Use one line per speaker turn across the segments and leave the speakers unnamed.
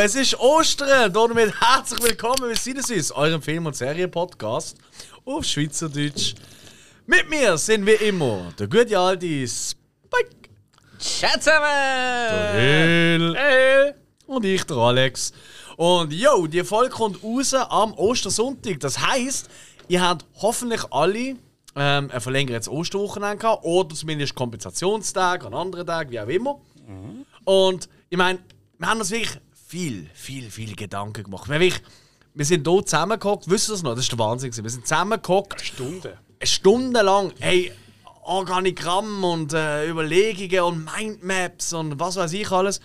es ist Ostern. Damit herzlich willkommen bei Sinneswiss, eurem Film- und Serien-Podcast auf Schweizerdeutsch. Mit mir sind wie immer der gute alte Spike,
Schätze
Hill
Hey!
und ich, der Alex. Und yo, die Folge kommt raus am Ostersonntag. Das heisst, ihr habt hoffentlich alle ähm, ein verlängertes Osterwochenende gehabt oder zumindest Kompensationstag, an anderen Tag, wie auch immer. Und ich meine, wir haben uns wirklich viel, viel, viel Gedanken gemacht. Wir, haben wirklich, wir sind hier zusammengehockt, wisst ihr das noch? Das ist der Wahnsinn. gewesen. Wir sind zusammengehockt.
Stunde.
stundenlang, hey, Organigramm und äh, Überlegungen und Mindmaps und was weiß ich alles.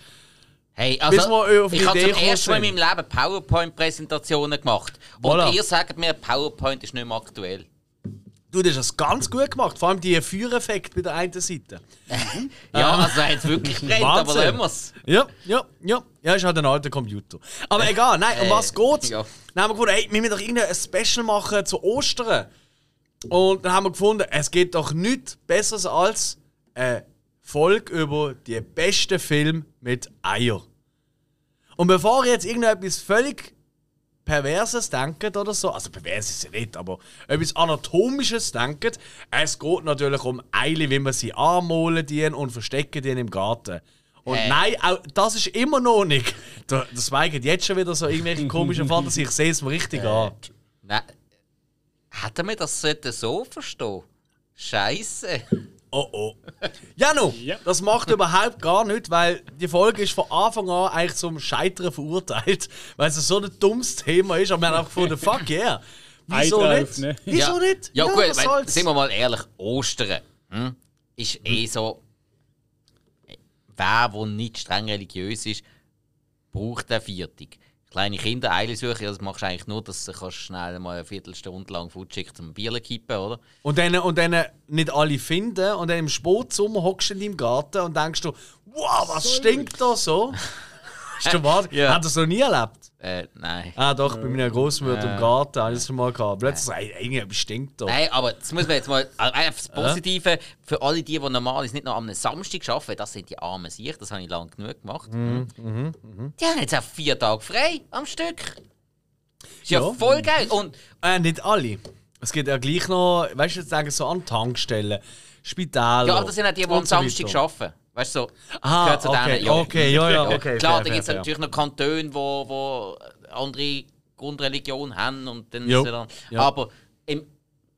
Hey, also,
Bis wir auf die
ich habe zum
Idee
ersten Mal
gekommen
in meinem Leben PowerPoint-Präsentationen gemacht. Und
Voilà.
ihr sagt mir, PowerPoint ist nicht mehr aktuell.
Du, du hast das ganz gut gemacht, vor allem die Feuereffekt bei der einen Seite.
Ja, also er hat es wirklich geredet, aber
Wahnsinn.
lassen wir es.
Ja, ja, ja. Ja, ist halt ein alter Computer. Aber egal, nein, um
Äh,
was geht's?
ja.
Dann haben wir gefunden, hey, wir müssen doch irgendein Special machen zu Ostern. Und dann haben wir gefunden, es geht doch nichts Besseres als eine Folge über die besten Filme mit Eier. Und bevor ihr jetzt irgendetwas völlig Perverses denkt oder so, also pervers ist es ja nicht, aber etwas Anatomisches denkt, es geht natürlich um Eile, wie man sie anmalen dienen und verstecken dienen im Garten. Und
Hä?
nein, auch das ist immer noch nicht. Der, der Zweig hat jetzt schon wieder so irgendwelche komischen Fantasien, ich sehe es mir
Äh.
richtig an.
Nein. Hätten wir das sollten so verstehen Scheiße.
Oh oh. Janu,
Ja.
das macht überhaupt gar nichts, weil die Folge ist von Anfang an eigentlich zum Scheitern verurteilt, weil es so ein dummes Thema ist. Aber wir haben auch gefunden, fuck yeah. Wieso
Ei
nicht?
drauf, ne?
Wieso
ja.
nicht?
Ja, gut,
was
ich meine,
soll's?
sind wir mal ehrlich, Ostern hm, ist eh so. Wer, der nicht streng religiös ist, braucht eine Viertig. Kleine Kinder Eile suchen, das machst du eigentlich nur, dass du kannst schnell mal eine Viertelstunde lang futschig zum Bier kippen, oder?
Und dann, und dann nicht alle finden und dann im Sportsommer hockst du in deinem Garten und denkst du, wow, was stinkt da so? Hast du wahr?
Ja.
Hat das noch nie erlebt?
Äh, nein.
Ah doch, bei meiner Großmutter im Garten habe ich es schon mal gehabt. Plötzlich, ey, irgendwie stinkt da.
Nein, aber das muss man jetzt mal. also Einfach das Positive für alle, die, die normal ist, nicht noch am Samstag arbeiten, das sind die armen sich, das habe ich lange genug gemacht.
Mhm,
Die haben jetzt auch vier Tage frei am Stück. Ist ja,
Ja.
voll geil. Und
Äh, nicht alle. Es gibt ja gleich noch, weißt du, jetzt sagen so an Tankstellen, Spitäler.
ja, aber das sind auch die, die
und
am
so
Samstag
weiter.
arbeiten. Weißt du, so.
Ah,
gehört zu denen,
okay,
ja.
okay, ja, ja,
Ja,
okay.
Klar,
fair,
da
fair,
gibt es
fair.
natürlich noch Kantone, wo, wo andere Grundreligionen haben und dann
Jo.
ist es dann.
Ja.
Aber im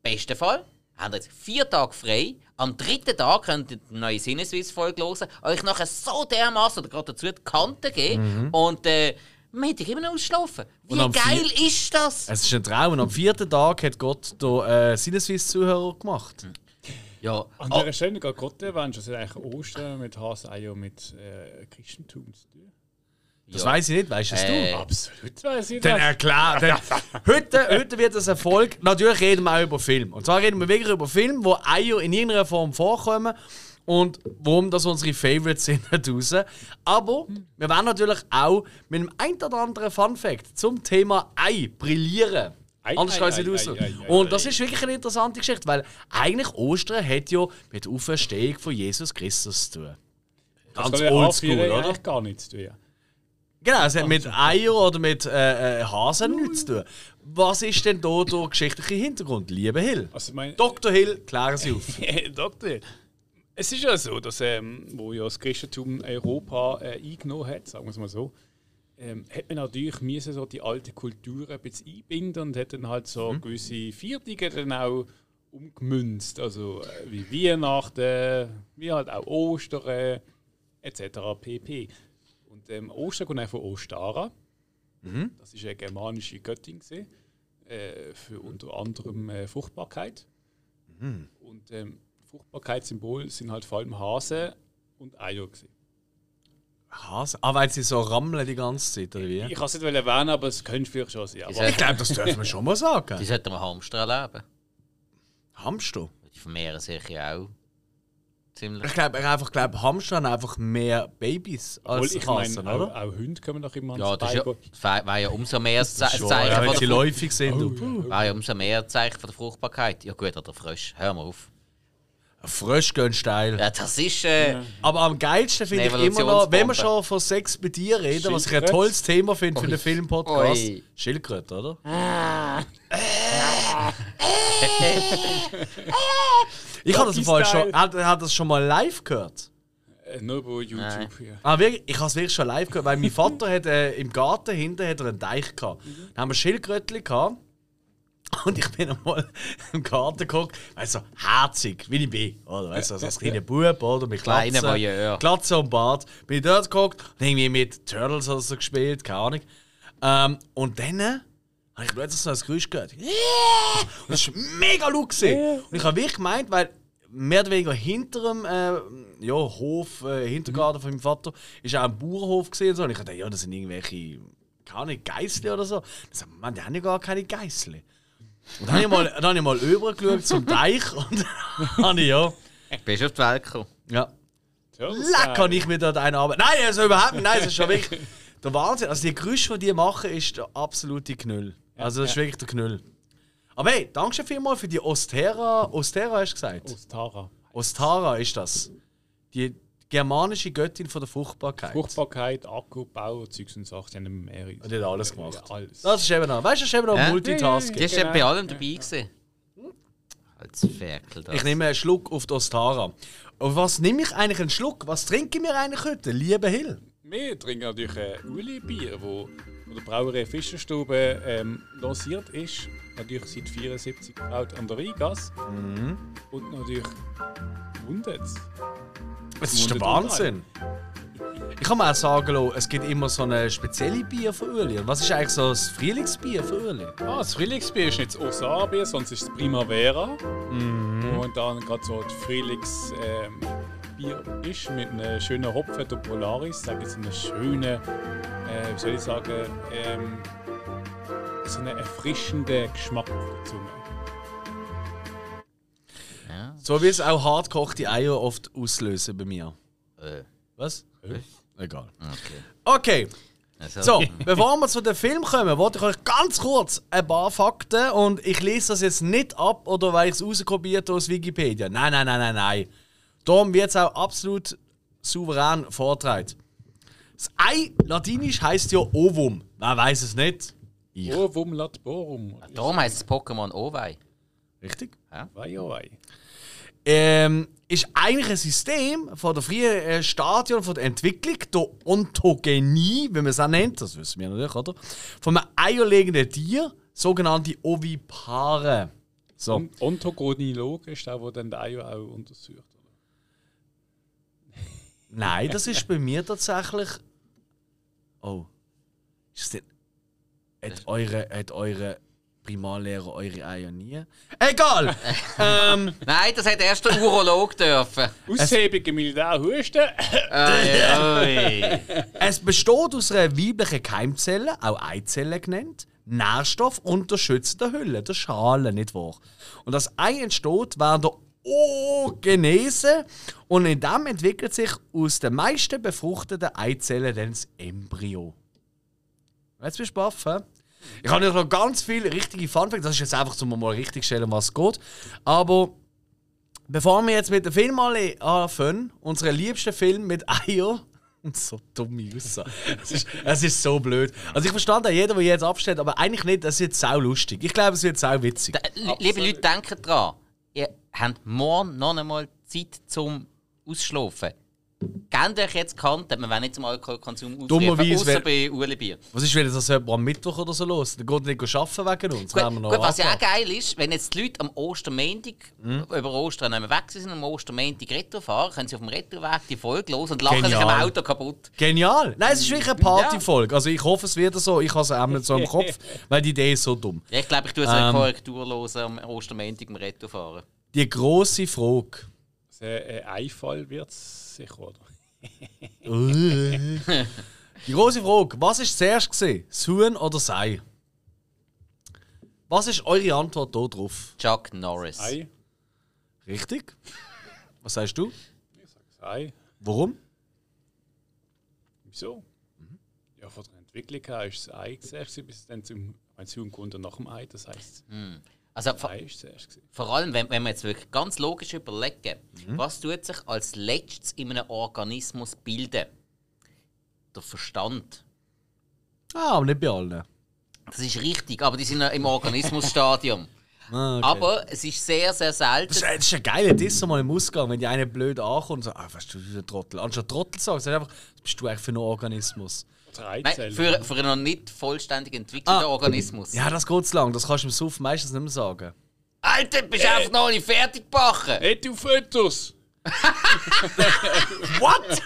besten Fall haben ihr jetzt vier Tage frei. Am dritten Tag könnt ihr die neue Sinneswiss-Folge hören, euch nachher so dermaßen oder gerade dazu die Kante geben und äh, man hätte immer noch ausschlafen. Wie
Mhm. Und am Äh,
geil ist das?
Es ist ein Traum. Und am vierten Tag hat Gott da äh, Sinneswiss-Zuhörer gemacht.
Hm, Ja,
An
oh,
Ah.
dieser Stelle geht Gott erwähnt, das hat eigentlich Ostern mit Haseier mit äh, Christentum zu tun.
Das
ja.
weiß ich nicht, weißt es du?
Äh,
Absolut weiß ich
Dann
das.
erklärt. Dann, heute, heute wird es Erfolg. Natürlich reden wir auch über Film. Und zwar reden wir wirklich über Filme, wo Eier in irgendeiner Form vorkommen und warum das unsere Favorites sind da draußen. Aber wir werden natürlich auch mit einem ein oder anderen Fun Fact zum Thema Ei brillieren.
Ei,
Anders
ei,
kann ich es
ei,
nicht
ei,
aus.
ei, ei,
Und
ei.
das ist wirklich eine interessante Geschichte, weil eigentlich Ostern hat ja mit der Auferstehung von Jesus Christus zu tun. Ganz
kann ja
oldschool,
H4
oder?
eigentlich gar nichts zu tun.
Genau,
Ah,
es hat mit Eier oder mit äh, äh, Hasen
Hm.
nichts zu tun. Was ist denn da der geschichtliche Hintergrund, lieber Hill?
Also, ich meine,
Dr. Hill, klären Sie auf.
Doktor, es ist ja so, dass ähm, wo ja das Christentum Europa äh, eingenommen hat, sagen wir es mal so, ähm, hat man natürlich müssen, so die alte Kultur ein bisschen einbinden und hat dann halt so gewisse Viertige dann auch umgemünzt, also äh, wie Weihnachten, wie halt auch Ostern etc. pp. Und ähm, Ostern kommt auch von Ostara. Das ist eine germanische Göttin gewesen, äh, für unter anderem äh, Fruchtbarkeit. Und ähm, Fruchtbarkeitssymbol sind halt vor allem Hasen und Eier. Gewesen.
Hasen? Ah, weil sie so rammeln die ganze Zeit, oder wie?
Ich kann es nicht erwähnen, aber es könnte vielleicht schon sein.
die
Aber
sollten-
glaube, das dürfen wir schon mal
die
sagen.
sollten wir Hamster erleben.
Hamster?
Die vermehren sich ja auch ziemlich.
Ich glaube, ich einfach glaube, Hamster haben einfach mehr Babys
obwohl,
als
ich
Hasen,
meine, auch,
oder?
auch Hunde kommen doch immer
Ja,
ans
das ist ja,
Bein.
das war war ja umso mehr ein Ze-
Also
Schon,
Zeichen
ja,
von
wenn
der
sie
Frucht-
Oh,
läufig sind. du-
war ja umso mehr ein Zeichen von der Fruchtbarkeit. Ja gut, oder Frösch, hör mal auf.
Frösche gehen steil.
Ja, das ist. Äh,
Aber am geilsten finde ich immer noch, wenn wir schon von Sex bei dir reden, was ich ein
Schildkröte.
tolles Thema finde für einen Filmpodcast,
Ui.
Schildkröte, oder? ich habe das im Fall schon,
Doggy-Style.
hat, hat das schon mal live gehört.
Äh, nur über YouTube. Ja.
Ah, wirklich, ich habe es wirklich schon live gehört, weil mein Vater hat, äh, im Garten hinten hat er einen Teich gehabt. Da haben wir Schildkrötchen gehabt. Und ich bin einmal im Garten geguckt, weißt du, herzig, wie ich bin, oder? Weißt du, also als kleiner Bub, oder? Mit
Kleiner
Glatze,
Voyeur.
Glatze und Bart. Bin ich dort geguckt und irgendwie mit Turtles oder so gespielt, keine Ahnung. Ähm, und dann äh, habe ich plötzlich so ein Geräusch gehört. Und das war mega laut. Gewesen. Und ich habe wirklich gemeint, weil mehr oder weniger hinter dem äh, ja, Hof, äh, Hintergarten von meinem Vater, ist auch ein Bauernhof gesehen und so. Und ich dachte, ja, das sind irgendwelche, keine Geißli oder so. Ich sagte, man, die haben ja gar keine Geißli. Und dann habe ich mal, dann habe ich mal rübergeschaut zum Teich und dann habe ich ja.
bist du auf die Welt gekommen?
ja
Turtles,
Leck
äh,
kann ich mir dort einen arbeiten. Nein, also überhaupt nicht. Nein, das ist schon wirklich der Wahnsinn. Also die Geräusche, die die machen, ist der absolute Knüll. Also das ist wirklich der Knüll. Aber hey, danke schon vielmals für die Ostera. Ostera hast du gesagt?
Aus Tara.
Ostara ist das. Die germanische Göttin von der Fruchtbarkeit.
Fruchtbarkeit, Akkubau, Zeugs und Sachen, die haben mehr.
Und die hat alles gemacht.
Ja, alles.
Das ist eben noch. Weißt du, das ist eben noch
Ja.
Multitasking.
Die ist ja
Genau.
bei allem dabei gewesen. Als Ferkel Halt das.
Ich nehme einen Schluck auf die Ostara. Und was nehme ich eigentlich einen Schluck? Was trinke ich mir eigentlich heute? Liebe Hill.
Wir trinken natürlich ein Uli-Bier, wo von der Brauerei Fischerstube ähm, lanciert ist. Natürlich seit 74 gebraut an der Rheingasse.
Mhm.
Und natürlich wundert
Das ist der
Wundert
Wahnsinn. Ich kann mir auch sagen lassen, es gibt immer so eine spezielle Bier von Ueli. Und was ist eigentlich so das Frühlingsbier von Ueli?
Ah, das Frühlingsbier ist nicht das Osabier, sonst ist es Primavera. Momentan gerade so das Frühlingsbier ähm, Bier ist mit einem schönen Hopfen der Polaris. Sag jetzt einen schönen, äh, wie soll ich sagen, ähm, so einen erfrischenden Geschmack auf der Zunge.
So wie es auch hart gekochte Eier oft auslösen bei mir.
Äh,
Was? Egal.
okay.
Okay,
Also,
so, bevor wir zu dem Film kommen, wollte ich euch ganz kurz ein paar Fakten und ich lese das jetzt nicht ab oder weil ich es rauskopiert habe aus Wikipedia. Nein, nein, nein, nein, nein. Darum wird es auch absolut souverän vortragen. Das Ei, latinisch heißt ja Ovum. Wer weiß es nicht? Ich.
Urwum Latborum.
Darum heisst das Pokémon Owei.
Richtig.
Wei, oh wei.
Ähm, ist eigentlich ein System von der frühen äh, Stadion von der Entwicklung, der Ontogenie, wie man es auch nennt, das wissen wir natürlich, oder? Von einem eierlegenden Tier, sogenannte Ovipare. So.
Und Ontogoniloge ist der, der dann die Eier auch untersucht.
Nein, das ist bei mir tatsächlich. Oh. Ist das denn. Hat eure, hat eure Primarlehrer eure Eier nie? Egal! ähm,
Nein, das hat erst der Urolog dürfen.
Aushebige Militärhusten.
Ui, ui.
Es besteht aus einer weiblichen Keimzelle, auch Eizelle genannt, Nährstoff und der schützenden Hülle, der Schale, nicht wahr? Und das Ei entsteht während der Oogenese und in dem entwickelt sich aus den meisten befruchteten Eizellen dann das Embryo. Jetzt bist du baff, hä? Ich habe natürlich noch ganz viele richtige Funfacts, das ist jetzt einfach, um mal richtig stellen, was es geht. Aber Bevor wir jetzt mit dem Film alle anfangen, unseren liebsten Film mit Eier. Und so dumm aussah. Es ist, es ist so blöd. Also ich verstand auch jeder, der jetzt absteht, aber eigentlich nicht, es wird sau lustig. Ich glaube, es wird sau witzig.
Da- li- Liebe Leute, denkt dran. Ihr habt morgen noch einmal Zeit zum Ausschlafen. Gebt euch jetzt Kante, wir wollen nicht zum Alkoholkonsum
Dummerweise
außer
wär-
bei Ueli Bier.
Was ist, wenn das jemand am Mittwoch oder so los? Der geht nicht arbeiten wegen uns.
Gut,
wenn wir noch
gut, was ja auch
anfangen.
geil ist, wenn jetzt die Leute am Ostermäntig
Hm?
über Ostern nicht mehr weg sind und am Ostermäntig Retro fahren, können sie auf dem Retroweg die Folge los und lachen sich
Genial.
am Auto kaputt.
Genial! Nein, es ist wirklich eine Partyfolge. Also ich hoffe, es wird so. Ich habe es auch nicht so im Kopf, weil die Idee ist so dumm.
Ja, ich glaube, ich tue so
Ähm.
eine Korrektur los am Ostermäntig im Retro fahren.
Die grosse Frage.
Ein äh, Einfall wird es sicher, oder?
die große Frage: Was ist zuerst gesehen? Suchen oder Sei? Was ist eure Antwort da drauf?
Chuck Norris.
Ei.
Richtig? Was sagst du?
Ei.
Warum?
Wieso? Mhm. Ja, von der Entwicklung her ist das Ei zuerst, bis es dann zum, mein Zuhund kommt dann nach dem Ei, das heisst.
Also vor,
Nein, ist zuerst gewesen.
vor allem, wenn, wenn wir jetzt wirklich ganz logisch überlegen,
Mhm.
was tut sich als letztes in einem Organismus bilden? Der Verstand.
Ah, aber nicht bei allen.
Das ist richtig, aber die sind noch im Organismusstadium.
Ah, okay.
Aber es ist sehr, sehr selten.
Das ist, das ist ein geiler Diss mal im Ausgang, wenn die eine blöd ankommt und sagt, ah, weißt du, du bist ein Trottel. Anstatt Trottel sagen, sag einfach, was bist du eigentlich für einen Organismus?
Nein,
13.
für, für einen noch nicht vollständig entwickelten
Ah.
Organismus.
Ja, das geht zu lang, das kannst du im Suff meistens nicht mehr sagen.
Alter, bist einfach noch nicht fertig gebacken?
Hey, du Fötus!
What?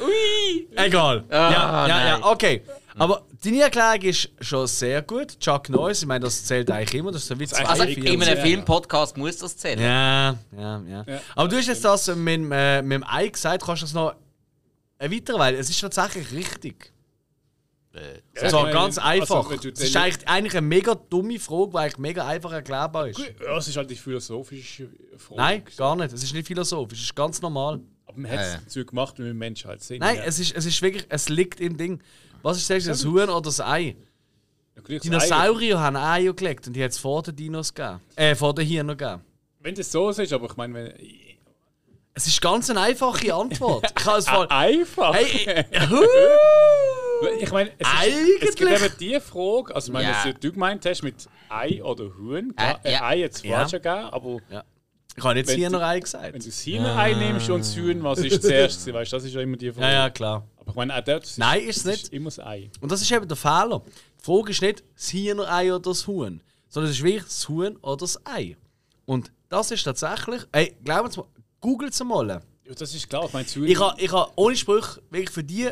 Ui!
Egal.
Ah,
ja, ja,
nein.
ja, okay. Aber deine Erklärung ist schon sehr gut. Chuck Norris, ich meine, das zählt eigentlich immer, das ist so wie zwei,
Also,
Hey,
vier.
in
sehr,
einem
ja.
Filmpodcast muss das zählen.
Ja, ja, ja.
Ja.
Aber du hast jetzt das mit, dem, äh, mit dem Ei gesagt, kannst du das noch erweitern, weil es ist tatsächlich richtig.
Ja,
Und zwar
ich meine,
ganz einfach.
also, wenn du
das ist
den-
eigentlich, eigentlich eine mega dumme Frage, die eigentlich mega einfach erklärbar ist.
Ja, es ist halt die philosophische Frage.
Nein, gar nicht. Es ist nicht philosophisch, es ist ganz normal.
Aber man hat es dazu gemacht, weil wir Menschen halt sind.
Nein,
ja.
es, ist, es ist wirklich, es liegt im Ding. Was ist das, das Huhn oder das Ei?
Ja, gleich das Ei.
Dinosaurier haben Eier gelegt und die hat es vor den Dinos gegeben. Äh, vor den Hirnen gegeben.
Wenn das so ist, aber ich meine, wenn.
Es ist ganz eine einfache Antwort. Ich habe es
Ah,
voll.
Einfach!
Hey, äh, huh!
Ich meine, es,
Eigentlich-
ist, es gibt eben die Frage, also ich meine,
Ja.
was du gemeint hast mit Ei oder Huhn, klar,
Äh,
äh,
ja.
Ei jetzt
Ja.
falsch gegeben, aber
Ich habe jetzt
Wenn
hier
du-
noch Ei
wenn du
gesagt.
das Hühnerei nimmst und das Huhn, was ist zuerst? gewesen? Weißt du, das ist Ah. ja immer die Frage.
Ja, ja, klar.
Aber ich meine, auch dort ist,
Nein, ist es
es ist
nicht.
immer das Ei.
Und das ist eben der Fehler. Die Frage ist nicht das Hühnerei oder das Huhn, sondern es ist wirklich das Huhn oder das Ei. Und das ist tatsächlich. Ey, glauben Sie mal, googelt es mal.
Ja, das ist klar, ich meine, das Huhn.
Ich habe ich ha, ohne Sprüche wirklich für die,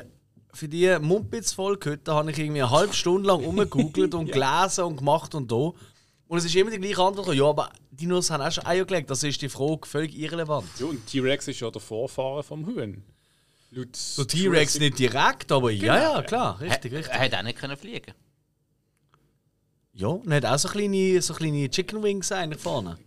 für die Mumpitz-Folge heute habe ich irgendwie eine halbe Stunde lang rumgegoogelt und gelesen und gemacht und da. Und es ist immer die gleiche Antwort. gekommen, Ja, aber Dinos haben auch schon Eier gelegt. Das ist die Frage völlig irrelevant.
ja, und T-Rex ist ja der Vorfahre vom Huhn. Laut
So T-Rex nicht direkt, aber ja, ja, klar. Richtig, richtig.
Er hätte auch nicht können fliegen
Ja, und hat auch so kleine, so kleine Chicken Wings eigentlich vorne.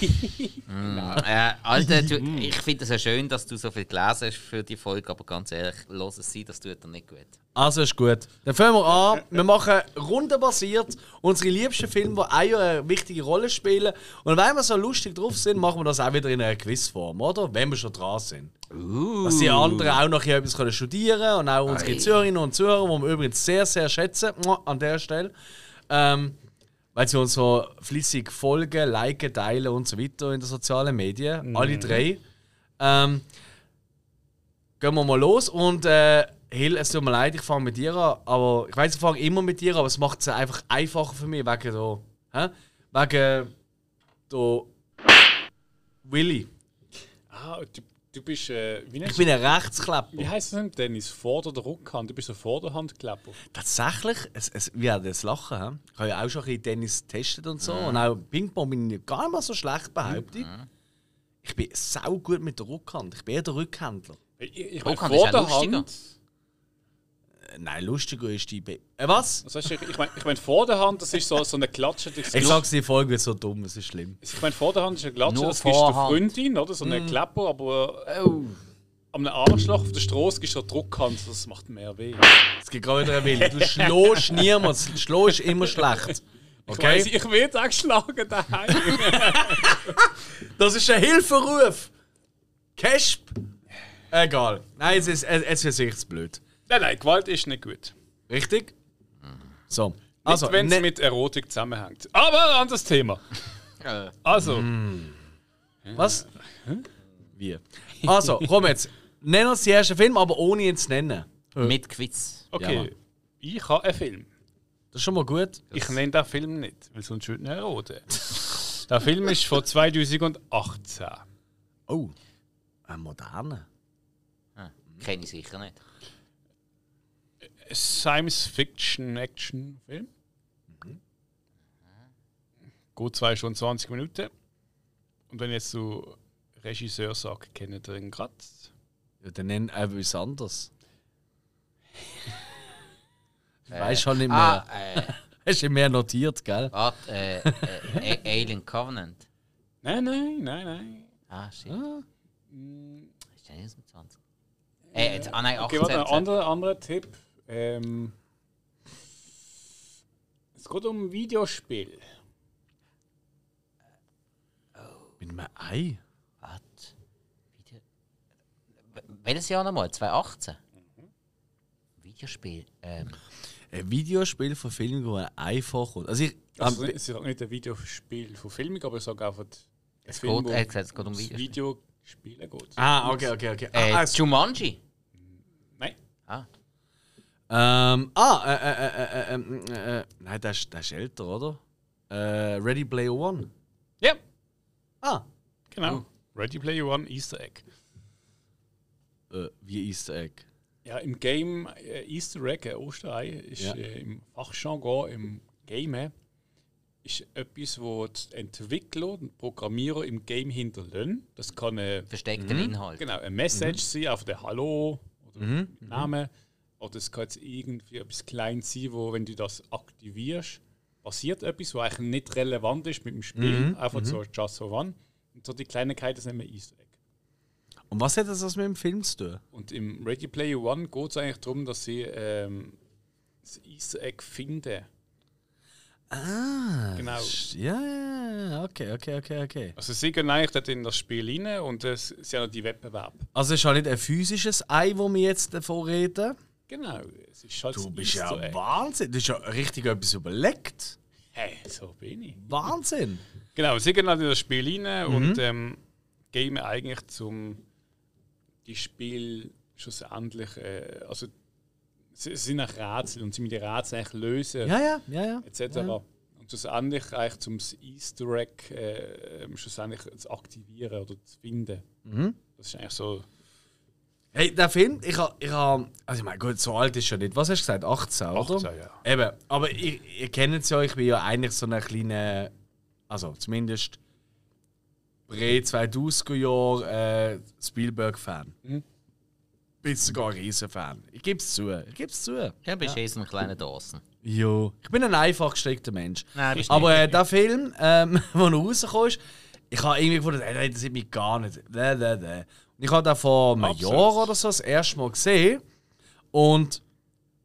Äh, Alter, du, ich finde es ja schön, dass du so viel gelesen hast für die Folge, aber ganz ehrlich, lass es sein, das tut dir nicht gut.
Also ist gut. Dann fangen wir an. Wir machen rundenbasiert unsere liebsten Filme, die Eier eine wichtige Rolle spielen. Und wenn wir so lustig drauf sind, machen wir das auch wieder in einer Quizform, oder? Wenn wir schon dran sind. Dass die anderen auch noch hier etwas können studieren können und auch unsere
Ei.
Zuhörerinnen und Zuhörer, die wir übrigens sehr, sehr schätzen, Mua, an der Stelle. Ähm, weil sie uns so flüssig folgen, liken, teilen und so weiter in den sozialen Medien. Alle drei. Ähm, gehen wir mal los und äh, Hill, es tut mir leid, ich fange mit dir an, aber ich weiß, ich fange immer mit dir an, aber es macht es einfach einfacher für mich wegen der, hä? wegen der Willy.
Ah, du, du bist. Äh, wie
Ich
nennst
bin ein Rechtsklepper.
Wie heißt das denn, Dennis? Vorder- oder Rückhand? Du bist ein Vorderhandklepper.
Tatsächlich, es, es, wir haben das Lachen. hä? Ich habe ja auch schon ein bisschen Tennis getestet und so. Und auch Ping-Pong bin ich gar nicht mal so schlecht, behaupte ich. Ich bin sau gut mit der Rückhand. Ich bin eher der Rückhändler.
Ich, ich meine,
Rückhand ist ja
Vorderhand.
lustiger.
Äh, Nein, lustiger ist die. Be äh, was?
Das heißt, ich, ich meine, ich mein, Vorderhand, das ist so, so eine Klatsche. das-
Ich sag's, die Folge wird so dumm, es ist schlimm.
Ich meine, Vorderhand ist eine Klatsche,
Nur
das gibst du der
Vorhand.
Freundin, oder? So eine Klepper, aber äh, am Arschloch auf der Straße gibst du eine Druckhand, das macht mehr weh.
Es gibt gerade wieder einen Willi. Du schlägst niemals. Schlägst ist immer schlecht.
Ich weiss,
Okay?
ich werde angeschlagen daheim.
Das ist ein Hilferuf! Kesp! Egal. Nein, es ist äh, jetzt wird sich's blöd.
nein, nein, Gewalt ist nicht gut.
Richtig? So.
Also,
Also,
wenn
ne-
es mit Erotik zusammenhängt. Aber ein anderes Thema.
Äh,
Also,
Mhm. Was? Wir. Also, komm jetzt. Nenn uns den ersten Film, aber ohne ihn zu nennen.
mit Quiz.
Ja,
okay.
Mann.
ich habe einen Film.
Das ist schon mal gut.
Ich nenne den Film nicht, weil sonst würde ich ihn erraten. der Film ist von 2018.
Oh. Ein moderner.
Ah, Kenne ich sicher nicht.
Science-Fiction-Action-Film.
Mhm.
Gut zwei Stunden 20 Minuten. Und wenn ich jetzt so Regisseur sage, kenne ich den gerade.
Ja, dann nenn äh, etwas anderes. Ich weiß schon nicht mehr.
Ah, äh,
Hast du mehr notiert, gell?
warte, äh, äh, A- Alien Covenant.
Nein, nein, nein, nein.
Ah, shit. Ist der nicht aus dem 20? Äh, jetzt, ah nein, 18.
Okay, warte, ein
17.
anderer, anderer Tipp. Ähm, es geht um ein Videospiel.
Mit einem Ei?
Was? Video Welches Jahr nochmal? 2018? Videospiel. Ähm,
Ein Videospielverfilmung, wo ein Ei vorkommt. Also ich,
Also,
am-
ich sage nicht ein Videospiel von Filmung, aber ich sage einfach ein
es, geht, er hat gesagt, es geht um Videospiel.
Videospielen geht.
ah, okay, okay, okay.
Äh,
ah, ah, es-
Jumanji.
Nein,
Ah,
ähm, ah äh, äh, äh, äh, ähm, äh, äh, nein, das ist, das ist älter, oder? Äh, Ready Player One.
ja,
Ah,
genau. Ready Player One Easter Egg.
äh, wie Easter Egg.
Ja, im Game äh, Easter Egg, äh, Osterei, ist
Ja.
äh, im Fachjargon, im Game, äh, ist etwas, wo die Entwickler und Programmierer im Game hinterlassen. Das kann äh,
versteckter
Mhm.
Inhalt.
Genau, ein Message sein auf der Hallo oder
Mhm.
Name. Oder es kann jetzt irgendwie etwas Kleines sein, wo, wenn du das aktivierst, passiert etwas, was eigentlich nicht relevant ist mit dem Spiel.
Mhm.
Einfach so just for fun. Und so die Kleinigkeiten sind wir Easter Egg.
Und was hat das was mit dem Film zu tun?
Und im Ready Player One geht es eigentlich darum, dass sie ähm, das Easter Egg finden.
Ah.
Genau.
Ja, ja, ja, okay, okay, okay, okay.
Also sie gehen eigentlich dort in das Spiel rein und äh, sie sie haben noch die Wettbewerbe.
Also es ist halt nicht ein physisches Ei, wo wir jetzt davon reden.
Genau, es ist halt
Du
das
bist ja
Easter Egg.
Wahnsinn. Du hast ja richtig etwas überlegt.
Hey, so bin ich.
Wahnsinn.
Genau, sie gehen halt in das Spiel
Mhm.
rein und ähm, gehen eigentlich zum die Spiel schlussendlich, äh, also sie, sie sind nach Rätsel und sie mit den Rätseln eigentlich lösen
Ja, ja, ja, ja.
etc. Und schlussendlich eigentlich zum Easter Egg äh, ähm, schlussendlich zu aktivieren oder zu finden.
Mhm.
Das ist eigentlich so
Hey, der Film, ich habe, ich ha, also ich meine, gut, so alt ist schon nicht. Was hast du gesagt? 18, oder?
18, ja.
Eben, aber ihr, ihr kennt es ja, ich bin ja eigentlich so ein kleiner, also zumindest Pre-2000er-Jahr äh, Spielberg-Fan. Bin sogar ein Riesen-Fan. Ich gebe es zu, ich gebe es zu.
Ja, bist eh so ein kleiner Dawson.
Jo. Ich bin ein einfach gestrickter Mensch.
Nein, bist
Aber äh, der Film, ähm, wo er rausgekommen ist, ich habe irgendwie gefunden, ey, nein, das sieht mich gar nicht. Bäh, bäh, bäh. Und ich habe den vor einem
Absolut.
Jahr oder so das erste Mal gesehen. Und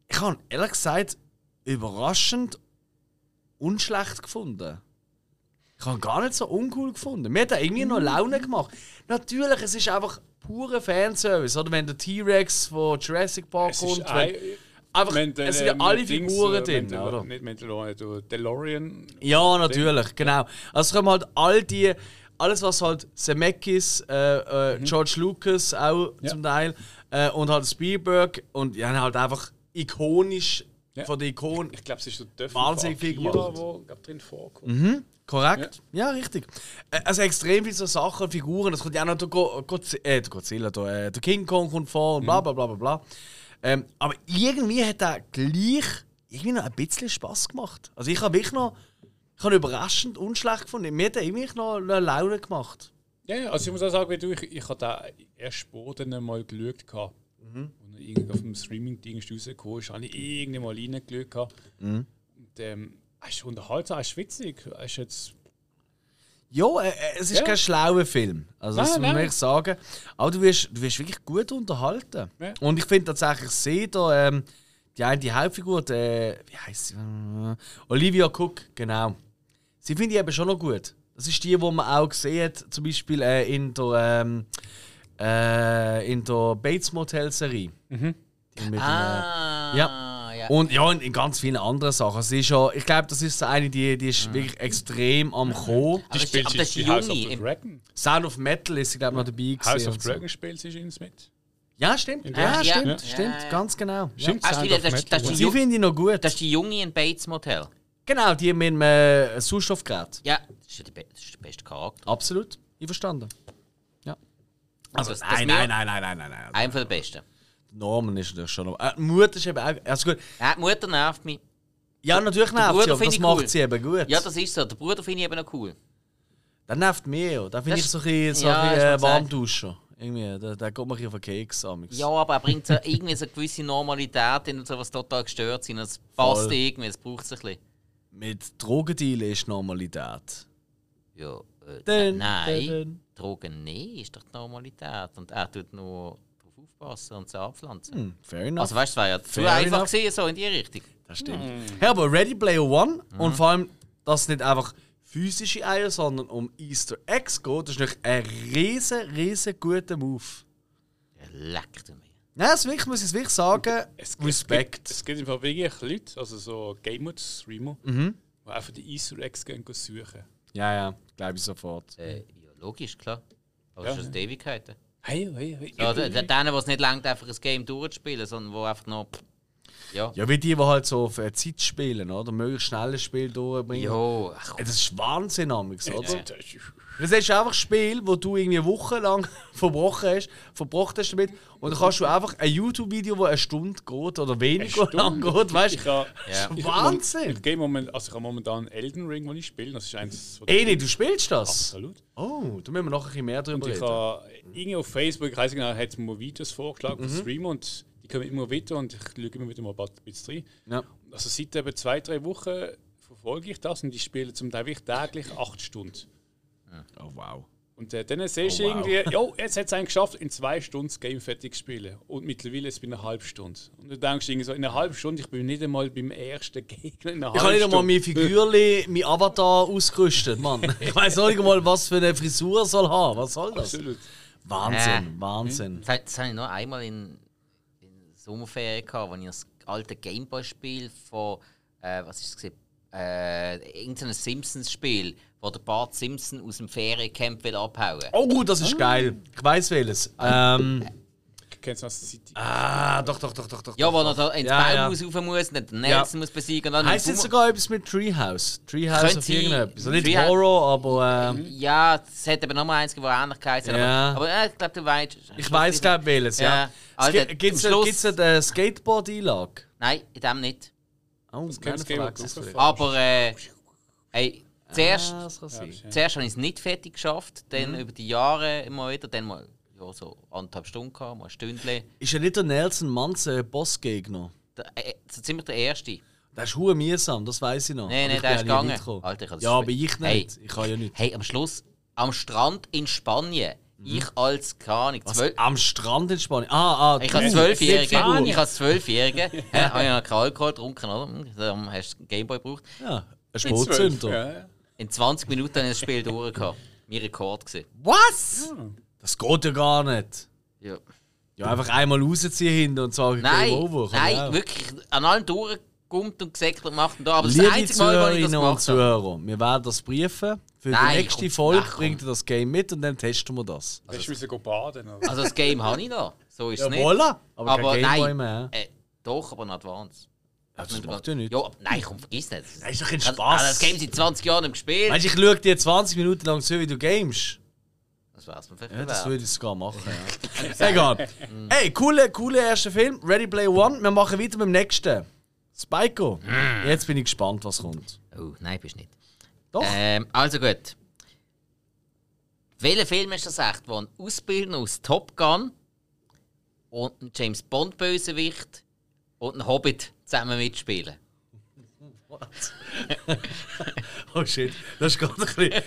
ich habe ihn ehrlich gesagt überraschend unschlecht gefunden. Ich habe ihn gar nicht so uncool gefunden. Mir hat er irgendwie noch Laune gemacht. Natürlich, es ist einfach pure Fanservice. Oder wenn der T-Rex von Jurassic Park
Es
kommt.
ist
wenn-
ein-
einfach,
wenn der-
es sind ja alle
mit Dings,
Figuren
äh,
drin,
Mandal-
oder?
Nicht Mandalorian, du DeLorean.
Ja, natürlich, genau. Also kommen halt all die, alles was halt Zemeckis, äh, äh, George Lucas auch
Mhm. Ja.
zum Teil äh, und halt Spielberg und die haben halt einfach ikonisch
Ja.
von der Ikon.
Ich glaube, es ist so der
Wahnsinnig viel gemacht.
wo glaub, drin vorkommt.
Korrekt? Ja, richtig. Äh, also extrem viele so Sachen, Figuren, es kommt ja auch noch der, Go Godzi- äh, der Godzilla, der, äh, der King Kong kommt vor und bla bla bla bla bla. Ähm, aber irgendwie hat er gleich irgendwie noch ein bisschen Spass gemacht. Also ich habe wirklich noch, ich habe ihn überraschend unschlecht gefunden. Mir hat er irgendwie noch eine Laune gemacht.
Ja, ja, also ich muss auch sagen, wie du, ich, ich habe da erst später dann mal geschaut. gehabt.
Mhm.
Und irgendwie auf dem Streaming-Ding ist rausgekommen ist, habe ich irgendwann mal reingeschaut. gehabt.
Mhm.
Und ähm, es ist unterhaltsam, es ist witzig. Es ist jetzt,
Ja, äh, äh, es ist
Ja.
kein schlauer Film. Also das
Nein,
muss man
nein.
wirklich sagen. Aber du wirst, du wirst wirklich gut unterhalten.
Ja.
Und ich finde tatsächlich, ich sehe da ähm, die eine die Hauptfigur, die, wie heißt sie? Äh, Olivia Cook, genau. Sie finde ich eben schon noch gut. Das ist die, die man auch gesehen hat, zum Beispiel äh, in der, ähm, äh, in der Bates Motel Serie.
Mhm.
Die mit dem, äh,
Ah,
Ja.
ja.
und ja, in, in ganz vielen anderen Sachen. Sie ist ja, ich glaube, das ist so eine, die, die
Mhm.
ist wirklich extrem am Kommen.
aber, das ist-
spielt
aber
sie
das ist die
bei House of
Junge.
the
im-
Dragon.
Sound of Metal ist sie, glaube ich, noch dabei.
House
gewesen
of
und so.
Dragon spielt sie übrigens mit.
Ja, stimmt. Ja,
Ja, ja.
stimmt,
Ja.
stimmt, ganz genau. Ja.
Stimmt,
Ah, stimmt,
Sound
das-
of
das-
Metal.
das-
Sie
Ju-
finde ich noch gut.
Das ist die Junge in Bates Motel.
genau, die mit dem äh, Sauerstoffgerät.
Ja, das ist ja der, be das ist der beste Charakter.
Absolut, einverstanden. Ja. Also,
das- das
nein,
mir-
nein, nein, nein, nein, nein, nein.
Einer der besten.
Norman ist natürlich schon noch. Äh, Mutter ist eben auch. Also gut.
Ja, die Mutter nervt mich.
Ja, natürlich nervt
Bruder
sie, aber
finde
das
ich
macht
cool.
sie eben gut.
Ja, das ist so. Der Bruder finde ich eben noch cool.
das nervt mich auch. Da finde
Das-
ich so ein bisschen, so ein
Ja, hast du
bisschen
mir
äh,
gesagt.
Warmduschen. Irgendwie, da, da geht man hier auf den Keks. amigs.
Ja, aber er bringt so irgendwie so eine gewisse Normalität in und so, was total gestört sind. Es passt
Voll.
irgendwie, es braucht es ein bisschen.
Mit Drogendeal ist Normalität.
Ja, äh,
Dun,
nein.
dun, dun.
Drogen nein, ist doch die Normalität. Und er tut nur drauf aufpassen und sie anpflanzen.
Hm, fair enough.
Also weißt du, es war ja zu
Fair
einfach
enough.
gewesen, so in die Richtung.
Das stimmt. Ja, aber Ready Player One und vor allem, dass es nicht einfach physische Eier, sondern um Easter Eggs geht. Das ist nämlich ein riesen, riesen guter Move.
Ja, Leck du mich.
Nein, das wirklich, muss ich es wirklich sagen.
Es gibt,
Respekt.
es gibt im Fall wirklich Leute, also so Gamer, Streamer,
Mhm.
die einfach die Easter Eggs gehen suchen.
Ja, ja, glaube ich sofort.
Äh, ja, logisch, klar. Aber
Ja.
schon seit Ewigkeiten.
Hey, hey, hey.
Ja, d- d- denen, die es nicht langt, einfach ein Game durchzuspielen, sondern wo einfach noch. Ja.
Ja, wie die, die halt so auf äh, Zeit spielen, oder? Möglichst schnell ein Spiel durchbringen.
Jo, ach,
Ey, Das ist Wahnsinn, amigs, oder?
Das ist-
Das ist einfach ein Spiel, wo du irgendwie wochenlang verbrochen hast, verbracht hast damit. Und dann kannst du einfach ein YouTube-Video, das eine Stunde geht oder weniger
Stunde.
lang geht, weißt
Ich
du?
habe
Ja.
Das ist Wahnsinn!
ich gehe moment, also ich habe momentan Elden Ring, den ich spiele. Das ist eins von
Eni, du spielst das?
Absolut.
Oh, da müssen wir noch ein bisschen mehr drüber
Und ich
reden.
habe irgendwie auf Facebook, ich weiß nicht genau, hat mir Videos vorgeschlagen
Mhm.
von Streamer und die kommen immer wieder und ich schaue immer wieder mal ein paar- ein bisschen rein.
Ja.
Also seit eben zwei, drei Wochen verfolge ich das und ich spiele zum Teil wirklich täglich acht Stunden.
Oh, wow.
Und äh, dann siehst du
Oh, wow.
irgendwie, jo, jetzt hat es einen geschafft, in zwei Stunden das Game fertig zu spielen. Und mittlerweile ist es bei einer halben Stunde. Und du denkst irgendwie so, in einer halben Stunde, ich bin nicht einmal beim ersten Gegner in einer halben
Ich habe nicht einmal
Stunde.
meine Figürli, mein Avatar ausgerüstet, Mann. Ich weiß noch nicht mal, was für eine Frisur er soll haben. Was soll das?
Absolut.
Wahnsinn, Wahnsinn.
das, hat- das habe ich nur einmal in, in der Sommerferien gehabt, als ich das alte Gameboy-Spiel von. Äh, was ist es? gewesen? Äh, irgendein Simpsons-Spiel, wo der Bart Simpson aus dem Feriencamp will abhauen.
Oh, das
Ah.
ist geil. Ich weiß welches. Ähm,
Kennst du das? City?
ah, doch, doch, doch, doch, doch.
Ja, wo er da ins
Ja,
Baumhaus rauf muss und dann den Nelson muss besiegen und dann
Heißt
mit
jetzt
Boomer-
sogar etwas mit Treehouse? Treehouse
Könnte
auf irgendetwas. Also nicht
Treehouse-
Horror, aber. ähm,
Ja, es hat eben nochmal eins, gegeben, wo ähnlich geheißen
Ja.
aber, aber äh, ich glaube, du weißt.
ich weiß, glaube ich, welches, ja.
Ja. Alter,
Gibt es
zum Schluss-
gibt's äh, eine Skateboard-Einlage?
Nein, in dem nicht.
Oh,
kennt
das
das Game auch.
Aber, äh, ey, zuerst,
Ah, das kann sein. Mhm.
zuerst habe ich es nicht fertig geschafft, dann über die Jahre immer wieder, dann mal ja, so anderthalb Stunden gehabt, mal ein Stündchen.
Ist ja nicht der Nelson Manze ein Bossgegner?
Der, äh, so ziemlich der erste.
Das ist hure mühsam, das weiß ich noch.
Nee, nee,
Aber ich
der
bin ja
ist
nie
gegangen.
weitergekommen.
Alter, ich hab das
ja,
Spiel-
aber ich nicht.
Hey.
Ich kann ja nicht.
Hey, am Schluss, am Strand in Spanien, ich als, keine Ahnung,
Mhm. Was?
zwölf.
Am Strand in Spanien. Ah, ah,
Ich
du,
habe zwölfjährige,
Figur.
ich habe zwölfjährige, äh, habe ja noch keinen Alkohol getrunken, oder? Hm, Darum hast du Gameboy gebraucht.
Ja, ein
In zwölf,
Sportzünder.
ja, ja.
In 20 Minuten habe ich das Spiel durch gehabt. Mein Rekord gesehen.
Was? Das geht ja gar nicht.
Ja.
Ja, einfach einmal rausziehen hinten und sagen,
Nein,
Game over. Kann
nein,
ich auch.
wirklich an allem durchgegummt und gesäckelt und gemacht und da. Aber das
Liebe
einzige Mal, wo ich das
Zuhörerinnen und
gemacht habe.
Zuhörer, wir werden das prüfen. Für
Nein,
die nächste
komm,
Folge
ach, komm.
bringt ihr das Game mit und dann testen wir das.
Hast du müssen go baden? oder?
Ah.
Also das Game habe ich da. So ist es
Ja,
nicht.
voilà. Aber,
aber
kein Gameboy
nein.
mehr.
Äh, doch, aber in Advance.
Ja, das macht ja nichts.
Ja, aber nein, komm, vergiss nicht. Das,
ist doch kein
das-
Spaß.
Also das Game seit 20 Jahren nicht gespielt.
Weißt du, ich schaue dir 20 Minuten lang zu, wie du gamest.
das wär's mir vielleicht
Ja, das
wert.
würde ich sogar machen. Ja. Egal. Hey, cooler, cooler erster Film. Ready Play One. Wir machen weiter mit dem nächsten. Spyco. Jetzt bin ich gespannt, was kommt.
Oh, nein, bist nicht.
Doch.
Ähm, also gut. Welcher Film ist das echt, wo ein Ausbildner aus Top Gun und ein James Bond Bösewicht und ein Hobbit zusammen mitspielen?
Oh shit, das ist gerade ein bisschen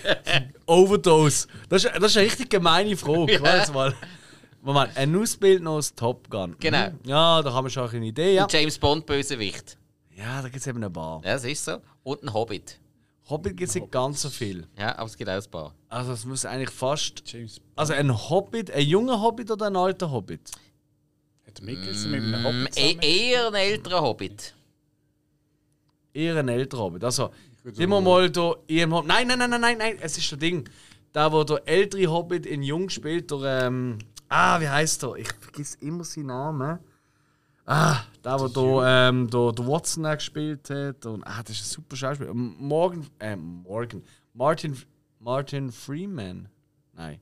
Overdose. Das ist, das ist eine richtig gemeine Frage. Warte mal. Moment, ein Ausbildner aus Top Gun.
Genau.
Mhm. Ja, da haben wir schon eine Idee. Ja,
Ein James Bond Bösewicht.
ja da gibt es eben ein paar.
Ja, das ist so. Und ein Hobbit.
Hobbit gibt es nicht ganz so viel.
Ja, aber es gibt auch ein paar.
Also, es muss eigentlich fast.
James
Also, ein Hobbit, ein junger Hobbit oder ein alter Hobbit?
hat Mikkelsen mit einem
Mm,
Hobbit
E
zusammen.
eher ein älterer Hobbit.
eher ein älterer Hobbit. Also, sind wir mal da ihrem Hobbit. Nein, nein, nein, nein, nein, nein, es ist das Ding. Da, wo der ältere Hobbit in Jung spielt, der. Ähm, ah, wie heißt er? Ich vergiss immer seinen Namen. Ah, da, wo der, ähm, der, der Watson auch gespielt hat. Und, ah, das ist ein super Schauspieler. M- Morgan. Äh, Morgan. Martin, Martin Freeman. Nein,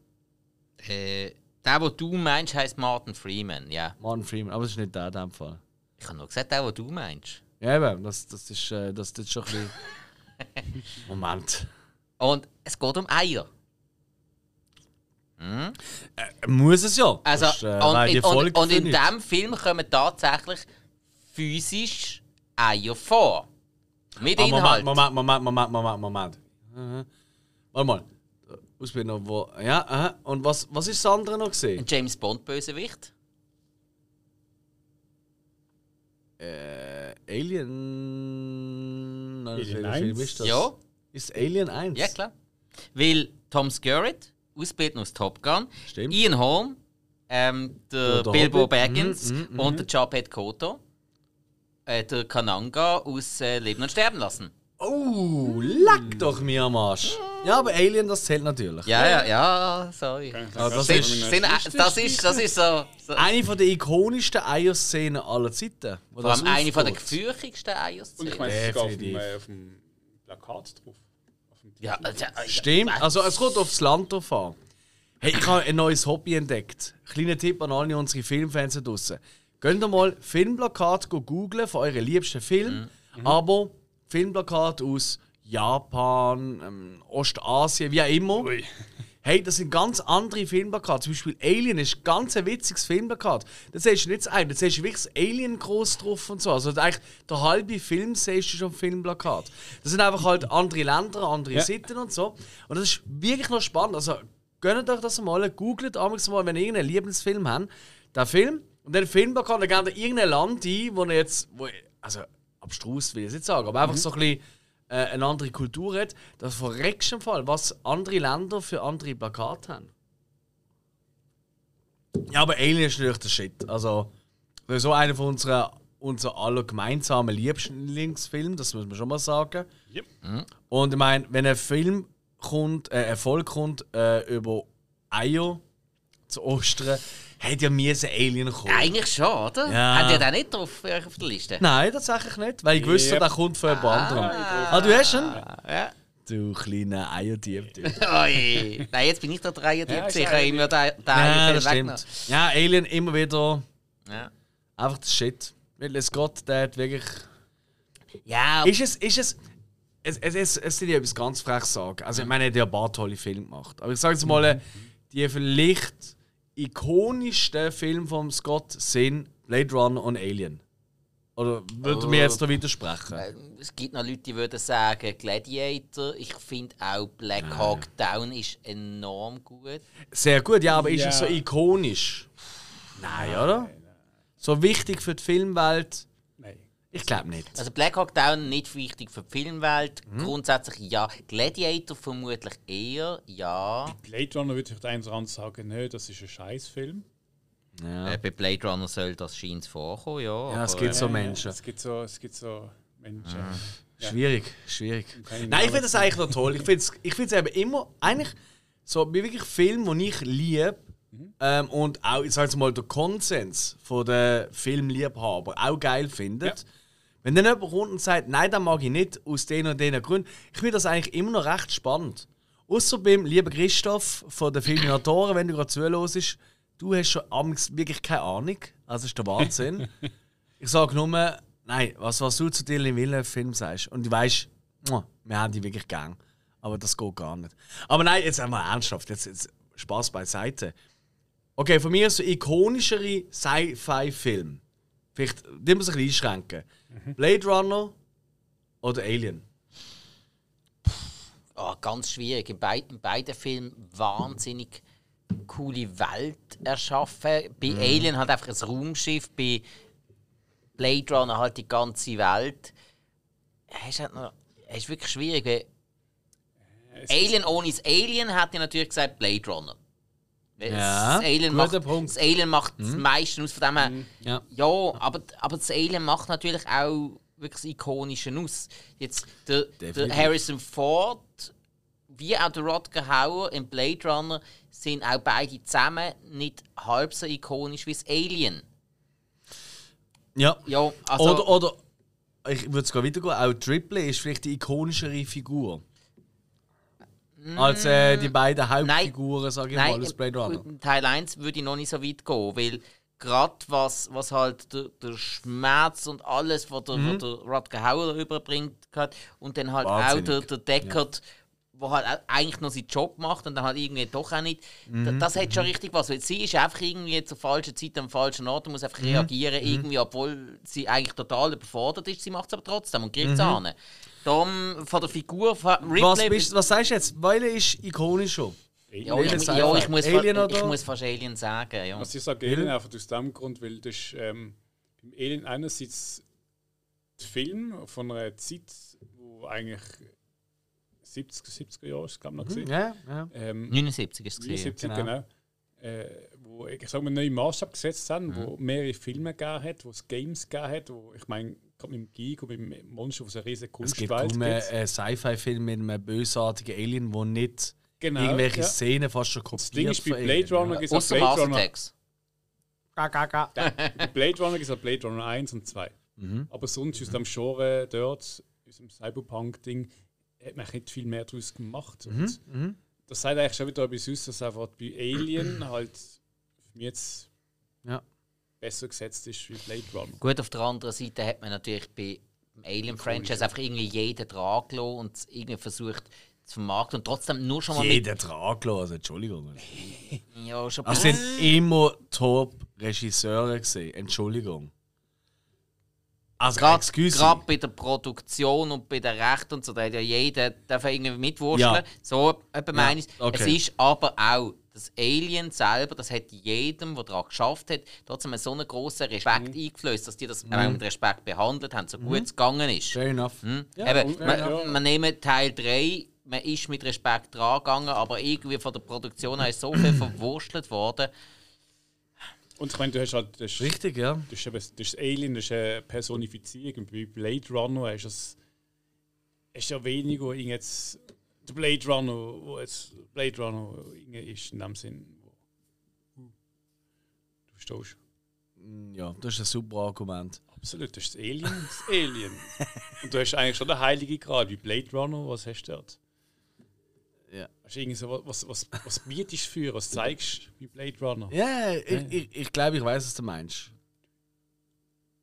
Äh, der, den du meinst, heißt Martin Freeman. Ja.
Martin Freeman, aber es ist nicht der in dem Fall.
Ich habe nur gesagt, der, den du meinst.
Ja, eben, das, das, ist, äh, das, das ist schon ein bisschen. Moment.
Und es geht um Eier.
Muss es ja.
Also,
Das ist, äh, weil
und,
die
in- und,
Folge
und in
findet.
diesem Film kommen tatsächlich physisch Eier vor. Mit
Ah,
Inhalt.
Moment, Moment, Moment, Moment, Moment, Moment. Aha. Warte mal. Ausbildung, wo. Ja, aha. Und was, was ist das andere noch
Ein
gesehen?
James Bond Bösewicht.
Alien. Nein,
Alien
welcher Film
1?
ist das?
Ja.
Ist Alien 1?
Ja, klar. Weil Tom Skerritt, ausbilden aus Top Gun,
Stimmt.
Ian Holm, ähm, der Mhm,
Der
Bilbo
Hobbit.
Baggins und der Chapet Koto, äh, der Kananga aus äh, Leben und Sterben lassen.
Oh, leck doch mir am Arsch. Ja, aber Alien, das zählt natürlich.
Ja, ja, ja, sorry.
Ah, das,
Das
ist
ist, Ah, sind, das ist, das ist so, so
eine von der ikonischsten Eier-Szenen aller Zeiten. wo
vor
das
allem eine von der
aufgeht.
gefürchtigsten
Und ich
Eier-Szenen.
meine, es ist sogar auf dem,
Definitiv.
äh, auf dem Plakat drauf. Auf dem
Ja,
Titel.
also, äh,
Stimmt, also es kommt aufs Land drauf an. Hey, ich habe ein neues Hobby entdeckt. Kleiner Tipp an alle unsere Filmfans da draussen. Geht doch mal Filmplakat go googlen von euren liebsten Film, aber Filmplakat aus Japan, ähm, Ostasien, wie auch immer.
Ui.
Hey, das sind ganz andere Filmplakate. Zum Beispiel Alien ist ganz ein witziges Filmplakat. Da siehst du nicht das eine, da siehst du wirklich das Alien groß drauf und so. Also eigentlich der halbe Film siehst du schon auf dem Filmplakat. Das sind einfach halt andere Länder, andere
Ja.
Sitten und so. Und das ist wirklich noch spannend. Also gönnt euch das mal, googelt einmal mal, wenn ihr irgendeinen Lieblingsfilm habt, den Film. Und den Filmplakat, dann gebt ihr irgendein Land ein, wo ihr jetzt, wo, also abstrus will ich es nicht sagen, aber einfach so ein bisschen äh, eine andere Kultur hat, das verreckst du im Fall, was andere Länder für andere Plakate haben. Ja, aber Alien ist natürlich der Shit. Also, das ist so einer von unserer, unserer aller gemeinsamen Lieblingsfilmen, das muss man schon mal sagen. Mhm.
Yep.
Und ich meine, wenn ein Film kommt, äh, Erfolg kommt äh, über Eier zu Ostern, hätte ja müssen Alien kommen.
Eigentlich schon, oder?
Ja.
Habt ihr den nicht drauf, bei euch auf der Liste?
Nein, tatsächlich nicht, weil ich wusste,
Yep.
der kommt von jemand anderem. Ah, du hast ihn? Du kleiner Eierdieb. du.
Oi. Nein, jetzt bin ich da 73,
Ja,
ich
ist
habe immer den den
Ja,
einen
das
Film
stimmt. Ja, Alien immer wieder
weggenommen. Ja.
einfach das Shit. Weil es Gott, der hat wirklich.
Ja,
Ist es, ist es. Es, es, es, es sind ja etwas ganz frech sagen. Also, ich meine, er hat ja ein paar tolle Filme gemacht. Aber ich sage jetzt mal, die vielleicht ikonischsten Filme von Scott sind Blade Runner und Alien. Oder würde mir jetzt da widersprechen?
Ähm, es gibt noch Leute, die würden sagen Gladiator. Ich finde auch Black Hawk Down ist enorm gut.
Sehr gut, ja, aber ist es so
Ja.
ikonisch? Nein, oder? So wichtig für die Filmwelt?
Nein.
Ich glaube nicht.
Also Black Hawk Down nicht wichtig für die Filmwelt.
Hm?
Grundsätzlich ja. Gladiator vermutlich eher, ja.
Blade Runner würde ich den einen oder anderen sagen, nö, das ist ein Scheißfilm.
Ja,
Äh, bei Blade Runner soll das scheint vorkommen, ja.
ja es
aber,
gibt so
Ja, ja,
Menschen. Ah.
Es gibt so, es gibt so Menschen.
Schwierig, schwierig.
Kann ich
Nein, ich
nicht
finde das eigentlich noch toll. Ich finde es ich find's eben immer, eigentlich, so bei wirklich Filmen, die ich liebe,
Mhm.
ähm, und auch, ich sage jetzt mal, der Konsens von den Filmliebhaber auch geil findet. Wenn dann jemand kommt und sagt, nein, das mag ich nicht, aus den und den Gründen, ich finde das eigentlich immer noch recht spannend. Außer beim lieben Christoph von den Filminatoren, wenn du gerade zuhörst, du hast schon amigs wirklich keine Ahnung. Also ist der Wahnsinn. Ich sage nur, nein, was, was du zu Dylan Wille Film sagst. Und du weißt, muah, wir haben die wirklich gern. Aber das geht gar nicht. Aber nein, jetzt einmal ernsthaft, jetzt, jetzt Spaß beiseite. Okay, von mir so ikonischere Sci-Fi-Film. Vielleicht, die muss ich ein bisschen einschränken. Blade Runner oder Alien?
Ah, ganz schwierig. In, bei, in beiden Filmen wahnsinnig coole Welt erschaffen.
Mhm.
Bei Alien halt einfach ein Raumschiff, bei Blade Runner halt die ganze Welt. Es ist, halt noch, es ist wirklich schwierig. Weil
Es
Alien ohne das Alien hat ja natürlich gesagt Blade Runner. Weil
Ja,
das Alien
guter
macht,
Punkt. Mhm.
Das Alien macht das meiste aus von dem her.
Ja.
Ja, aber, aber das Alien macht natürlich auch wirklich das Ikonische aus. Jetzt der, der
Definitiv.
Harrison Ford wie auch der Rodger Hauer im Blade Runner sind auch beide zusammen nicht halb so ikonisch wie das Alien.
Ja.
Ja, also
oder, oder, ich würde sogar weitergehen, auch Triple ist vielleicht die ikonischere Figur. Als äh, die beiden Hauptfiguren, sage ich mal, aus Blade Runner.
im äh, Teil 1 würde ich noch nicht so weit gehen, weil gerade was, was halt der, der Schmerz und alles, was der,
Mhm.
was der Rodger Hauer überbringt hat und dann halt
Wahnsinnig.
auch der, der Deckard, wo halt auch eigentlich noch seinen Job macht und dann halt irgendwie doch auch nicht, da-
Mhm,
das hat schon richtig was, weil sie ist einfach irgendwie zur falschen Zeit am falschen Ort und muss
Mhm,
einfach reagieren irgendwie, obwohl sie eigentlich total überfordert ist, sie macht es aber trotzdem und kriegt es mhm. an. Darum von der Figur von Ripley...
Was, bist, was sagst du jetzt? Weil er ist ikonischer.
Ja, ich,
Alien
ja, ich,
sagen.
muss,
Alien
fa-
oder?
ich muss fast Alien sagen. Ja.
Also ich sage Alien einfach aus dem Grund, weil das ist, ähm, beim Alien einerseits der Film von einer Zeit, wo eigentlich 70, 70er Jahren, ist es, glaube ich, noch gesehen.
Ja, Mhm. ja.
Ähm,
79 ist es. gewesen,
79, genau. Äh, wo ich sag mal, einen neuen Maßstab gesetzt haben, wo
Mhm.
mehrere Filme gegeben hat, wo es Games gegeben hat, wo ich meine, gerade mit dem Geek und mit dem Monster aus einer riesen
Es gibt äh,
Kunstwelt.
kaum
gibt's.
einen Sci-Fi-Film mit einem bösartigen Alien, der nicht
Genau,
irgendwelche
ja.
Szenen fast schon kopiert.
Das Ding ist, bei
von
Blade
Alien,
Runner
ja.
gibt es
Außer
einen
Mars
Blade Runner.
Attacks.
Ga, ga, ga.
Bei Blade Runner gibt es Blade Runner 1 und 2.
Mhm.
Aber sonst aus dem Genre dort, aus dem Cyberpunk-Ding, hat man nicht viel mehr daraus gemacht.
Mhm,
Und Das sagt eigentlich schon wieder etwas aus, dass einfach bei Alien halt für mich jetzt
Ja.
besser gesetzt ist wie Blade Runner.
Gut, auf der anderen Seite hat man natürlich bei dem Alien-Franchise einfach irgendwie jeden dran gelassen und es irgendwie versucht zu vermarkten und trotzdem nur schon mal mit.
Jeder Trag also Entschuldigung.
Ja, schon
Das sind immer Top-Regisseure gesehen. Entschuldigung. Also,
Gerade
excuse.
gerade bei der Produktion und bei den Rechten und so, da hat ja jeder darf irgendwie mitwurschteln.
Ja.
So etwa meine ich.
okay.
Es ist aber auch das Alien selber, das hat jedem, der daran geschafft hat, trotzdem so einen grossen Respekt
Mhm.
eingeflößt, dass die das auch mit Respekt behandelt haben, so gut es gegangen ist.
Fair enough.
Hm?
Mhm. Ja,
Eben,
und-
man,
ja, ja.
man nehmen Teil 3, man ist mit Respekt dran gegangen, aber irgendwie von der Produktion her ist so viel verwurstelt worden.
Und ich meine, du hast halt. Du hast
Richtig, ja.
Das ist, eben, das ist das Alien, das ist eine Personifizierung. Und bei Blade Runner ist es ist ja weniger irgend jetzt der Blade Runner, wo jetzt Blade Runner irgend ist, in dem Sinn. Wo du verstehst.
Ja, das ist ein super Argument.
Absolut, das ist das Alien. Das Alien. Und du hast eigentlich schon den Heiligen Grad, wie Blade Runner, was hast du dort?
Ja.
Hast du irgend so, was, was, was, was bietest du für, was zeigst du wie Blade Runner?
Ja, ich, ich, ich glaube, ich weiß, was du meinst.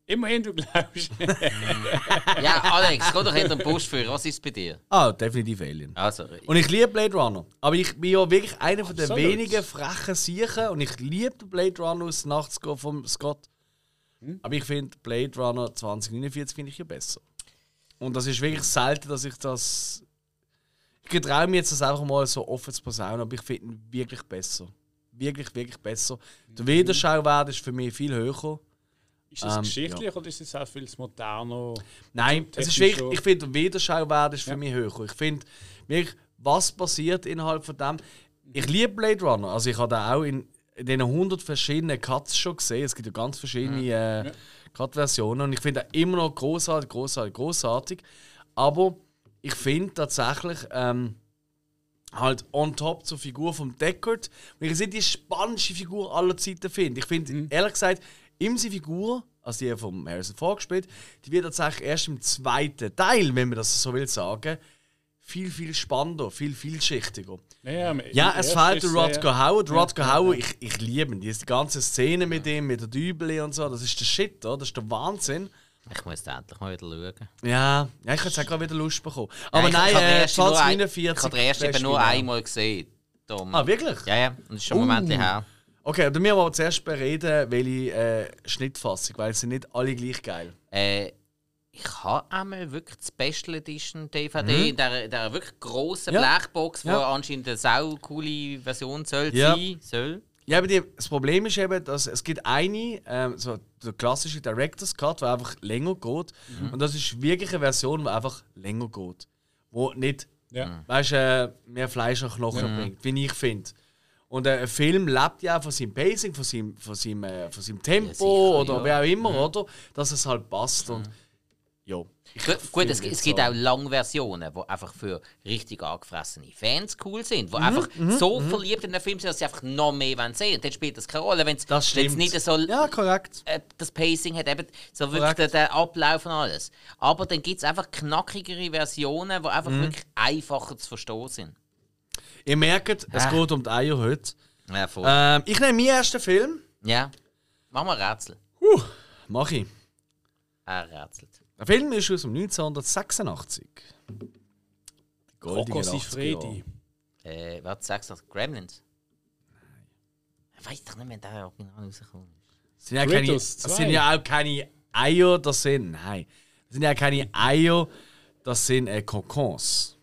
Immerhin, du glaubst.
Ja, Alex, komm doch hinter den Bus für, was ist bei dir?
Ah, definitiv Alien.
Also,
Und ich liebe Blade Runner. Aber ich bin ja wirklich einer von den
Absolut.
wenigen frechen Siechen und ich liebe den Blade Runner aus Nachts von Scott. Aber ich finde Blade Runner 2049 finde ich ja besser. Und das ist wirklich selten, dass ich das. Ich traue mir jetzt das einfach mal so offen zu posaunen, aber ich finde ihn wirklich besser. Wirklich, wirklich besser. Der Wiederschauwert ist für mich viel höher.
Ist das
Ähm,
geschichtlich oder ist das auch viel moderner?
Nein, es ist
technisch
wirklich,
schon.
ich finde, der Wiederschauwert ist für mich höher. Ich finde wirklich, was passiert innerhalb von dem. Ich liebe Blade Runner. Also ich habe da auch in, in den 100 verschiedenen Cuts schon gesehen. Es gibt ja ganz verschiedene äh, Cut-Versionen. Und ich finde auch immer noch großartig, großartig, großartig. Aber ich finde tatsächlich ähm, halt on top zur Figur von Deckard, weil ich sie die spannendste Figur aller Zeiten finde. Ich finde,
Mhm.
ehrlich gesagt, ihm seine Figur, also die von Harrison Ford gespielt, die wird tatsächlich erst im zweiten Teil, wenn man das so will sagen, viel, viel spannender, viel, vielschichtiger.
Naja,
Ja, es fehlt der
äh,
Rod
Rodger Howard. Rodger Howard, ich, ich liebe ihn. Die die ganze Szene mit ihm, mit der Dübel und so, das ist der Shit, oder? das ist der Wahnsinn.
ich muss da endlich mal wieder schauen.
Ja, ja ich hätte es auch gerade wieder Lust bekommen. Aber nein,
ich, ich
äh,
habe den ersten nur
2049.
ein- Ich habe den ersten eben
beste
nur
Film.
einmal gesehen. Tom.
Ah, wirklich? Uh.
Ja, ja, und das ist schon ein Moment her.
Okay, aber wir wollen zuerst bereden, welche äh, Schnittfassung, weil sie sind nicht alle gleich geil.
Äh, ich habe einmal wirklich die Special Edition DVD in dieser, dieser wirklich grossen
Mhm. Ja.
Blechbox, die
Ja.
anscheinend eine sau coole Version soll
Ja.
sein soll.
Ja, aber die, das Problem ist eben, dass es gibt eine, ähm, so der klassische Director's Cut, der einfach länger geht.
Mhm.
Und das ist wirklich eine Version, die einfach länger geht. Wo nicht,
Ja.
weißt äh, mehr Fleisch und Knochen bringt, wie ich finde. Und äh, ein Film lebt ja auch von seinem Pacing, von seinem, von seinem, äh, von seinem Tempo
sicher,
oder
ja.
wer auch immer, oder? Dass es halt passt. Und, ja.
Gut, gut es,
finde
es
es
gibt
auch.
auch lange Versionen, die einfach für richtig angefressene Fans cool sind, die
Mhm,
einfach so verliebt in den Film sind, dass sie einfach noch mehr wollen sehen wollen. Dann spielt das keine Rolle, wenn es
Das
wenn es
stimmt.
nicht so
Ja, korrekt.
äh, das Pacing hat eben so wirklich
Korrekt.
den, den Ablauf und alles. Aber dann gibt es einfach knackigere Versionen, die einfach wirklich einfacher zu verstehen sind.
Ihr merkt, es
Ah.
geht um die Eier heute.
Ja, voll.
Ähm, ich nehme meinen ersten Film.
ja. Mach mal ein Rätsel.
Mach ich.
Er rätselt.
Der Film ist aus dem 1986. Die goldenen
Rocco
80er
Sifredi.
Jahre.
Äh, was sagst du? Gremlins? Ich weiß doch nicht, wenn der Original rauskommt.
Es sind ja keine,
Kratos
das
zwei.
sind ja auch keine Eier, das sind. Nein. Das sind ja keine Eier, das sind äh, Kokons.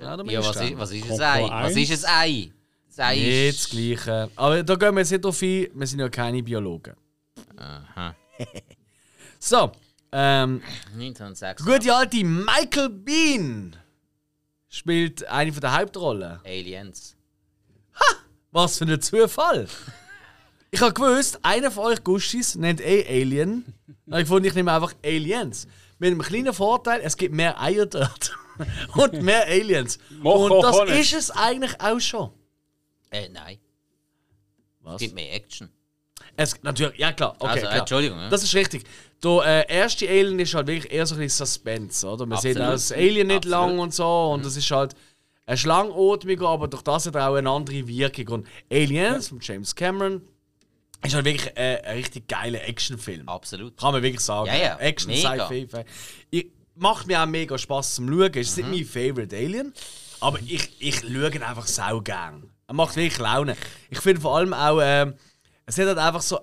Ja, da bin
Ja,
ich
was
dran.
ist, was ist ein
Coco
Ei? Was
eins?
ist ein Ei? Das Ei
Nicht das
ist...
Gleiche. Aber da gehen wir jetzt nicht drauf ein, wir sind ja keine Biologen.
Aha.
So, ähm,
1986.
gute alte Michael Bean spielt eine von der Hauptrollen.
Aliens.
Was für ein Zufall! Ich habe gewusst, einer von euch Guschis nennt eh Alien. Dann fand ich nehme einfach Aliens. Mit einem kleinen Vorteil, es gibt mehr Eier dort. Und mehr Aliens.
Mach
Und das
auch nicht.
ist es eigentlich auch schon.
Äh, nein.
Was?
Es gibt mehr Action.
Es, natürlich, ja klar. Okay,
Also,
klar.
Entschuldigung, ja.
Das ist richtig. Der äh, erste Alien ist halt wirklich eher so ein bisschen Suspense, oder? Man sieht auch
Absolut.
das Alien nicht
Absolut. Mhm.
lang und so. Und das ist halt eine Schlangenatmung, aber durch das hat er auch eine andere Wirkung. Und Aliens von James Cameron ist halt wirklich äh, ein richtig geiler Actionfilm.
Absolut.
Kann man wirklich sagen.
Ja, ja.
Action,
Mega.
Sci-Fi. Fi- Ich- Macht mir auch mega Spass zum Schauen. Ist
Mhm.
nicht mein Favorite Alien, aber ich, ich schaue ihn einfach sau gern. Er macht wirklich Laune. Ich finde vor allem auch, ähm, es hat halt einfach so,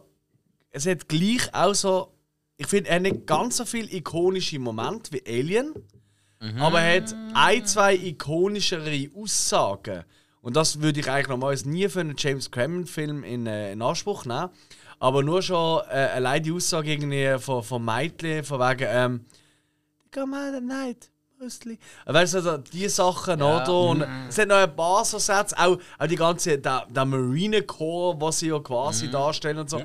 es hat gleich auch so, ich finde, er hat nicht ganz so viele ikonische Momente wie Alien, aber er hat ein, zwei ikonischere Aussagen. Und das würde ich eigentlich normalerweise nie für einen James Cameron-Film in, äh, in Anspruch nehmen. Aber nur schon äh, allein die Aussage irgendwie von, von Meitli, von wegen, ähm, come out at night, mostly. Weißt du, also die Sachen, oder? Und es hat noch ein paar so Sätze, auch, auch die ganze, der, der Marine Corps, was sie ja quasi darstellen und so.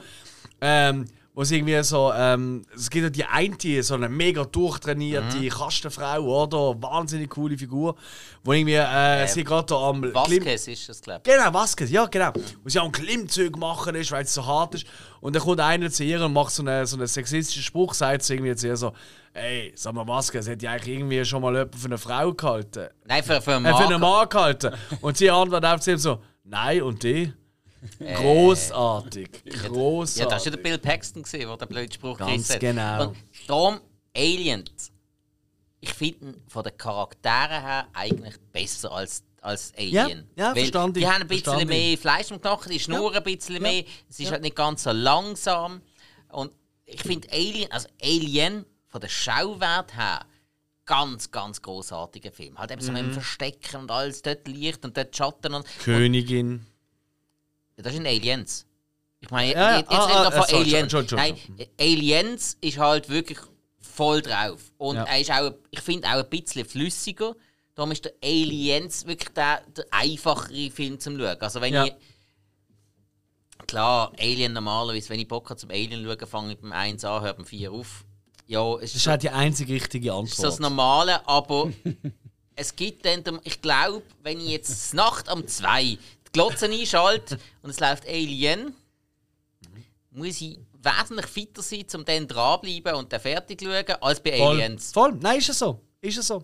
Ähm, wo sie irgendwie so, ähm, es gibt ja die eine, die so eine mega durchtrainierte Kastenfrau, oder? Wahnsinnig coole Figur, wo irgendwie, äh, sie gerade da am Klimm-
Vasquez ist das, glaube ich.
Genau, Vasquez, ja, genau. Und sie auch einen Klimmzug machen ist, weil es so hart ist. Und dann kommt einer zu ihr und macht so einen, so einen sexistischen Spruch, sagt sie irgendwie zu ihr so: Ey, sag mal, Vasquez, hätte ja eigentlich irgendwie schon mal jemand für eine Frau gehalten?
Nein, für, für einen
Äh, für einen
Mann.
Mann gehalten? Und sie antwortet auf sie so: Nein, und die? Großartig. Großartig.
Ja, das war ja der Bill Paxton, gewesen, der den blöden Spruch
Ganz
gerissen hat.
genau.
Und darum, Aliens. Ich finde ihn von den Charakteren her eigentlich besser als, als Alien.
Ja, ja,
Weil
verstanden.
Die haben ein bisschen
Verstanden.
mehr Fleisch im Knochen, die schnurren ein bisschen mehr. Es ist halt nicht ganz so langsam. Und ich finde Alien, also Alien von der Schauwert her, ganz, ganz großartiger Film. Halt eben so
Mhm.
mit dem Verstecken und alles, dort Licht und dort Schatten und
Königin.
ja, das sind Aliens. Ich meine,
Ja, ja.
jetzt
Ah,
reden
ah,
wir von
äh, sorry,
Aliens.
sorry, sorry,
Nein, Aliens ist halt wirklich voll drauf. Und
Ja.
er ist auch, ich finde, auch ein bisschen flüssiger. Darum ist der Aliens wirklich der, der einfachere Film zum Schauen. Also wenn
Ja.
ich... Klar, Alien normalerweise, wenn ich Bock habe zum Alien schauen, fange ich beim 1 an, höre beim 4 auf. Ja, es
Das
ist
ist halt die einzige richtige Antwort.
ist das Normale, aber es gibt dann, dem- ich glaube, wenn ich jetzt Nacht um zwei die Glotze einschalte und es läuft Alien, muss ich wesentlich fitter sein, um dann dranbleiben und dann fertig zu schauen, als bei
Voll.
Aliens.
Voll. Nein, ist es so. Ist es so.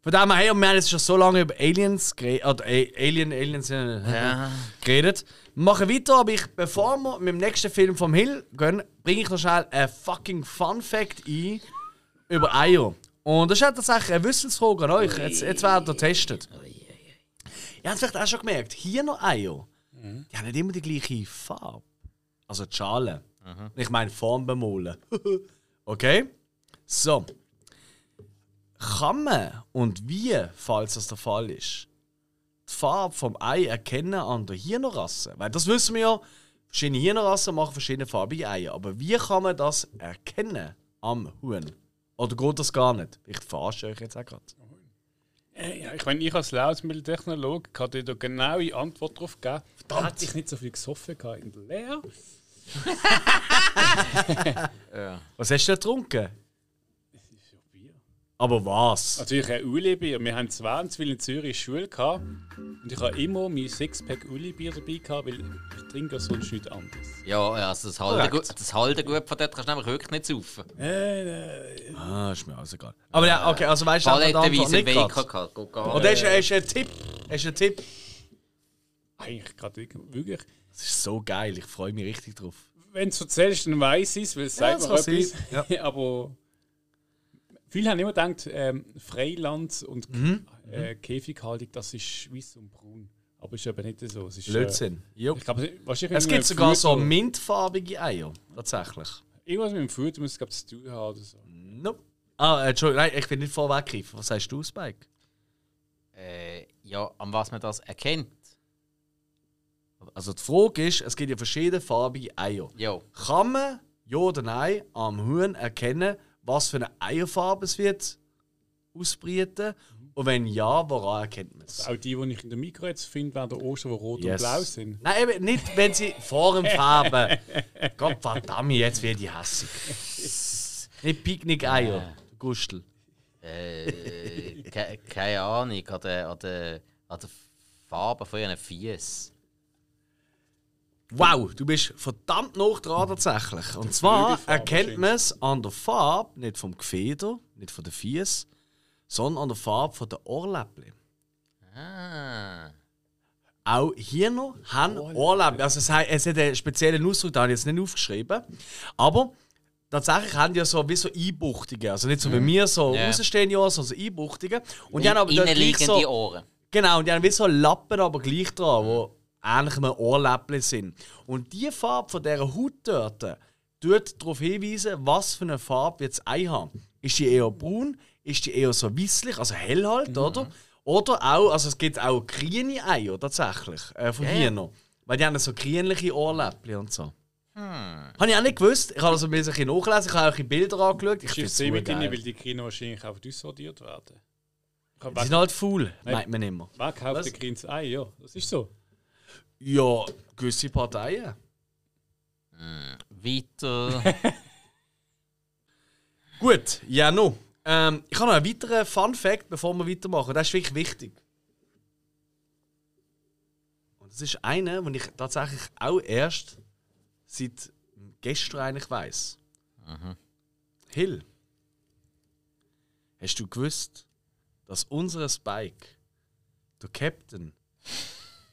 Von dem her, wir haben jetzt schon so lange über Aliens geredet. Oder A- Alien, Aliens äh, geredet. Wir machen weiter, aber ich, bevor wir mit dem nächsten Film vom Hill gehen, bringe ich noch schnell einen fucking Fun Fact ein über Eier. Und das ist halt tatsächlich eine Wissensfrage an euch. Jetzt, jetzt werdet ihr getestet. Ihr habt es vielleicht auch schon gemerkt, hier noch Eier, die haben nicht immer die gleiche Farbe. Also die Schale. Ich meine Form bemalen. okay? So. Kann man und wie, falls das der Fall ist, die Farbe vom Ei erkennen an der Hirnrasse? Weil das wissen wir ja, verschiedene Hirnrassen machen verschiedene farbige Eier. Aber wie kann man das erkennen am Huhn? Oder geht das gar nicht? Ich verarsche euch jetzt auch gerade.
Äh, Ja, ich meine, ich als Lebensmitteltechnologe kann dir da genaue Antwort drauf geben. Verdammt. Hätte ich nicht so viel gesoffen gehabt in der Lehre.
Was hast du denn getrunken?
Ja, Bier.
Aber was?
Natürlich ein Uli-Bier. Wir haben 20 Will in Zürich Schule gehabt. Und ich habe immer mein Sixpack Uli-Bier dabei gehabt, weil ich trinke ja sonst nichts anderes.
Ja, ja, also das Halten gut, das Halten gut von dort kannst du nämlich wirklich nicht saufen.
Äh, äh,
Ah, ist mir alles egal. Aber ja, okay, also weißt du,
Palettenweise im
nicht gerade.
WKK. geht gar
Oder hast du hast du einen Tipp? Hast du einen Tipp?
eigentlich gerade wirklich.
Das ist so geil, ich freue mich richtig drauf.
Wenn du es erzählst, dann weiß ich es, weil es
Ja,
sagt
das
mir
kann
etwas.
sein.
Aber viele haben immer gedacht, ähm, Freiland und
Mhm.
äh, Käfighaltung, das ist schweiß und braun. Aber ist eben nicht so. Es ist, äh,
Blödsinn. Jo.
Ich glaube, wahrscheinlich
Es
mit
gibt
dem
sogar so
Futter-
mintfarbige Eier, tatsächlich.
Irgendwas mit dem Food muss es glaube ich zu tun haben oder so.
Nope. Ah, äh, Entschuldigung, nein, ich bin nicht vorweggegriffen. Was sagst du, Spike?
Äh, ja, an was man das erkennt.
Also die Frage ist, es gibt ja verschiedene farbige Eier.
Ja.
Kann man, ja oder nein, am Huhn erkennen, was für eine Eierfarbe es wird ausbreiten Und wenn ja, woran erkennt man es?
Auch die, die ich in der Mikro jetzt finde, wären der Ostern, die rot
Yes.
und blau sind.
Nein, eben nicht, wenn sie vor dem Farben. Gott verdammt, jetzt werde ich hassig. Nicht Picknick-Eier, Gustl.
Äh, ke keine Ahnung, an der, an der, an der Farbe von ihren Fies.
Wow, du bist verdammt noch dran tatsächlich. Und zwar
Flügelfarbe
erkennt man es an der Farbe, nicht vom Gefieder, nicht von der Fies, sondern an der Farbe von der Ohrläppchen.
Ah.
Auch hier noch haben Ohrläppchen. Also es, hat- es hat einen speziellen Ausdruck, den habe ich jetzt nicht aufgeschrieben. Aber tatsächlich haben die ja so wie so Einbuchtungen. Also nicht so wie wir so
Ja.
rausstehende Ohren, sondern so Einbuchtungen. Und die haben aber dort gleich
Innenliegende
so...
Ohren.
Genau, und die haben wie so Lappen, aber gleich dran, wo ähnlich einem Ohrläppchen sind. Und die Farbe von dieser Haut dort tut darauf hinweisen, was für eine Farbe wir jetzt Ei haben. Ist die eher braun? Ist die eher so weißlich, also hell halt,
Mhm.
oder? Oder auch, also es gibt auch grüne Eier tatsächlich, äh, von
Ja, ja.
hier noch. Weil die haben so grünliche Ohrläppchen und so.
Hm.
Habe ich auch nicht gewusst. Ich habe das ein bisschen nachgelesen, ich habe auch ein bisschen Bilder angeschaut. Ich
Ich
find's
sehe
super
mit ihnen,
geil.
weil die Grünen wahrscheinlich auch aussortiert werden. Ich hab
Die sind
Wer,
halt faul, meint man immer.
wer kauft
Was?
ein grünes Ei? Ja, das ist so.
Ja, gewisse Parteien.
Weiter.
Oh Gut, ja no. Ähm, ich habe noch einen weiteren Fun Fact, bevor wir weitermachen. Das ist wirklich wichtig. Und das ist einer, den ich tatsächlich auch erst seit gestern eigentlich weiß. Hill, hast du gewusst, dass unser Spike, der Captain,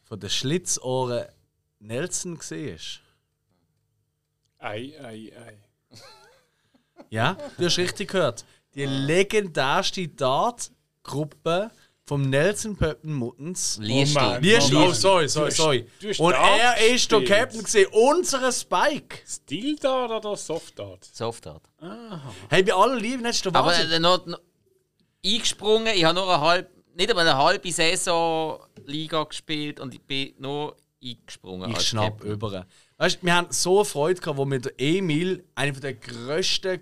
von den Schlitzohren Nelson gesehen ist?
Ei, ei, ei.
Ja, du hast richtig gehört. Die legendärste Dart-Gruppe vom Nelson Pöppen Muttens.
Liestel.
Moment.
Liest,
Mann,
oh, sorry, sorry,
hast-
sorry.
du hast
Und
Dart
er ist der
gespielt.
Captain gesehen, unser Spike.
Stildart oder Softart?
Softart.
Hey, bei allen Lieben hättest du
Aber
Wahnsinn.
äh, noch, noch eingesprungen, ich habe nur eine halbe, nicht einmal eine halbe Saison Liga gespielt und ich bin nur eingesprungen.
Ich
als
schnapp
Captain.
über. Weißt, wir haben so eine Freude gehabt, wo wir den Emil, eine der grössten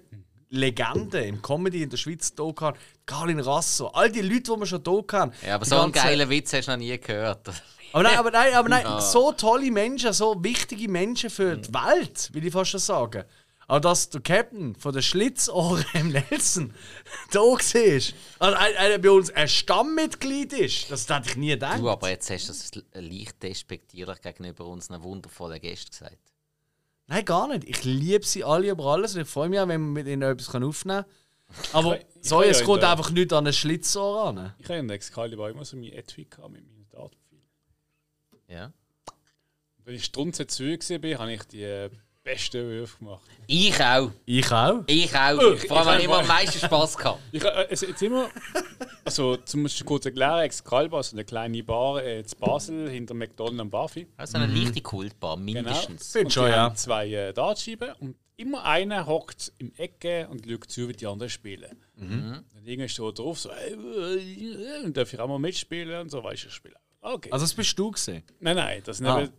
Legenden im Comedy in der Schweiz, hier hatten. Karin Rasso, all die Leute, die wir schon hier hatten.
Ja, aber
Die
so einen
ganzen-
geilen Witz hast du noch nie gehört.
Aber nein, aber nein, aber nein, so tolle Menschen, so wichtige Menschen für die Welt, will ich fast schon sagen. Aber dass der Captain von der Schlitzohren im Nelson da war, also einer, einer bei uns ein Stammmitglied ist, das hätte ich nie gedacht.
Du, aber jetzt hast du das leicht despektierlich gegenüber unseren wundervollen Gästen gesagt.
Nein, gar nicht. Ich liebe sie alle über alles und ich freue mich auch, wenn wir mit ihnen etwas aufnehmen können. Aber
Ich- ich
sorry,
kann
es
ja
kommt
in der-
einfach nicht an ein Schlitzohr an.
Ich habe in Excalibur immer so mein Etui gehabt mit meinen Dartpfeilen.
Ja.
Wenn ich strunzen zu war, habe ich die äh, besten Würfe gemacht.
Ich auch.
Ich auch.
Ich auch.
Ich-
Vor allem
ich
habe ich immer
auch.
am meisten Spass gehabt.
Ich, äh, es jetzt immer, also zum Beispiel kurz erklären, Excalibur ist also eine kleine Bar äh, in Basel hinter McDonald's und Buffy.
Also
Mhm.
eine leichte Kultbar,
Genau.
mindestens.
Bin
und
schon,
die
ja.
haben zwei äh, Dartscheiben und immer einer hockt im Ecke und schaut zu, wie die anderen spielen. Dann irgendwann steht er drauf, so, äh, äh, äh, und darf ich auch mal mitspielen und so, weißt du, ich spiele. auch. Okay.
Also, das bist du gesehen.
Nein, nein, das sind
Ah. Mhm.
eben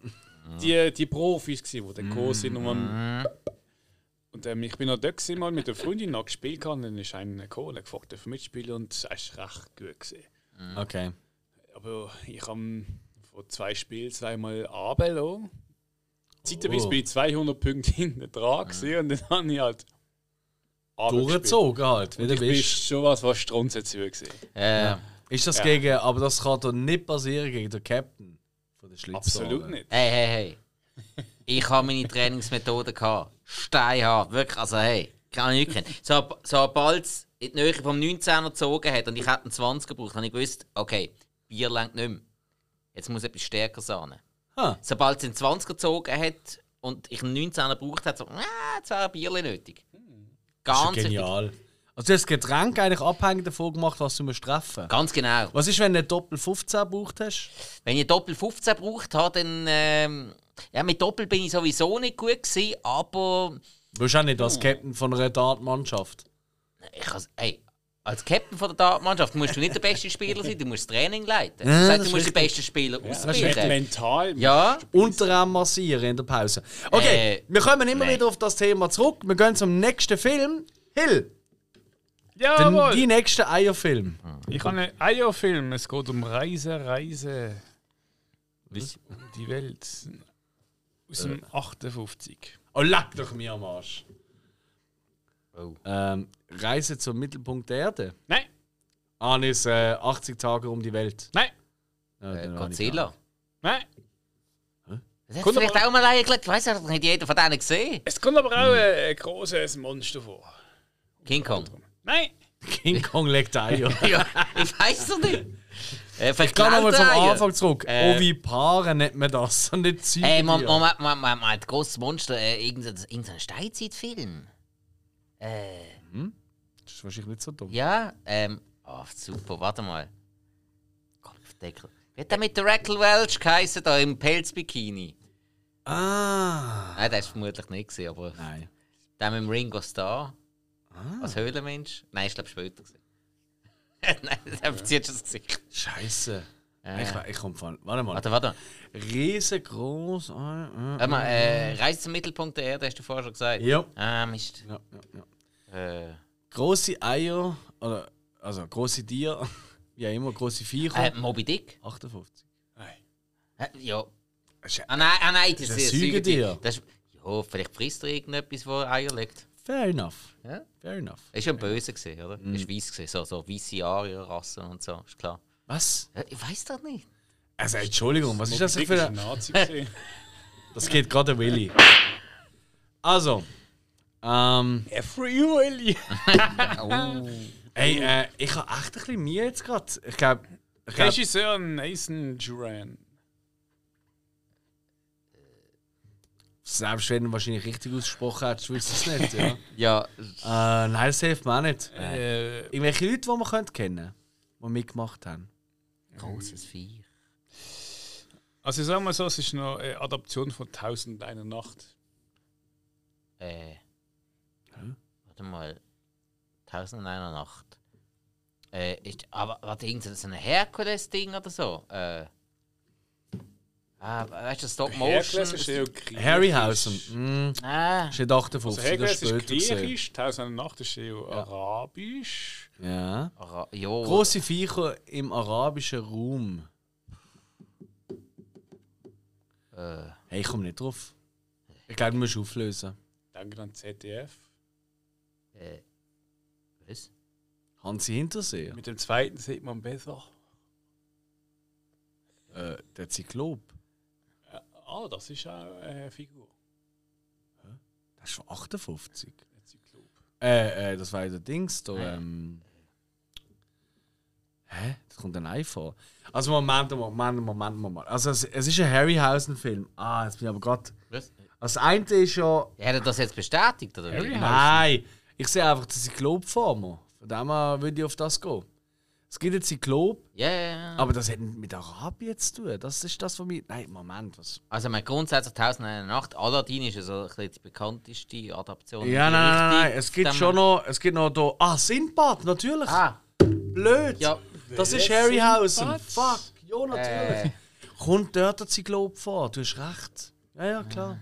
die, die Profis, gewesen, die dann gekommen sind. Und, man, und ähm, ich bin noch dort gewesen, mal mit der Freundin noch gespielt kann, dann ist einer gekommen und hat gefragt, darf ich mitspielen und es war recht gut. Gewesen.
Okay.
Aber ich habe vor zwei Spielen zweimal runtergelassen.
Oh.
Zeitweise
Mhm.
bin ich 200 Punkte hinten dran gewesen, und dann habe ich halt runtergespielt.
Durchgezogen halt, wie
Und
du
Ich bin
bist.
schon was, was strunzen zu gewesen.
Äh,
Ist das gegen, aber das kann doch nicht passieren gegen den Captain von der Schlitzohren.
Absolut nicht.
Hey, hey, hey. Ich habe meine Trainingsmethoden gehabt. Steinhart, wirklich. Also, hey, kann ich nicht kennen. So, sobald es in die Nähe vom 19er gezogen hat und ich hätte einen 20 gebraucht, habe ich gewusst, okay, Bier längt nicht mehr. Jetzt muss etwas stärker sein.
Ha.
Sobald es in 20 gezogen hat und ich einen 19er gebraucht habe, so, ah, jetzt wäre ein Bier nötig.
Hm.
Ganz,
Das ist
richtig.
genial. Also du hast das Getränk eigentlich abhängig davon gemacht, was du musst treffen.
Ganz genau.
Was ist, wenn du einen Doppel 15 gebraucht hast?
Wenn ich Doppel 15 gebraucht habe, dann. Ähm, ja, mit Doppel bin ich sowieso nicht gut gewesen, aber.
Du bist auch nicht
Oh.
als Captain von einer Dartmannschaft.
Ich has, ey, als Captain von der Dartmannschaft musst du nicht der beste Spieler sein, du musst das Training
Ja,
leiten. das
das
heißt,
ist
du musst die besten Spieler
Das ist
ausbilden.
mental.
Ja,
Unter einem massieren in der Pause. Okay,
Äh,
wir kommen immer
nein.
wieder auf das Thema zurück. Wir gehen zum nächsten Film. Hill, Den,
Jawohl!
die nächsten Eierfilm.
Hm.
Ich habe einen Eierfilm. Es geht um Reise, Reise. Was? Um die Welt. Aus dem 58.
Oh, leck doch mir am Arsch.
Oh.
Ähm, Reise zum Mittelpunkt der Erde.
Nein,
Anis äh, 80 Tage um die Welt.
nein,
Ja,
Äh,
den habe ich
Godzilla.
nein.
Das hat
Kommt
vielleicht auch mal reingelegt. Ich weiß nicht, hat nicht jeder von denen gesehen.
Es kommt aber auch ein, ein großes Monster vor.
King Kong.
Nein,
gehabt. King Kong legt Eier.
ja, ich weiß es nicht. Äh, vielleicht
Geh nochmal zum
Klaueneier.
Anfang zurück.
Äh.
Ovipare nennt man das. Und nicht Züge.
Ey, Moment, Moment, Moment, Moment, Moment. Großes Monster, äh, irgendein, irgendein Steinzeitfilm. Äh,
Das ist wahrscheinlich nicht so dumm.
Ja, ähm. ah, super, warte mal. Kopfdeckel. Wie hat der mit der Rackle Welch geheißen, da im Pelzbikini?
Ah.
Nein, das war vermutlich nicht, gewesen, aber.
Nein.
Der mit dem Ringo Starr. Als Höhlenmensch? Nein, ich glaube später. gewesen. Nein, der verzieht schon das Gesicht.
Scheiße. Ich, ich komm von. Eh. Warte mal.
Warte, warte.
Riesengroß. Äh, äh.
Warte mal, äh, Reise zum Mittelpunkt der Erde, hast du vorher schon gesagt.
Ja.
Ah, Mist.
Ja, ja, ja.
Äh,
Große Eier. Oder, also große Tier. Wie auch immer, große Viecher.
äh, Moby Dick?
58. Nein.
Äh, ja.
Das ist ja
Ah nein, ah, nein, das,
Das
ist
ist ein Säugetier.
Das ist, ja, vielleicht frisst er irgendetwas, wo er Eier legt.
Fair enough.
Ja? Mhm.
Fair enough.
Ist ja ein Böse gesehen, oder? Ist weiß gesehen, so, so weiße Arier-Rassen und so, ist klar.
Was?
Ja, Äh, ich weiß das nicht.
Also Entschuldigung, was ist das
Dick
denn für
ist ein
ein...
Nazi. gewesen.
Das geht gerade an Willi. Also, ähm,
Every Willy.
Oh.
ey, äh, ich habe echt ein bisschen Mühe jetzt gerade. Ich glaube, ich glaub,
Regisseur Nathan Duran.
selbst wenn du wahrscheinlich richtig ausgesprochen hättest, wüsstest du es nicht, ja.
Ja,
äh, nein, das hilft mir auch nicht.
Äh,
Irgendwelche Leute, die wir kennen können, die mitgemacht haben.
großes Vieh.
also sagen wir so, es ist noch eine Adaption von 1001 Nacht.
Äh.
Hm?
Warte mal. Tausend und einer Nacht. Äh, ist, aber warte, irgend so ein Herkules-Ding oder so? Äh. Ah, weißt du, Stop Motion.
Herkules ist ja griechisch.
Harryhausen, mh,
Ah,
ist nicht 58,
Also
also
Herkules
später
ist
gesehen.
griechisch, 1001 Nacht ist ja, arabisch.
Ja.
Ra- jo.
Große Viecher im arabischen Raum.
Äh,
Hey, ich komme nicht drauf. Ich glaube, du musst auflösen.
Denke an ZDF.
äh. Was?
Hansi Hinterseher,
Mit dem zweiten sieht man besser.
äh, der Zyklop.
Ah, das ist auch eine Figur.
Das ist von 58.
Ein Zyklop.
Äh, äh, das war ja der Dings da. Ähm, hä? Das kommt ein iPhone. Also Moment, Moment, Moment, Moment. Also es, es ist ein Harryhausen-Film. Ah, jetzt bin ich aber gerade...
Was?
Also das eine ist ja...
Hat er das jetzt bestätigt, oder? wie?
Nein! Ich sehe einfach den Zyklop vor mir. Von dem her würde ich auf das gehen. Es gibt einen Zyklop,
Ja, ja, ja.
aber das hat nicht mit Arabien zu tun. Das ist das, was mich... Nein, Moment, was...
Also, mein grundsätzlich 1001 Nacht. Aladdin ist ja so ein bisschen die bekannteste Adaption. in
Ja, nein,
die
nein,
Richtung.
nein, nein. Es gibt
Dann-
schon noch, es gibt noch da. Ah, Sindbad, natürlich.
Ah,
Blöd.
ja.
Das ist
Wer
Harryhausen.
Sindbad?
Fuck. Ja, natürlich.
Äh.
Kommt dort der Zyklop vor. Du hast recht. Ja, ja, klar.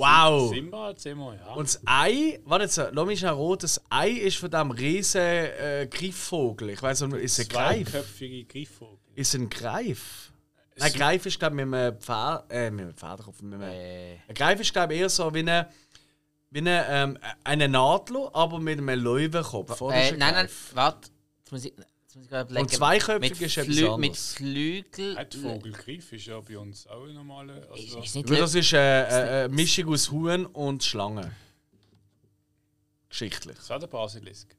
Wow.
Simba, Zimmer, ja.
Oh. Und das Ei, warte jetzt, lass mich schnell rot, das Ei ist von diesem riesen äh, Greifvogel. Ich weiß nicht, ist ein Greif?
Zweiköpfige Greifvogel.
Ist ein Greif? Ein Greif ist, glaube ich, mit einem Pferd, äh, mit einem Pferdkopf, mit einem
Äh.
Ein Greif ist, glaube ich, eher so wie eine, wie eine, ähm, eine Nadel, aber mit einem Löwenkopf. oder? Das
Äh,
ist ein
nein, nein,
Greif.
warte. Jetzt muss ich, jetzt muss ich gerade überlegen.
Und zweiköpfig
Mit
ist etwas
Flü- Mit
anderes.
Flügel.
Hat Vogelgriff ist ja bei uns auch ein normaler.
Ist,
Also,
ist nicht
Weil
Lö-
Das ist äh, äh, eine Mischung aus Huhn und Schlange. Geschichtlich.
das hat der Basilisk.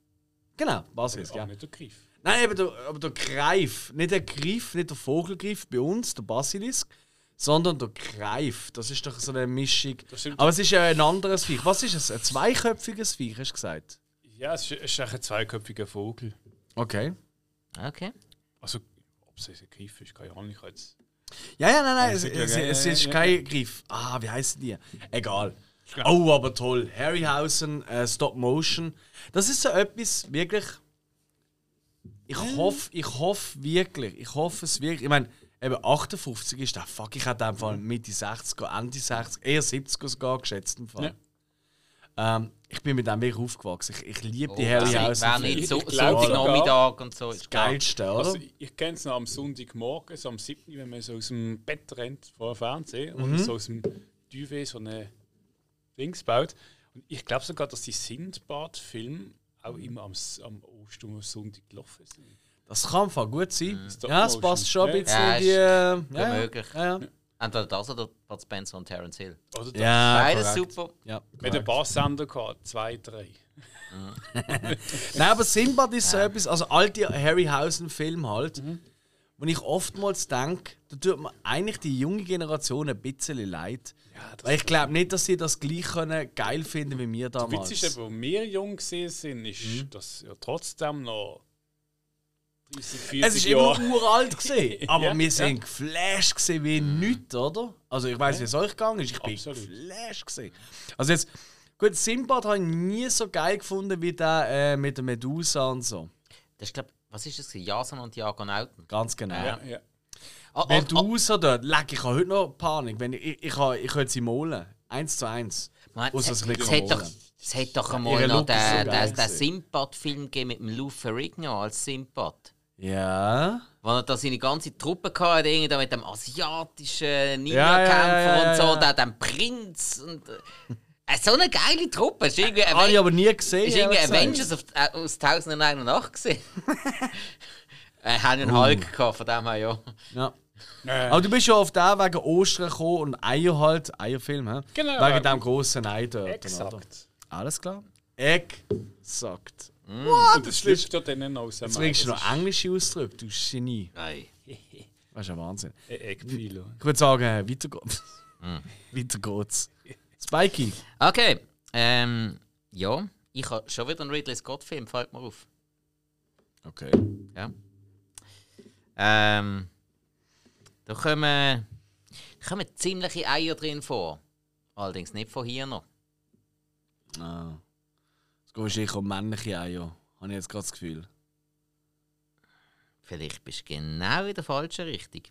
Genau, Basis,
Aber
ja.
nicht der Griff.
Nein, aber der, aber der Greif, nicht der Greif, nicht der Vogelgreif bei uns, der Basilisk, sondern der Greif. Das ist doch so eine Mischung.
Das stimmt.
Aber es ist ja ein anderes Viech. Was ist es? Ein zweiköpfiges Viech, hast du gesagt?
Ja, es ist, es ist eigentlich ein zweiköpfiger Vogel.
Okay.
Okay.
Also, ob es jetzt ein Griff ist, keine Ahnung. Ich kann jetzt
Ja, ja, nein, nein, es,
Ja,
es,
ja,
es
ja,
ist
ja.
kein Griff. Ah, wie heißen die? Egal.
Klar.
Oh, aber toll. Harryhausen, äh, Stop Motion. Das ist so etwas, wirklich. Ich hoffe, ich hoffe wirklich, ich hoffe es wirklich. Ich meine, eben 58 ist der Fuck, ich hätte in dem Fall Mitte 60 Ende 60 eher 70 sogar geschätzt. Im Fall. Ähm, ich bin mit dem wirklich aufgewachsen. Ich, ich liebe
Oh,
die
Wäre
Harry House.
nicht
Ich
so,
glaub
so
sogar.
Nachmittag und so.
das Geilste, oder?
Also, ich- ich kenne es noch am Sonntagmorgen, so am 7., wenn man so aus dem Bett rennt vor dem Fernsehen und
Mhm.
so aus dem Duvet so eine Dings baut. Und ich glaube sogar, dass die Sindbad-Filme auch immer am, S- am Ost- und am Sonntag gelaufen sind.
Das kann im Fall gut sein.
Stop
Ja, es
Motion.
passt schon ein
Ja.
bisschen
Ja,
in die. äh,
ist gut
ja,
möglich.
Ja, ja.
Entweder das oder Bud Spencer und Terence Hill.
Oder da-
ja
Beides
Ah, korrekt.
super.
Ja,
Wir hatten ein paar Sender gehabt, zwei, drei.
Nein, aber Sinbad ist so etwas, also all die Harryhausen-Filme halt, wo ich oftmals denke, da tut mir eigentlich die junge Generation ein bisschen leid. Weil ich glaube nicht, dass sie das gleich können geil finden wie wir
Der Witz
damals. Mhm.
ist, eben, wo wir jung gesehen sind, ist, dass ja trotzdem noch 30, 40
es ist
Jahre.
immer uralt gesehen, aber
Ja,
wir sind geflasht gesehen wie nichts, oder? Also ich weiß, wie es euch gegangen ist, ich bin
Absolut.
geflasht gesehen. Also jetzt, gut, Sinbad habe ich nie so geil gefunden wie der äh, mit der Medusa und so.
Das ist, glaub, was ist das? gewesen? Jason und die Argonauten.
Ganz genau.
ja, ja.
Ah, ah, ah,
Medusa dort, leck, ich habe heute noch Panik. Wenn ich, ich, ich, habe, ich könnte sie molen. Eins zu eins.
Mann,
Außer
es,
es liegt
es,
am
hat doch,
Boden.
es hat doch einmal
ihre
noch
Look ist so geil
den, den, den
gewesen.
Sinbad-Film gegeben mit dem Lou Ferrigno als Sinbad.
Ja.
Wo er da seine ganze Truppe hatte, irgendwie da mit dem asiatischen
Ja, ja,
Ninja-Kämpfer
ja, ja,
und so,
ja.
Da, dem Prinz. Und, äh, so eine geile Truppe. Ist irgendwie
Habe
Aven-
ich aber nie gesehen.
ist
ehrlich
irgendwie
gesagt.
Avengers auf, äh, aus 1001 Nacht gesehen. äh, haben
Uh.
einen Hulk gehabt, von dem her, ja.
Ja. Aber du bist ja auf den wegen Ostern gekommen und Eier halt, Eierfilm, hä?
Genau.
Wegen dem grossen Ei dort. oder?
Exakt.
Alles klar? Exakt.
Und das schlüpft ja dann noch aus dem Also,
Jetzt bringst du noch englische Ausdrücke, du Genie.
Nein.
Das ist ja Wahnsinn.
Eckpfeiler.
Ich würde sagen, weiter geht's. Mm. weiter geht's. Spikey.
Okay. Ähm, ja, ich habe schon wieder einen Ridley Scott-Film, fällt mir auf.
Okay.
Ja. Ähm, da kommen, kommen ziemliche Eier drin vor. Allerdings nicht von hier noch.
Ah. Es geht wahrscheinlich um männliche Eier. Habe ich jetzt gerade das Gefühl.
Vielleicht bist du genau in der falschen Richtung.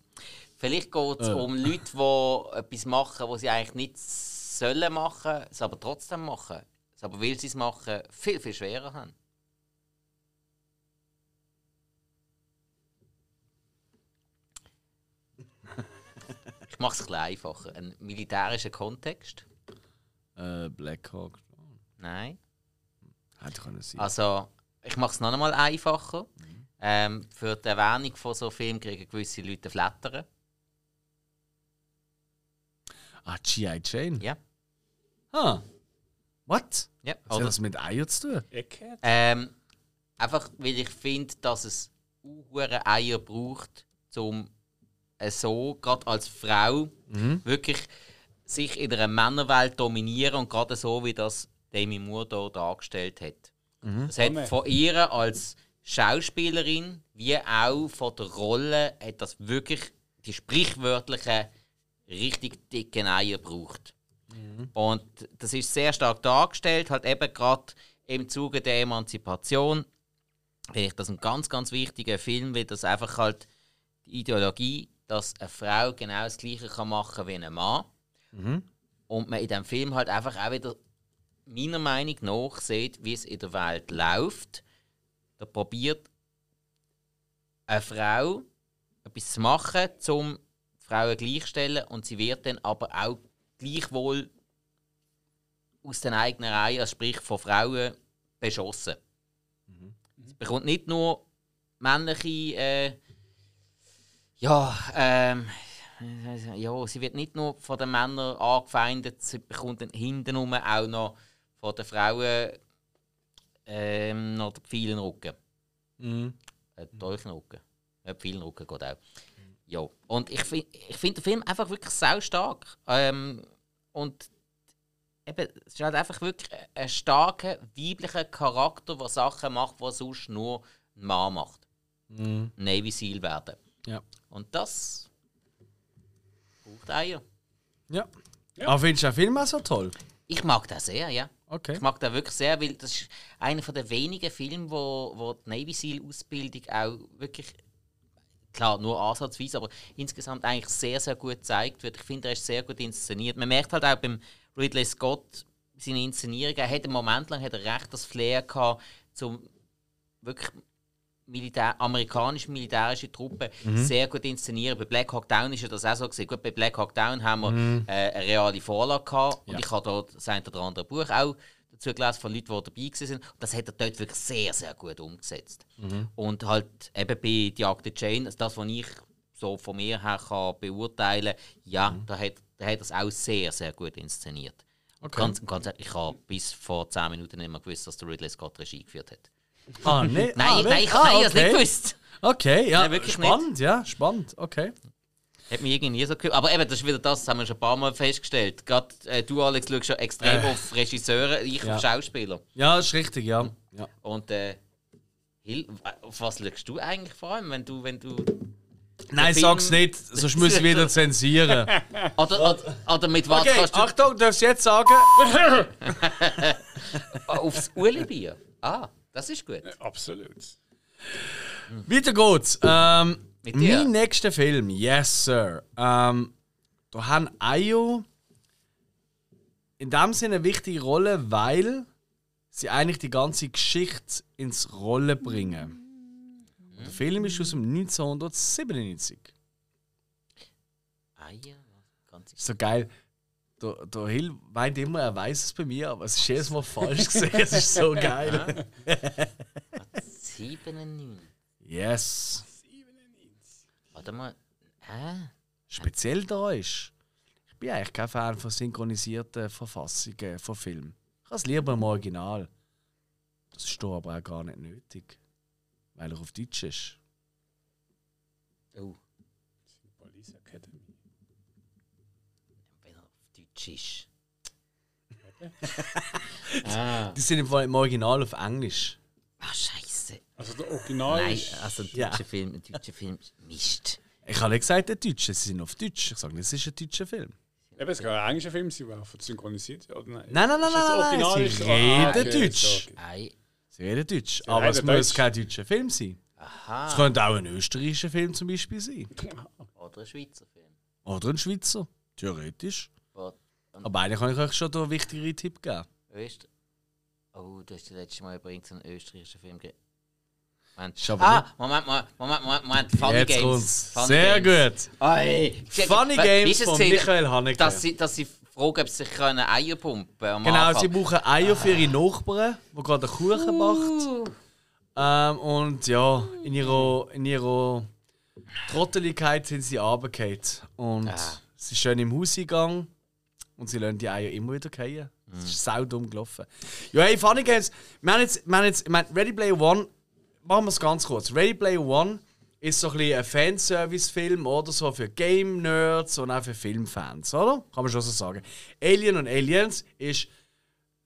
Vielleicht geht es
Äh.
um Leute, die etwas machen, was sie eigentlich nicht sollen machen, es aber trotzdem machen. Es aber weil sie es machen, viel, viel schwerer haben. Ich mache es ein bisschen einfacher. Ein militärischer Kontext?
Äh, Blackhawk.
Nein.
Hätte können sein.
Also, ich mache es noch einmal einfacher. Ähm, für die Erwähnung von so Filmen kriegen gewisse Leute Flattern.
ah, G.I. Jane?
Ja.
Ah. What?
ja.
Was hat das mit Eiern zu tun?
Eckhead?
Ähm, einfach weil ich finde, dass es hure Eier braucht, um äh, so, gerade als Frau, wirklich sich in einer Männerwelt dominieren und gerade so, wie das Demi Moore hier dargestellt hat. Das
Amen.
hat von ihr als Schauspielerin wie auch von der Rolle hat das wirklich die sprichwörtlichen richtig dicken Eier braucht. Und das ist sehr stark dargestellt, halt eben gerade im Zuge der Emanzipation. Finde ich das ein ganz, ganz wichtiger Film, weil das einfach halt die Ideologie, dass eine Frau genau das Gleiche kann machen wie ein Mann. Und man in diesem Film halt einfach auch wieder meiner Meinung nach sieht, wie es in der Welt läuft. Da probiert eine Frau etwas zu machen, um die Frauen gleichstellen und sie wird dann aber auch gleichwohl aus den eigenen Reihen, also sprich von Frauen, beschossen. Sie bekommt nicht nur männliche, äh, ja, ähm, ja, sie wird nicht nur von den Männern angefeindet, sie bekommt dann hintenrum auch noch von den Frauen ähm, noch den vielen Rücken. Äh, Dolchen Rücken. Äh, vielen Rücken geht auch. Ja. Und ich finde ich find den Film einfach wirklich sau stark. Ähm, und eben, es ist halt einfach wirklich ein- ein starker weiblicher Charakter, der Sachen macht, die sonst nur ein Mann macht. Navy Seal werden.
Ja.
Und das braucht Eier.
Ja. Aber findest du den Film auch so toll?
Ich mag das sehr, ja.
Okay.
Ich mag den wirklich sehr, weil das ist einer der wenigen Filme, wo, wo die Navy SEAL-Ausbildung auch wirklich, klar, nur ansatzweise, aber insgesamt eigentlich sehr, sehr gut gezeigt wird. Ich finde, er ist sehr gut inszeniert. Man merkt halt auch beim Ridley Scott, seine Inszenierung. Er hat einen Moment lang hat er recht das Flair gehabt, zum wirklich Militär, amerikanische militärische Truppen
Mhm.
sehr gut inszenieren. Bei Black Hawk Down ist ja das auch so gewesen. Gut, bei Black Hawk Down haben wir
Mhm.
äh, eine reale Vorlage gehabt und ich habe dort das ein oder andere Buch auch dazu gelesen von Leuten, die dabei gewesen sind. Und das hat er dort wirklich sehr, sehr gut umgesetzt.
Mhm.
Und halt eben bei Die Akte Jane, also das, was ich so von mir her kann beurteilen kann, ja,
Mhm.
da hat, da hat er es auch sehr, sehr gut inszeniert. Ganz, ganz ehrlich, ich habe bis vor 10 Minuten nicht mehr gewusst, dass der Ridley Scott Regie geführt hat.
Ah, nee, ah,
Nein, nein,
wirklich?
ich
Ah,
habe es nicht
okay.
gewusst.
Okay, ja,
Nein, wirklich
spannend, ja, spannend, okay.
Hat mich irgendwie nie so gehört. Aber eben, das ist wieder das, das haben wir schon ein paar Mal festgestellt. Gerade äh, du, Alex, schaust ja extrem auf Regisseure, ich
Ja.
auf Schauspieler.
Ja, ist richtig, ja. ja.
Und äh, Hil auf was schaust du eigentlich vor allem, wenn du, wenn du...
Nein,
Film-
sag's nicht, sonst müssen wir wieder zensieren.
Oder, oder, oder mit was
Okay,
kannst du...
Achtung, du darfst jetzt sagen.
Aufs Ulibier. Ah, das ist gut.
Absolut.
Weiter geht's. Ähm,
Mit dir.
mein nächster Film, yes, sir. Ähm, da haben Ayo in dem Sinne eine wichtige Rolle, weil sie eigentlich die ganze Geschichte ins Rollen bringen. Und der Film ist aus dem 1997.
Ah ja, ganz
Ist so geil. Der, der Hill meint immer, er weiß es bei mir, aber es ist jedes Mal falsch gesehen. Es ist so geil.
97.
Yes.
Warte mal. Ah,
speziell da ist. Ich bin eigentlich kein Fan von synchronisierten Verfassungen von Filmen. Ich habe es lieber im Original. Das ist hier aber auch gar nicht nötig, weil er auf Deutsch ist.
oh,
Police Academy.
wenn er auf Deutsch ist. ah.
Die sind im Fall im Original auf Englisch.
ah, scheiße.
Also der Original
Nein,
ist
also ein
Ja.
deutscher Film, ein deutscher Film, Mist.
Ich habe nicht gesagt, ein Deutscher, sie sind auf Deutsch. Ich sage nicht, es ist ein deutscher Film.
Eben, es kann ein englischer Film sein, der einfach synchronisiert oder nein?
Nein, nein, nein,
Ist das
nein, nein,
Original,
nein.
ist
Sie
das-
reden
Ah, okay,
Deutsch.
so, okay.
Ei,
Sie reden Deutsch, aber
reden
es muss
Deutsch.
kein deutscher Film sein. Es
aha.
könnte auch ein österreichischer Film zum Beispiel sein.
Oder ein Schweizer Film.
Oder ein Schweizer, theoretisch.
Wo- Und
Aber eigentlich kann ich euch schon den wichtigeren Tipp geben.
Öster oh, du hast das letzte Mal übrigens einen österreichischen Film gegeben.
Ist
Moment.
aber
Ah, Moment, Moment, Moment, Moment, Moment. Funny
Jetzt
Games.
kommt's.
Funny
Sehr
Games.
gut.
Ei.
Funny
Was-
Games
ist es
von
gewesen,
Michael Haneke.
Dass sie, dass sie fragen, ob sie sich können Eier pumpen können.
genau, sie brauchen Eier für ihre Nachbarn, die gerade einen Kuchen
Uh.
macht. Ähm, und ja, in ihrer, in ihrer Trotteligkeit sind sie runtergefallen. Und
Ah.
sie ist schön im Haus gegangen und sie lassen die Eier immer wieder fallen.
Mhm.
Das ist sau dumm gelaufen. Ja, hey, Funny Games. Wir haben jetzt, wir haben jetzt ich meine, Ready Player One, machen wir es ganz kurz. Ready Player One ist so ein bisschen ein Fanservice-Film oder so für Game-Nerds und auch für Filmfans, oder? Kann man schon so sagen. Alien und Aliens ist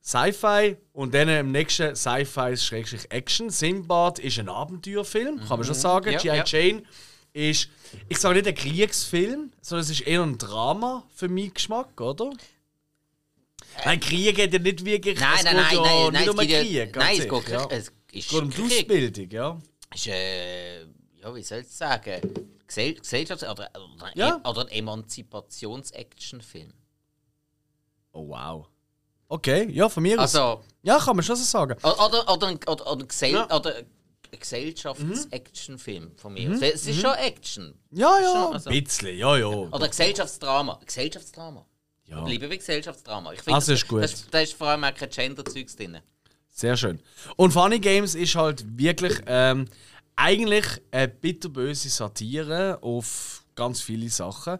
Sci-Fi und dann im nächsten Sci-Fi-Action. Sinbad ist ein Abenteuerfilm, kann man schon sagen.
Mhm. Ja,
G.I.
ja.
Jane ist, ich sage nicht ein Kriegsfilm, sondern es ist eher ein Drama für meinen Geschmack, oder? Nein, Krieg hat ja nicht wirklich.
Nein,
es
nein,
geht
nein,
ja
nein,
nicht
nein,
um
es
einen
geht
Krieg.
ja- nein,
ganz
es geht
sicher, ja.
Krieg- es
Es
ist
geht um die
Krieg.
Ausbildung, ja.
ist, äh, ja, wie soll ich sagen, Gesell Gesellschafts- oder, oder, e-,
Ja.
oder ein Emanzipations-Action-Film.
Oh, wow. Okay, ja, von mir aus.
Also,
Ja, kann man schon so sagen.
o- oder, oder, ein- oder, oder ein, Gesell
Ja. Mhm.
oder ein Gesellschafts-Action-Film von mir. aus.
Mhm.
Es ist schon Action.
Ja, ja.
Schon, also-
Ein bisschen, ja, ja.
Oder ein Gesellschaftsdrama. Ein Gesellschaftsdrama.
ja.
Bleiben wir Gesellschaftsdrama. Ich finde,
Also ist gut.
Das, das, das ist vor allem auch kein Gender-Zeugs drin.
Sehr schön. Und Funny Games ist halt wirklich ähm, eigentlich eine bitterböse Satire auf ganz viele Sachen.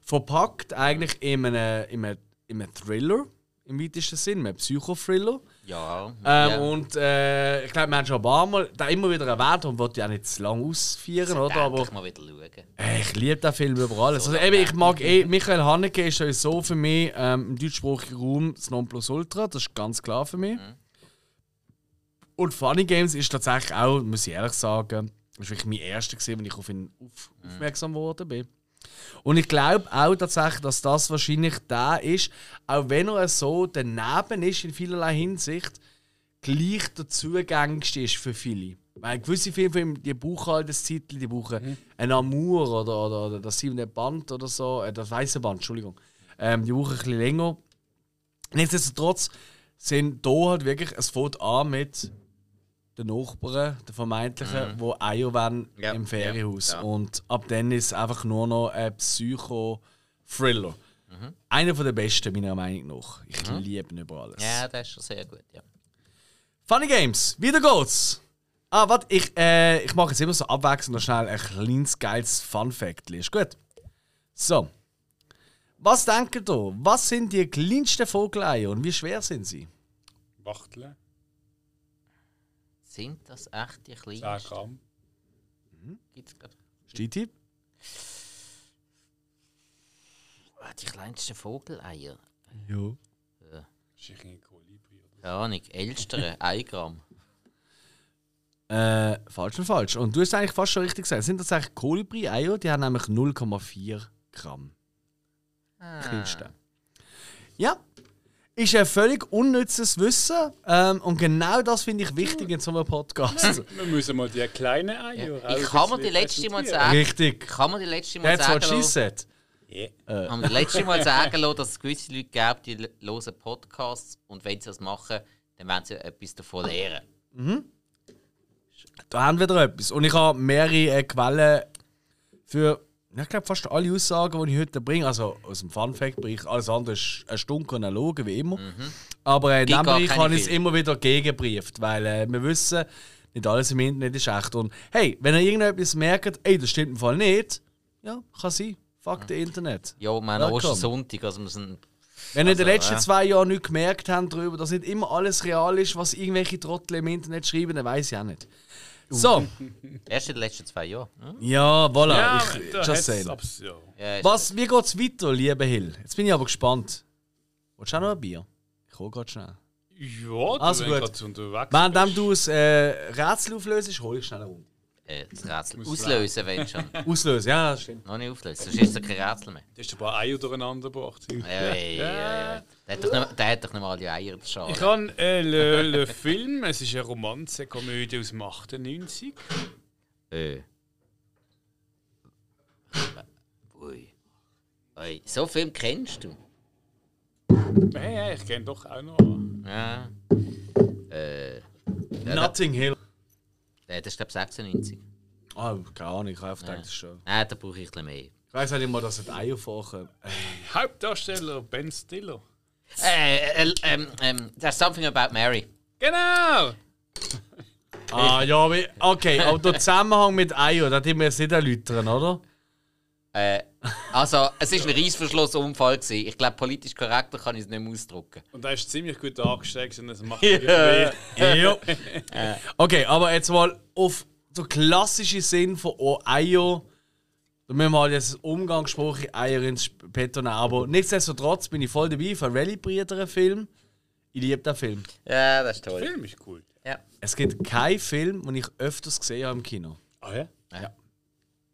Verpackt eigentlich in einem, in einem, in einem Thriller, im weitesten Sinn, einem Psychothriller.
Ja.
Ähm,
ja.
Und äh, ich glaube, wir haben schon ein paar Mal da immer wieder erwähnt und wollte ja nicht zu lange ausführen, oder? Aber
Endlich mal wieder schauen.
äh, ich liebe den Film über alles.
So
Also, eben, ich
lang.
mag eh, Michael Haneke ist sowieso für mich ähm, im deutschsprachigen Raum das Nonplusultra, das ist ganz klar für mich.
Mhm.
Und Funny Games ist tatsächlich auch, muss ich ehrlich sagen, das war wirklich mein erster, gewesen, wenn ich auf ihn auf,
Mhm.
aufmerksam geworden bin. Und ich glaube auch tatsächlich, dass das wahrscheinlich da ist, auch wenn er so daneben ist in vielerlei Hinsicht, gleich der zugänglichste ist für viele. Weil gewisse Filme von ihm, die brauchen halt das Titel, die brauchen
Mhm.
ein Amour oder, oder, oder das siebte Band oder so, äh, das weiße Band, Entschuldigung. Ähm, die brauchen ein bisschen länger. Nichtsdestotrotz sind hier halt wirklich, es fängt an mit den Nachbarn, den vermeintlichen, die Eier wollen
Mhm. Ja,
im Ferienhaus.
ja, ja.
Und ab dann ist es einfach nur noch ein Psycho-Thriller.
Mhm.
Einer von der besten, meiner Meinung nach. Ich liebe ihn über alles.
Ja, das ist schon sehr gut, ja.
Funny Games, wieder geht's! Ah, warte, ich, äh, ich mache jetzt immer so abwechselnd noch schnell ein kleines geiles Fun-Fact. Ist gut. So. Was denkt ihr? Was sind die kleinsten Vogeleier und wie schwer sind sie?
Wachteln,
Sind das echt die
10
kleinsten?
Gramm.
Gibt's, glaub, ich.
Steht
Ah, die kleinsten Vogeleier?
Ja.
Das ist ein Kolibri. oder?
Keine Ahnung, ältere, 1 Gramm.
Äh, falsch und falsch. Und du hast eigentlich fast schon richtig gesagt. Es Sind das eigentlich Kolibri-Eier? Die haben nämlich 0,4 Gramm. Kleinste. Ja. Ist ein völlig unnützes Wissen. Ähm, und genau das finde ich wichtig in so einem Podcast.
Wir müssen mal die kleinen Eier
Ja. Ich kann mir die letzte Mal sagen,
richtig.
kann man die letzte Mal
That's
sagen,
what she
lassen,
said.
kann man die letzte Mal sagen lassen, dass es gewisse Leute gibt, die l- hören Podcasts und wenn sie das machen, dann werden sie etwas davon lernen.
Da haben wir wieder etwas. Und ich habe mehrere äh, Quellen für, ja, ich glaube, fast alle Aussagen, die ich heute bringe. Also aus dem Fun-Fact-Bereich. Alles andere ist eine Stunde chronologen, wie immer. Aber äh, in
Die
dem
Mhm. gar
Bereich
keine
habe ich es
Fehler.
immer wieder gegenbrieft. Weil äh, wir wissen, nicht alles im Internet ist echt. Und hey, wenn ihr irgendetwas merkt, ey, das stimmt im Fall nicht, ja, kann sein.
Mhm.
Fuck the Internet.
Ja, wir haben
Welcome.
Ostersonntag, also wir sind
Wenn ihr in den
Also,
letzten
ja.
zwei Jahren nicht gemerkt habt darüber, dass nicht immer alles real ist, was irgendwelche Trottel im Internet schreiben, dann weiß ich auch nicht. So.
erst in den letzten zwei Jahren. Hm?
Uh. Ja, voilà.
Ja,
ich,
da
just
hat's
saying.
abs- ja.
Ja, ist-
Was, wie geht's weiter, lieber Hill? Jetzt bin ich aber gespannt. Willst du auch noch ein Bier? Ich hole gerade schnell.
Ja,
Also
also
gut.
gut. unterwegs.
Währenddem du das äh, Rätsel auflöst, hole ich schnell eine Runde.
Äh, das Rätsel auslösen, wenn schon.
Auslösen, ja, das stimmt.
Noch nicht auflösen, sonst ist es kein Rätsel mehr.
Du hast ein paar Eier durcheinander gebracht.
Ja, ja, ja, ja. Der hat doch nicht, der hat doch nicht mal die Eier der Schale.
Ich habe äh, le, le Film, es ist eine Romanze-Komödie aus dem 98.
Äh. Ui. Ui. So Film kennst du?
Hey, hey, ich kenne doch auch noch. an.
Ja. Äh.
Nothing Hill.
Der, das ist glaube ich 96.
Ah, keine Ahnung, ich habe einfach gedacht, das ist schon.
Nein, da brauche ich ein bisschen mehr.
Ich weiß halt immer, dass die Eier vorkommen.
Hauptdarsteller Ben Stiller.
Äh, äh, ähm, ähm, there's something about Mary.
Genau!
Ah, ja, wie- okay, aber der Zusammenhang mit Eier, das haben wir jetzt nicht erläutern, oder?
Äh, also, es war ein Reissverschlussunfall. Gewesen. Ich glaube, politisch korrekter kann ich es nicht mehr ausdrucken.
Und er ist ziemlich gut angesteckt und es macht
Ja.
irgendwie
ja. Okay, aber jetzt mal auf den klassischen Sinn von oh, Eier. Da müssen wir halt jetzt umgangssprachlich Eier ins Petto nehmen. Aber nichtsdestotrotz bin ich voll dabei für einen rallye film Ich liebe den Film.
Ja, das ist
Der
toll.
Film ist cool.
Ja.
Es gibt keinen Film, den ich öfters gesehen habe im Kino.
Ah ja?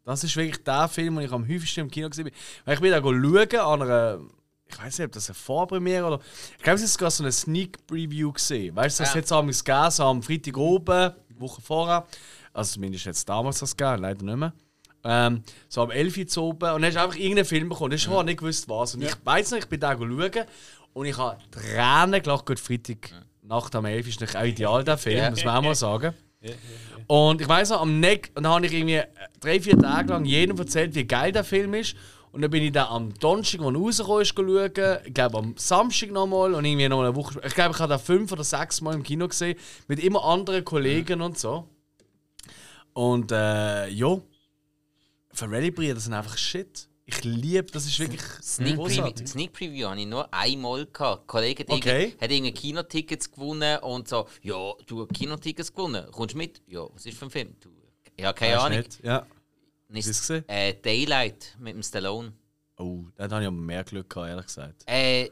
Das ist wirklich der Film, den ich am häufigsten im Kino gesehen bin. Weil ich bin da schauen an einer, ich weiß nicht, ob das eine Vorpremiere oder. Ich glaube, es ist sogar so eine Sneak Preview gesehen. Weißt du, das
Ja.
ja. jetzt abends gegeben, so am Freitag oben, die Woche vorher. Also zumindest jetzt damals das gegeben, leider nicht mehr. Ähm, so am 11 Uhr zu oben und dann hast du einfach irgendeinen Film bekommen. Ich habe nicht gewusst, was. Und ich weiß nicht, ich bin da schauen und ich habe Tränen gelacht. Gut, Freitag Nacht am 11 ist nicht auch ideal, der Film,
Ja.
muss man auch mal sagen. Und ich weiß noch, am Neck, und dann habe ich irgendwie äh, drei, vier Tage lang jedem erzählt, wie geil der Film ist. Und dann bin ich dann am Donnerstag, als er rausgekommen ist, schauen. Ich glaube, am Samstag nochmal und irgendwie nochmal eine Woche. sp- Ich glaube, ich habe den fünf oder sechs Mal im Kino gesehen, mit immer anderen Kollegen und so. Und äh, ja, für Rally Brüder sind einfach Shit. Ich liebe, das ist wirklich
Sneak, Preview,
großartig.
Sneak Preview hatte ich nur einmal. Gehabt. Ein Kollege hat,
Okay.
irgend- hat irgendwie Kinotickets gewonnen und so, ja, du hast Kinotickets gewonnen, kommst mit? Ja, was ist für ein Film? Du, ja, keine
Weißt du
Ahnung.
nicht? Ja. Hast
Nicht.
du es gesehen?
Äh, Daylight mit dem Stallone.
Oh, da hatte ich aber mehr Glück, gehabt, ehrlich gesagt.
Äh,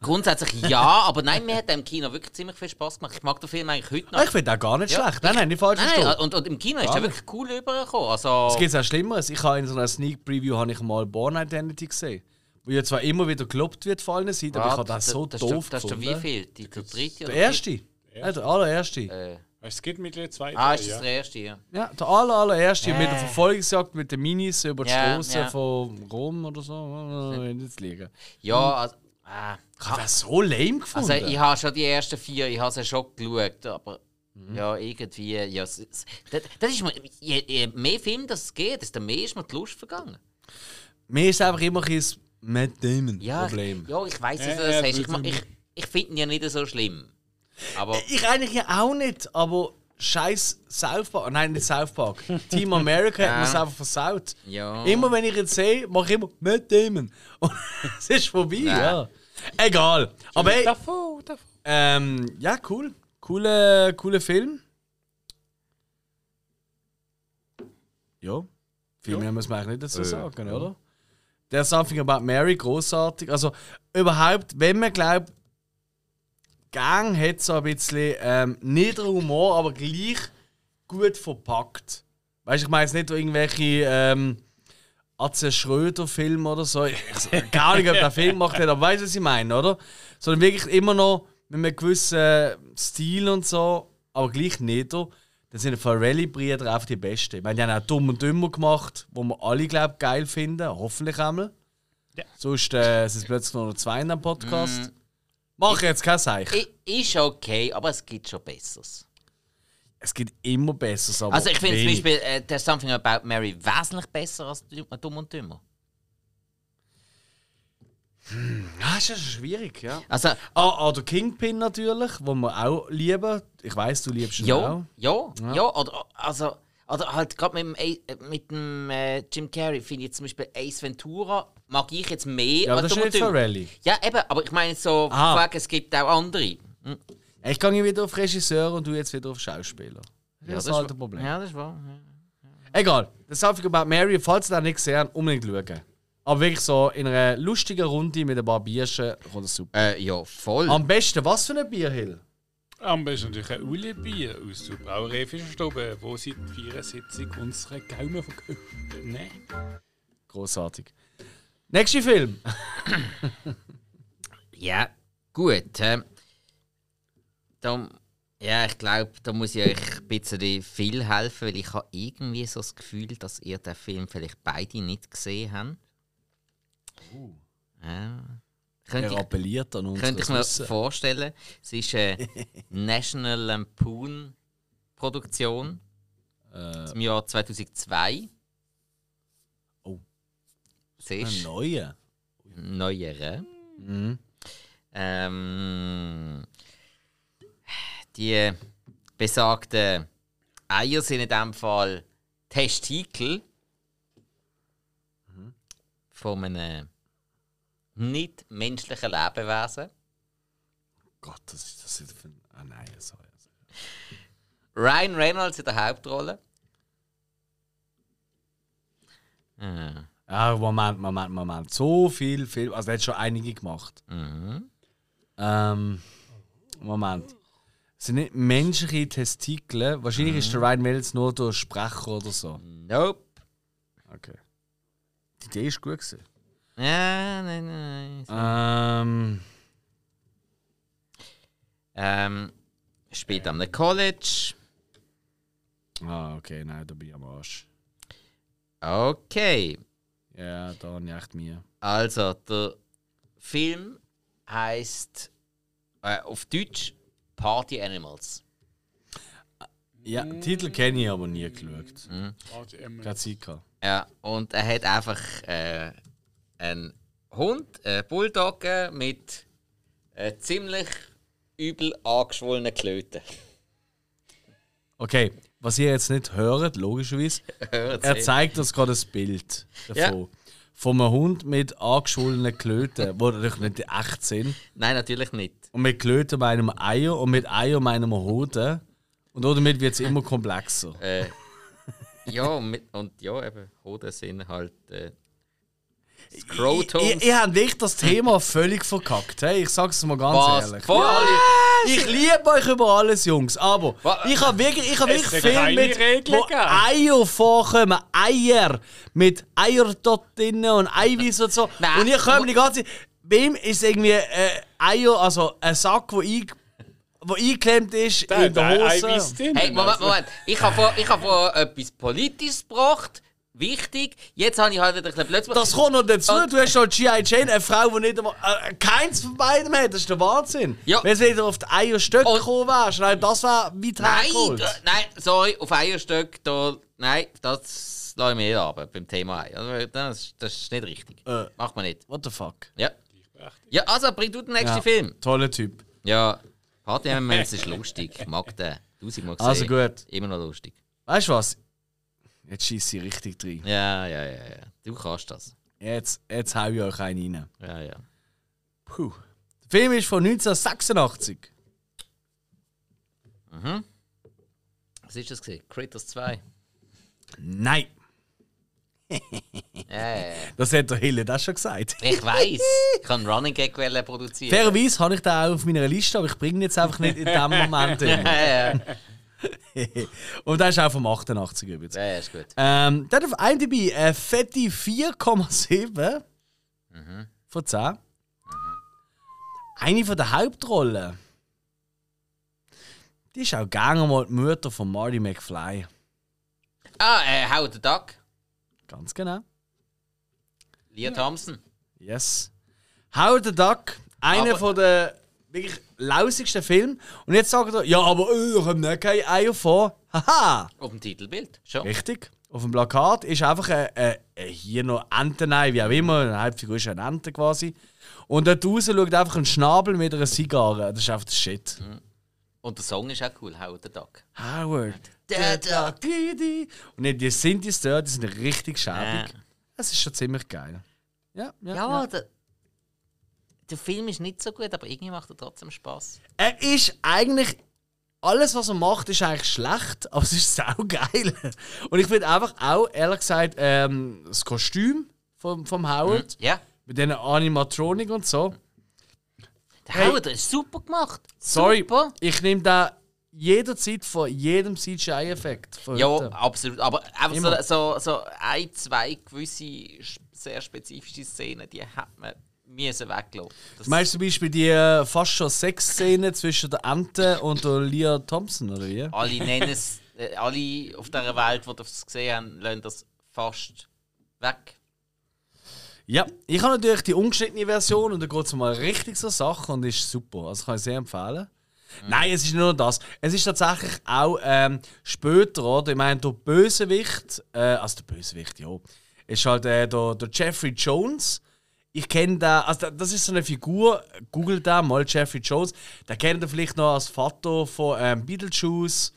grundsätzlich ja, aber nein, mir hat er im Kino wirklich ziemlich viel Spaß gemacht. Ich mag den Film eigentlich heute noch.
Ah, ich finde auch gar nicht
Ja.
schlecht. Nein, nein, nicht falsch verstanden.
nein, äh, und, und im Kino ist
Gar
er wirklich cool rübergekommen. Also,
Es gibt auch Schlimmeres. Ich habe in so einer Sneak Preview habe ich mal Born Identity gesehen. Wo ja zwar immer wieder gelobt wird von allen Seiten, aber ich
warte,
habe das so
das,
doof
Das ist der
gefunden.
wie viel? Die, der dritte?
Der
oder
erste. Ja, der allererste.
Äh,
Es gibt mittlerweile zwei
ah,
Teile,
ist das
ja.
der erste, ja.
Ja, der aller, allererste mit der
Äh.
Verfolgungsjagd mit den Minis über die
Ja,
Straße
ja.
von Rom oder so. Äh, Jetzt liegen.
Ja, also, Ah.
Ich habe das so lame gefunden.
Also ich habe schon die ersten vier, ich habe sie schon geschaut, aber
Hm.
ja, irgendwie, ja, es- es- das, das ist mir, je, je mehr Film das es geht, desto mehr ist mir die Lust vergangen.
Mir ist einfach immer ein bisschen Matt Damon
Ja,
Problem.
Ich, ja, ich weiß, dass du
Ja,
das
ja,
heißt. Ich,
das
ma- ich, ich finde ihn ja nicht so schlimm. Aber
Ich eigentlich ja auch nicht, aber scheiß South Park. Nein, nicht South Park. Team America hat mir es einfach versaut.
Ja.
Immer wenn ich ihn sehe, mache ich immer Matt Damon. Und es ist vorbei, ja. Egal. Aber hey,
Davon, davon.
ähm, ja, cool. Cooler coole Film. Ja. Viel mehr muss man eigentlich nicht dazu sagen, oder? There's Something About Mary, großartig. Also überhaupt, wenn man glaubt, Gang hat so ein bisschen ähm, niederen Humor, aber gleich gut verpackt. Weißt du, ich meine jetzt nicht irgendwelche ähm, Atze Schröder-Filme oder so. Ich weiß gar nicht, ob der Film macht, hat, aber weißt du, was ich meine, oder? Sondern wirklich immer noch mit einem gewissen äh, Stil und so, aber gleich nieder. Dann sind die Farelli-Brüder einfach die Besten. Ich meine, die haben auch Dumm und Dümmer gemacht, wo wir alle, glaube ich, geil finden. Hoffentlich einmal.
Ja.
Sonst äh, sind es plötzlich nur noch zwei in dem
Mhm.
Podcast. Mach jetzt kein Seich.
i- ist okay, aber es gibt schon Besseres.
Es gibt immer Besseres, aber
Also ich finde zum
wenig.
Beispiel äh, There's Something About Mary wesentlich besser als Dü- äh, Dumm und Dümmer.
Ah, ist ja schon schwierig, ja.
Also,
Ah, ah, der Kingpin natürlich, wo wir auch lieben. Ich weiß, du liebst ihn auch.
ja, ja, ja, oder, also, oder halt gerade mit dem, A- äh, mit dem äh, Jim Carrey finde ich zum Beispiel Ace Ventura mag ich jetzt mehr
Ja, aber das ist
und
nicht Ah. Farelli.
Ja, eben, aber ich meine so,
Aha.
fuck, es gibt auch andere. Hm,
Ich gehe wieder auf Regisseur und du jetzt wieder auf Schauspieler. Ja, das ist halt ein Problem.
Ja, das ist wahr. Ja.
Egal, das Something About Mary, falls ihr das nicht gesehen habt, unbedingt schauen. Aber wirklich so in einer lustigen Runde mit ein paar Bierchen kommt das super.
Äh, ja, voll.
Am besten, was für ein Bier, Hill?
Am besten natürlich ein Ulebier aus der Brauerei Fischerstube, wo seit 74 unsere Gaumen verkauft. Ne?
Großartig. Nächster Film.
Ja, gut. Äh, da, ja, ich glaube, da muss ich euch ein bisschen viel helfen, weil ich habe irgendwie so das Gefühl, dass ihr den Film vielleicht beide nicht gesehen habt. Äh, könnte,
Er
ich,
appelliert an uns.
könnte ich mir vorstellen. Es ist eine National Lampoon-Produktion aus dem Jahr 2002.
Oh.
Siehst du?
neuen.
neuere. Ähm, die besagten Eier sind in dem Fall Testikel von einem nicht menschlichen Lebewesen.
Gott, das ist das ist für ein. Ah nein, sorry.
Ryan Reynolds in der Hauptrolle. Ah,
Ah, Moment, Moment, Moment. So viel Film. Also, er hat schon einige gemacht.
Mhm.
Ähm, Moment. Es sind nicht menschliche Testikel. Wahrscheinlich ist der Ryan Reynolds nur durch Sprecher oder so.
Nope.
Okay. Die Idee ist gut gewesen.
Ja, nein, nein. nein.
Ähm,
Ähm, spielt am College.
ah, okay, nein, da bin ich am Arsch.
Okay,
Ja, da nicht mir.
also der Film heißt äh, auf Deutsch Party Animals.
Ja, den Titel kenne ich aber nie geschaut.
Warte, ähm,
Keine Zeit gehabt.
Ja, und er hat einfach äh, einen Hund, einen Bulldogge mit äh, ziemlich übel angeschwollenen Klöten.
Okay, was ihr jetzt nicht hört, logischerweise, er zeigt uns gerade ein Bild davon. Von einem Hund mit angeschwollenen Klöten, die natürlich nicht echt sind.
Nein, natürlich nicht.
Und mit Klöten meinen wir Eier und mit Eier meinen wir Hoden. Und damit wird es immer komplexer.
Äh, ja, mit, und ja, eben, Hoden sind halt äh,
Ich,
Scrotums.
ich habe wirklich das Thema völlig verkackt. Hey, ich sag's mal ganz
Was?
ehrlich.
Voll!
Ich liebe euch über alles, Jungs. Aber
Wa-
ich habe wirklich, ich habe
Es
wirklich
hat
Filme
keine
mit
Regeln
wo
gegeben.
Eier vorkommen. Eier. Mit Eier dort drinnen und Eiweiß und so.
Nein.
Und ich komme die ganze Zeit. Wem ist irgendwie äh, Eier, also ein Sack, der ein, wo eingeklemmt ist
der
in der
hat ein
Hose?
Eiweiß drin.
Hey, Moment,
Also,
Moment. Ich habe vor, ich habe vor etwas Politisches gebracht. wichtig. Jetzt habe ich halt wieder ein bisschen plötzlich.
Das kommt noch dazu.
Und-
Du hast noch G.I. Jane, eine Frau, die nicht einmal, äh, keins von beidem hat. Das ist der Wahnsinn.
Ja.
Wenn sie wieder auf die Eierstöcke
Und-
gekommen wärst, nein, das wäre weit
nein,
hergeholt.
da, nein, sorry, auf Eierstöcke, da. Nein, das lasse ich mir nicht ab beim Thema Eier. Also, das, ist- das ist nicht richtig.
Äh.
Macht man nicht.
What the fuck?
Ja. Ja, also bring du den nächsten
Ja.
Film.
Toller Typ.
Ja, Party MMS ist lustig. Ich mag den. Tausendmal gesehen.
Also gut.
Immer noch lustig.
Weißt du was? Jetzt schießt sie richtig drin.
Ja, ja, ja, ja. Du kannst das.
Jetzt, jetzt hau ich euch einen rein.
Ja, ja.
Puh. Der Film ist von 1986.
Was ist das gewesen? Critters 2.
Nein.
Ja, ja, ja.
Das hat der Hille das schon gesagt.
Ich weiß. Ich kann Running Gag wollen produzieren.
Fairerweise habe ich den auch auf meiner Liste, aber ich bringe ihn jetzt einfach nicht in dem Moment hin.
Ja, ja, ja.
Und der ist auch vom 88 übrigens.
ja, ist gut.
Ähm, der hat auf IMDb eine fette 4,7 von 10. Eine von der Hauptrollen. Die ist auch gerne mal die Mutter von Marty McFly.
Ah, äh, How the Duck.
Ganz genau.
Lia Thompson.
Yes. How the Duck, einer
Aber-
von der wirklich lausigsten Filme. Und jetzt sagt er, ja, aber äh, ich habe nicht keine Eier vor. Haha!
Auf dem Titelbild. Schon.
Richtig. Auf dem Plakat ist einfach ein, ein, ein, hier noch Entenei, wie auch immer. Eine Hauptfigur ist eine Ente quasi. Und da draußen schaut einfach ein Schnabel mit einer Zigarre. Das ist einfach das Shit.
Und der Song ist auch cool, How the Duck.
Howard.
Der Duck.
Didi. Und nicht die Sintis dort, die sind richtig schäbig.
Ja.
Das ist schon ziemlich geil. Ja, ja. ja.
Ja, der, der Film ist nicht so gut, aber irgendwie macht er trotzdem Spaß.
Er ist eigentlich. Alles, was er macht, ist eigentlich schlecht, aber es ist saugeil. Und ich finde einfach auch, ehrlich gesagt, ähm, das Kostüm vom, vom Howard,
Ja.
mit diesen Animatronik und so.
Der
Hey.
Howard ist super gemacht.
Sorry,
Super.
ich nehme da jederzeit von jedem CGI-Effekt. von
Ja,
heute.
absolut. Aber
Immer.
einfach so, so, so ein, zwei gewisse sch- sehr spezifische Szenen, die hat man müssen weglassen. Das-
Du meinst zum Beispiel die äh, fast schon Sexszene zwischen der Ente und der Lia Thompson, oder wie?
alle nennen es, äh, alle auf dieser Welt, die das gesehen haben, lassen das fast weg.
Ja, ich habe natürlich die ungeschnittene Version und da geht es mal richtig so Sachen und ist super. Also kann ich sehr empfehlen.
Mhm.
Nein, es ist nicht nur das. Es ist tatsächlich auch ähm, später, oder? Ich meine, der Bösewicht, äh, also der Bösewicht, ja, ist halt äh, der, der Jeffrey Jones. Ich kenne da, also da- das ist so eine Figur, google da mal Jeffrey Jones. Da kennt ihr vielleicht noch als Vater von ähm, Beetlejuice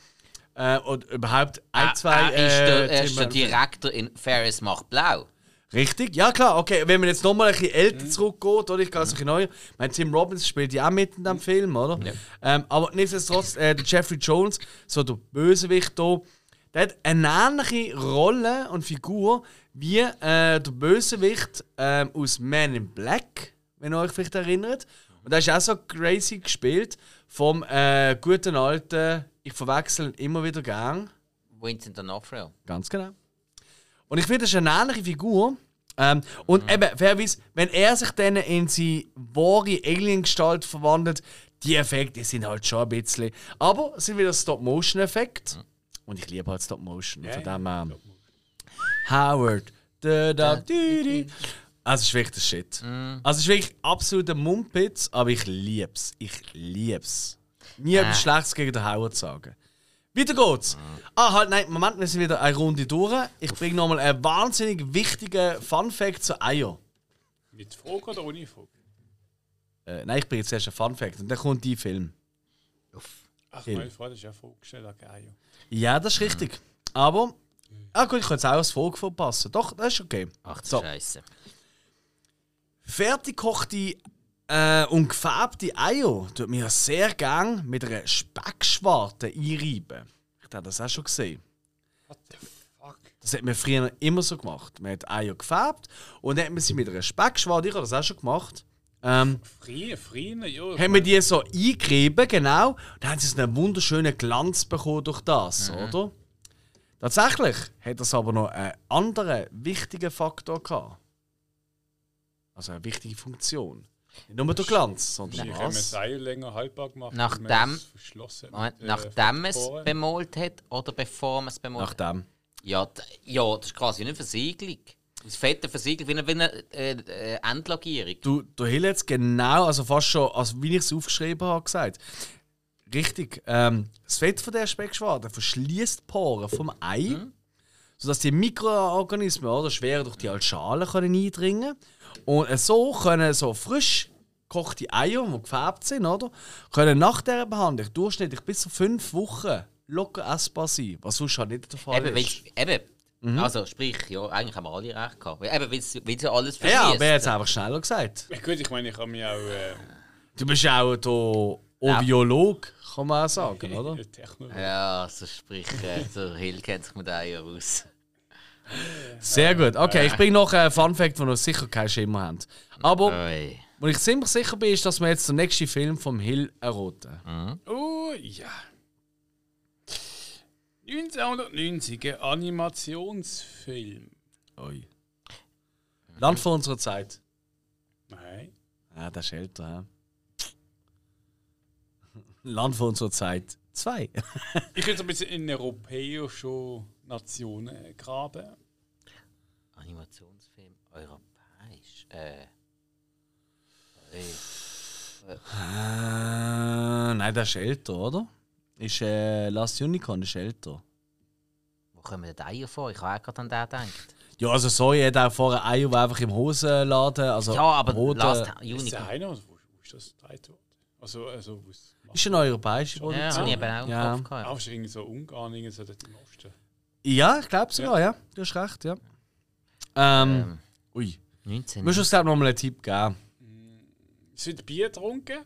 äh, und überhaupt ein, zwei. äh,
er, er Ah, ist der, er
Tim
ist der
Burton.
Direktor in Ferris macht blau.
Richtig, ja klar, okay. Wenn man jetzt nochmal ein bisschen älter zurückgeht, oder ich gehe es ein bisschen neu. Mein Tim Robbins spielt ja auch mit in dem Film, oder? Ähm, aber nichtsdestotrotz, äh, der Jeffrey Jones, so der Bösewicht hier, der hat eine ähnliche Rolle und Figur wie äh, der Bösewicht ähm, aus Man in Black, wenn ihr euch vielleicht erinnert. Und der ist auch so crazy gespielt vom äh, guten alten, ich verwechsel ihn immer wieder gern.
Vincent D'Onofrio.
Ganz genau. Und ich finde, das ist eine ähnliche Figur. Ähm, und eben, fairerweise, wenn er sich dann in seine wahre Alien-Gestalt verwandelt, die Effekte sind halt schon ein bisschen. Aber es sind wieder Stop-Motion-Effekt. Und ich liebe halt Mhm. Stop-Motion. Von dem ähm, Howard. Da, da, di, di. Also, es ist wirklich der Shit. Also, es ist wirklich absoluter Mumpitz, aber ich lieb's. Ich lieb's. Nie etwas Schlechtes gegen den Howard sagen. Weiter geht's. Ah, halt, nein, Moment, wir sind wieder eine Runde durch. Ich bringe nochmal einen wahnsinnig wichtigen Fun-Fact zu Eier.
Mit Frage oder ohne Frage?
Äh, nein, ich bringe jetzt erst einen Fun-Fact und dann kommt die Film.
Ach,
Hill.
meine Frage ist ja vorgestellt, okay, ah, ja.
Ja, das ist richtig. Aber, ah gut, ich könnte es auch als Folge verpassen. Doch, das ist okay.
Ach du
So.
Scheiße.
Fertig gekochte äh, und gefärbte Eier tut mir sehr gern mit einer Speckschwarte einreiben. Ich habe das auch schon gesehen.
What the fuck?
Das hat man früher immer so gemacht. Man hat Eier gefärbt und dann hat man sie mit einer Speckschwarte, ich habe das auch schon gemacht, ähm,
Frieden, Frieden, ja.
haben wir die so eingerieben, genau. Dann haben sie so einen wunderschönen Glanz bekommen durch das, oder? Tatsächlich hat das aber noch einen anderen wichtigen Faktor gehabt. Also eine wichtige Funktion. Nicht nur der Glanz, sondern
Ich habe
was?
Seil länger haltbar gemacht.
Nachdem-
wenn man es verschlossen hat,
Moment,
äh,
nachdem es
vergoren.
bemalt hat oder bevor man es bemalt hat?
Nachdem.
Ja, d- ja, das ist quasi eine Versiegelung. Das fette Versiegelung, wie eine, wie eine äh, äh, Endlagierung.
Du, du Hill jetzt genau, also fast schon, also wie ich es aufgeschrieben habe, gesagt. Richtig, ähm, das Fett von der Speckschwarte verschließt die Poren vom Ei,
Mhm.
sodass die Mikroorganismen oder, schwerer durch die Schalen können eindringen Und äh, so können so frisch gekochte Eier, die gefärbt sind, oder, können nach dieser Behandlung durchschnittlich bis zu fünf Wochen locker essbar sein, was sonst halt nicht der Fall
Eben, weil,
ist.
eben.
Mhm.
Also sprich, ja, eigentlich haben wir alle recht gehabt. Weil- Eben, weil es- weil es ja alles
Ja,
verschließt.
aber er hat es einfach schneller gesagt.
Ja, gut, ich meine, ich habe mich auch äh,
Du bist ja auch hier Oviolog, kann man auch sagen, oder?
Techno.
Ja, also sprich, äh, der Hill kennt sich mit Eier aus.
Sehr gut. Okay, ich bringe noch einen Fun Fact, den ihr sicher keinen Schimmer habt. Aber
Oi.
wo ich ziemlich sicher bin, ist, dass wir jetzt den nächsten Film vom Hill erraten.
Oh ja. 1990 ein Animationsfilm.
Ui. Land vor unserer Zeit.
Nein.
Ah, das ist älter, hä? Land vor unserer Zeit. Zwei.
Ich könnte so ein bisschen in europäische Nationen graben.
Animationsfilm europäisch. Äh.
äh, nein, das ist älter, oder? Ist äh, Last Unicorn ist älter.
Wo kommen denn Eier vor? Ich habe auch gerade an den gedacht.
Ja, also sorry, er hat auch vorher Eier, die einfach im Hosenladen, also
Ja, aber
rote-
Last
Ist der
Unicorn.
eine, also, wo, wo ist das gedreht worden? Also, also wo ist
Ist eine europäische
Ja, habe
Produktion.
ich eben auch im
Ja.
Kopf gehabt.
Auch ist irgendwie so Ungarn, irgendwie so dort im Osten.
Ja, ich glaube sogar, ja. Du hast recht, ja. Ähm, ui.
19.
Müsst uns, glaube ich, nochmal einen Tipp geben.
Es wird Bier getrunken,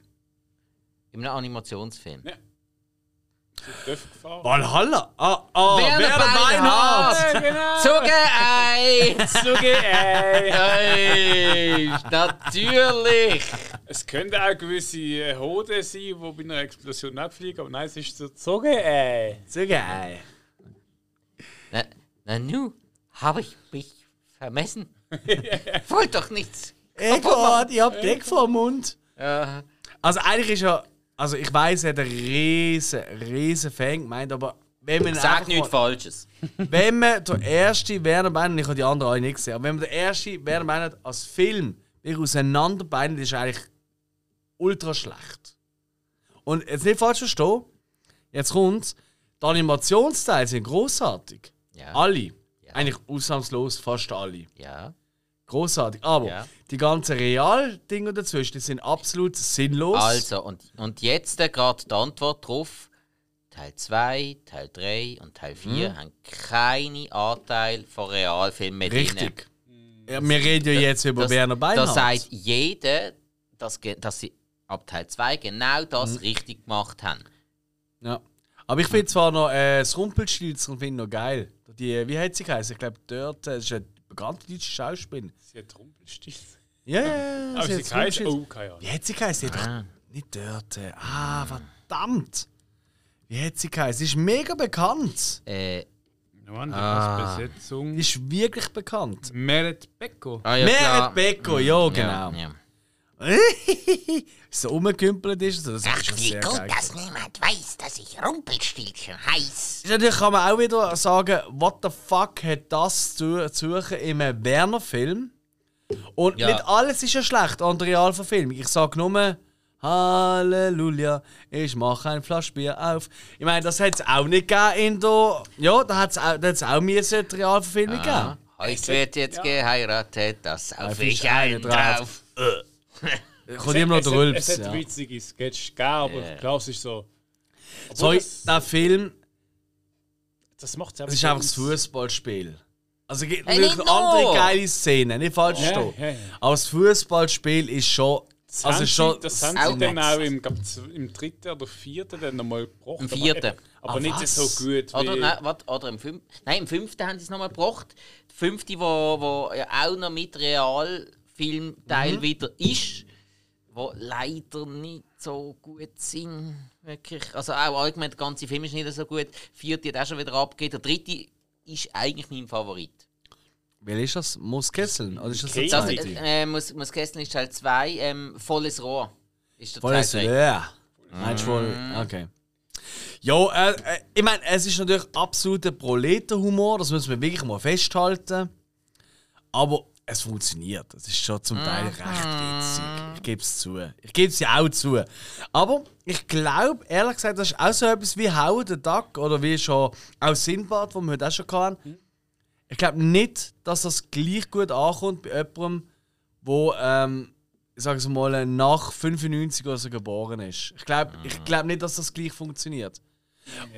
In einem Animationsfilm.
dürfen gefahren.
Valhalla! Ah, ah,
Werner Beinhardt!
Ja, genau!
Zugeei!
Zuge, ey.
Ey, natürlich!
Es könnte auch gewisse äh, Hoden sein, die bei einer Explosion abfliegen, aber nein, es ist so Zuge, ey.
So geil.
Na, na nu, habe ich mich vermessen. Wollt doch nichts.
Egal, ich hab Dreck vor dem Mund.
Ja.
Also eigentlich ist ja... Also ich weiß, er hat einen riesen, riesen Fan gemeint, aber wenn man
Sag
einfach
nichts
mal,
Falsches.
Wenn man den ersten Werner Beinhardt, ich habe die anderen alle nicht gesehen, aber wenn man den ersten Werner Beinhardt als Film wirklich auseinanderbeinert, ist eigentlich ultra schlecht. Und jetzt nicht falsch verstehen, jetzt kommt's, die Animationsteile sind großartig.
Ja.
Alle. Eigentlich ausnahmslos fast alle.
Ja.
Großartig. Aber
Ja.
die ganzen Real-Dinge dazwischen die sind absolut sinnlos.
Also, und, und jetzt äh, gerade die Antwort drauf. Teil 2, Teil 3 und Teil 4
Mhm.
haben keine Anteil von Realfilmen mehr drin.
Richtig.
Mm.
Ja, wir reden ja jetzt über
Das-
Werner Beinhardt.
Da sagt jeder, dass, ge- dass sie ab Teil 2 genau
Mhm.
das richtig gemacht haben.
Ja. Aber ich finde zwar noch äh, das Rumpelstilzchen finde ich noch geil. Die, äh, wie hat sie geheißen? Ich glaube, dort äh, das ist eine bekannte deutsche Schauspielerin.
Sie hat Rumpelstilz.
Ja, ja, ja.
Aber sie
hat das
heißt,
Rumpelstilzchen-
oh, keine Ahnung.
Wie hat sie geheißen? Die hat
Ah.
doch- Nicht dort. äh, Ah, verdammt. Wie hat sie geheißen? Sie ist mega bekannt.
Äh,
Mann, ah. Besetzung.
Sie ist wirklich bekannt.
Meret Becco.
ah, ja,
Meret
klar.
Beko, ja, genau.
Ja, ja.
so rumgekümpelt ist. also Das ist schon
Ach, wie
sehr
gut,
geil.
dass niemand weiß, dass ich Rumpelstilzchen heiß.
Natürlich kann man auch wieder sagen, what the fuck hat das zu zu suchen in einem Werner-Film? Und
Ja.
nicht alles ist ja schlecht an der Realverfilmung. Ich sage nur, Halleluja, ich mache ein Flaschbier auf. Ich meine, das hätte es auch nicht gegeben in der. Ja, da hätte es auch, da hat's auch müssen die Realverfilmung
Ah,
gegeben.
heute wird jetzt geheiratet, das auf ich
ist Äh. eine
einen drauf.
Da kommt immer noch der
Es
Rülps.
hat
Ja.
witzige Sketch gegeben, aber klar, es ist so. Obwohl
So,
das,
der Film
das macht ja
das ist einfach das Fußballspiel. Also es gibt
Hey,
natürlich
nicht
andere
nur!
geile Szenen, nicht falsch
Ja,
verstehen.
ja, ja.
Aber das Fußballspiel ist schon.
Das
Also
haben
schon
sie, das haben sie dann auch im, glaub, zw- im dritten oder vierten dann nochmal gebrochen.
Im vierten.
Aber, eben- aber
Ah,
nicht
was?
so gut
Oder,
wie.
nein, warte, oder im fünften. Nein, im fünften haben sie es nochmal gebracht. Der fünfte, wo, wo ja auch noch mit Realfilmteil wieder ist, wo leider nicht so gut sind. Wirklich. Also auch allgemein, der ganze Film ist nicht so gut. Der vierte hat auch schon wieder abgegeben. Der dritte ist eigentlich mein Favorit.
Wer ist das? Muss Kesseln? Oder ist das der
Kessel.
Das
zweite?
äh, äh, muss, muss Kessel ist halt Teil 2, ähm, volles Rohr. Ist der
Volles
Teil drei.
Leer. Nein, voll. Okay. Ja, äh, äh, ich meine, es ist natürlich absoluter Proletenhumor, das müssen wir wirklich mal festhalten. Aber es funktioniert. Es ist schon zum Teil recht witzig. Ich gebe es zu. Ich gebe es ja auch zu. Aber ich glaube, ehrlich gesagt, das ist auch so etwas wie Howard the Duck oder wie schon auch Sinbad, wo wir heute auch schon hatten. Ich glaube nicht, dass das gleich gut ankommt bei jemandem, wo, ähm, ich sage es mal, nach 95 oder so geboren ist. Ich glaube
Mhm.
ich glaub nicht, dass das gleich funktioniert.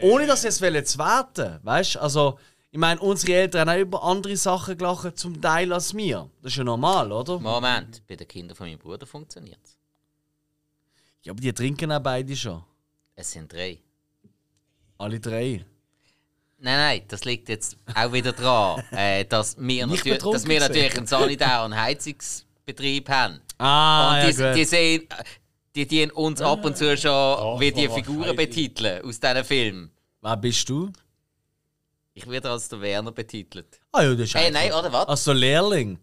Ohne das jetzt wollen zu werten, weißt du? Also, ich meine, unsere Eltern haben auch über andere Sachen gelacht, zum Teil als mir. Das ist ja normal, oder?
Moment, bei den Kindern von meinem Bruder funktioniert es.
Ja, aber die trinken auch beide schon.
Es sind drei.
Alle drei.
Nein, nein, das liegt jetzt auch wieder dran, äh, dass wir,
Nicht
natürlich, dass
betrunken
wir natürlich einen sanitären Heizungsbetrieb haben.
Ah,
und die, die sehen, die dienen uns ab und zu schon, wie die Figuren betiteln aus diesen Filmen.
Wer bist du?
Ich werde als der Werner betitelt.
Ah ja, du bist
Hey,
einfach-
nein, oder was?
Also Lehrling.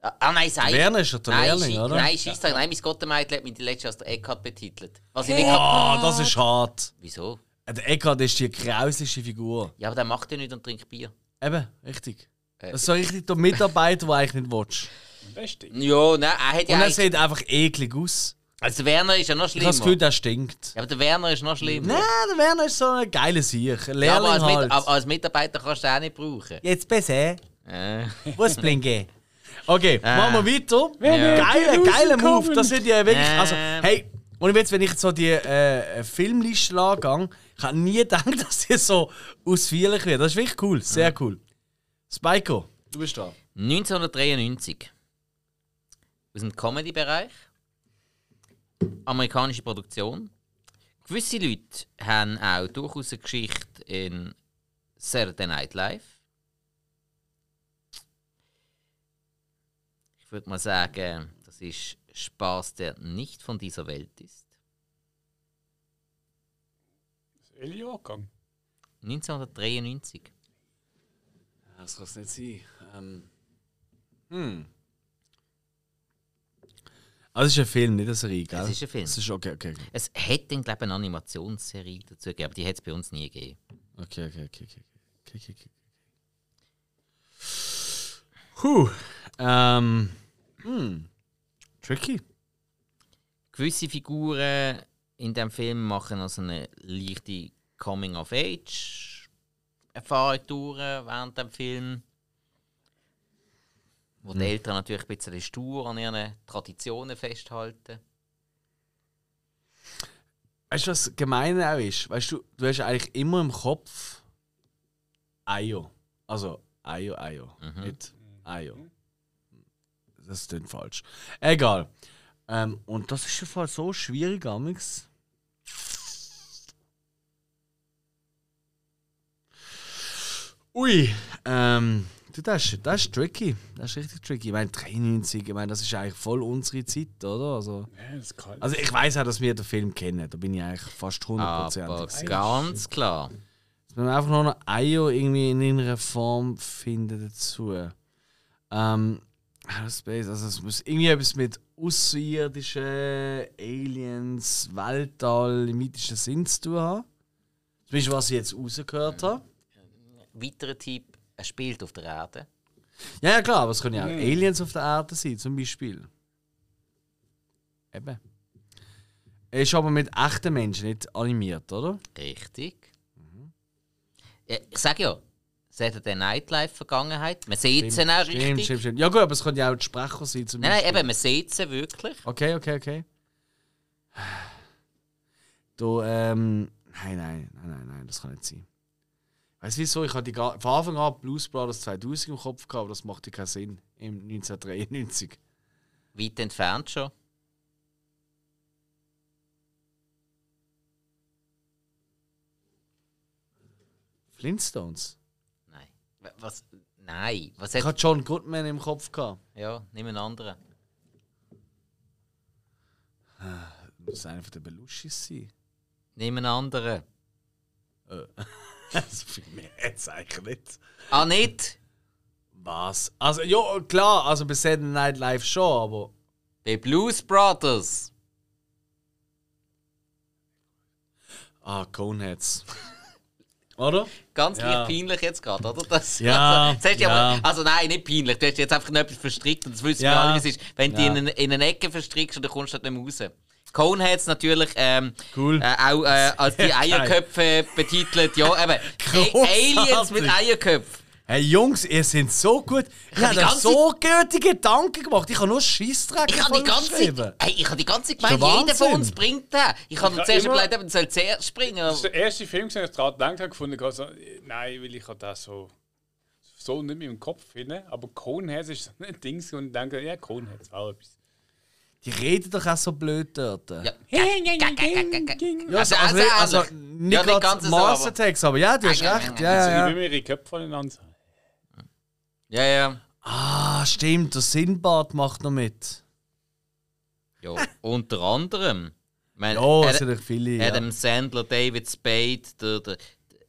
Ah, nein, sei.
Werner ist ja der
nein,
Lehrling,
schi-
oder?
Nein, Scheissdreck, nein, mein Gottemeidl hat mich die letzte als der Eckhard betitelt. Was ich nicht kann.
Ah, das ist hart.
Wieso?
Der Eckhard ist die grausliche Figur.
Ja, aber der macht ja nichts und trinkt Bier.
Eben, richtig.
Äh,
Das ist so richtig der Mitarbeiter, den du eigentlich nicht willst.
Beste.
Ja, nein, er hat ja
Und er
eigentlich...
sieht einfach eklig aus.
Also der Werner ist ja noch
Ich habe das
schlimmer.
Gefühl,
Ja,
der stinkt.
aber der Werner ist noch schlimmer.
Nein, der Werner ist so ein geiler Sieg. Ein Lehrling
Ja, aber, als
halt.
Mit, aber als Mitarbeiter kannst du den auch nicht brauchen.
Jetzt besser. eh?
Äh.
Muss blinken. Okay, machen wir weiter.
Ah. Ja.
Geiler,
wir
geiler Move.
rauskommen.
Das sind ja wirklich.
Ähm.
Also, hey, und jetzt, wenn ich jetzt so die äh, Filmliste angehe, ich habe nie gedacht, dass die so ausführlich wird. Das ist wirklich cool, sehr cool. Spiko, du bist da.
1993. Aus dem Comedy-Bereich. Amerikanische Produktion. Gewisse Leute haben auch durchaus eine Geschichte in Saturday Night Live. Ich würde mal sagen, das ist Spaß, der nicht von dieser Welt ist.
Eliogang.
1993.
Das kann es nicht sein. hm. Also, es Hm. ist ein Film, nicht eine Serie, gell?
Es ist ein Film.
Es ist okay, okay,
Es hätte, glaube ich, eine Animationsserie dazu gegeben, aber die hätte es bei uns nie gegeben.
okay, okay, okay, okay, okay, okay, okay, okay. Huh. Ähm. Hm. Tricky.
gewisse Figuren in dem Film machen also eine leichte Coming-of-Age-Erfahrung durch während dem Film. Wo
Hm.
die Eltern natürlich ein bisschen stur an ihren Traditionen festhalten.
Weißt du, was gemeine auch ist? Weißt du, du hast eigentlich immer im Kopf Ayo. Also Ayo, Ayo. Nicht Ayo. Das klingt falsch. Egal. Ähm, und das ist im Fall so schwierig, Amix. Ui, ähm, du, das, ist, das ist tricky. Das ist richtig tricky. Ich meine, 93, ich meine, das ist eigentlich voll unsere Zeit, oder? Also,
Ja, das kann.
also ich weiß auch, dass wir den Film kennen. Da bin ich eigentlich fast
Aber
hundertprozentig. sicher.
ganz klar.
Wenn wir einfach noch eine Eier irgendwie in irgendeiner Form finden dazu. Ähm, Aerospace, also es muss irgendwie etwas mit außerirdischen Aliens, Weltall, im mythischen Sinn zu tun haben. Zumindest was ich jetzt rausgehört habe.
Weiterer Typ, er spielt auf der Erde.
Ja, ja klar, aber es können ja auch Aliens auf der Erde sein, zum Beispiel. Eben. Ist aber mit echten Menschen nicht animiert, oder?
Richtig.
Mhm.
Ja, ich sage ja, Saturday Night Live-Vergangenheit. Man sieht sie auch richtig.
Stimmt, stimmt, stimmt. Ja gut, aber es können ja auch die Sprecher sein, zum
Nein,
Beispiel.
nein, eben, man sieht sie wirklich.
Okay, okay, okay. Du, ähm. Nein, nein, nein, nein, nein, das kann nicht sein. Weißt du wieso? Ich hatte die ga- von Anfang an Blues Brothers 2000 im Kopf gehabt, aber das machte keinen Sinn. Im 1993.
Weit entfernt schon.
Flintstones.
Nein. W- Was? Nein. Was
Ich
hat.
hatte John Goodman im Kopf gehabt.
Ja, nimm einen anderen.
Muss einer von den Belushis sein?
Nimm einen anderen.
Das viel mehr jetzt eigentlich nicht.
Ah, nicht!
Was? Also, ja, klar, also bei Saturday Night Live schon, aber.
Bei Blues Brothers!
Ah, Coneheads. Oder?
Ganz
Ja.
leicht peinlich jetzt gerade, oder? Das,
Ja,
also, das hast du
ja.
aber, also nein, nicht peinlich. Du hast jetzt einfach noch etwas verstrickt und das wissen wir
Ja.
alle, es ist, wenn du
Ja.
in, eine, in eine Ecke verstrickst und dann kommst du halt nicht mehr raus. Coneheads natürlich ähm,
Cool.
äh, auch äh, als die Eierköpfe betitelt. Ja, eben.
Grossartig.
A- Aliens mit Eierköpfen.
Hey Jungs, ihr seid so gut. Ich
hab
habe
die
da
ganze-
so gute Gedanken gemacht. Ich habe nur Scheißdreck
Ich habe die ganze hey, ich habe die ganze Zeit gemeint,
Ist der
jeder von
Wahnsinn.
uns bringt den. Ich habe
Ich
zuerst
hab immer-
überlegt, man soll zuerst springen.
Das ist der erste Film, den ich daran gedacht habe, gefunden habe, so, äh, nein, weil ich habe das so, so nicht mehr im Kopf finde. Aber Coneheads ist so ein Ding, und ich denke, ja, Coneheads, auch etwas.
Die reden doch auch so blöd dort. Ja,
Also, also, also,
nicht
Ja, nicht
gerade
ganz so,
Mars
aber-
Attacks, aber ja, du hast
Ah, ja,
recht.
ja,
Ja, ja,
Ich
ja.
will mir ihre Köpfe voneinander sagen.
Ja, ja.
Ah, stimmt, der Sinbad macht noch mit.
ja. Unter anderem. Ich meine,
Ja, es sind
Adam,
doch viele. ja.
Adam Sandler, David Spade, der, der,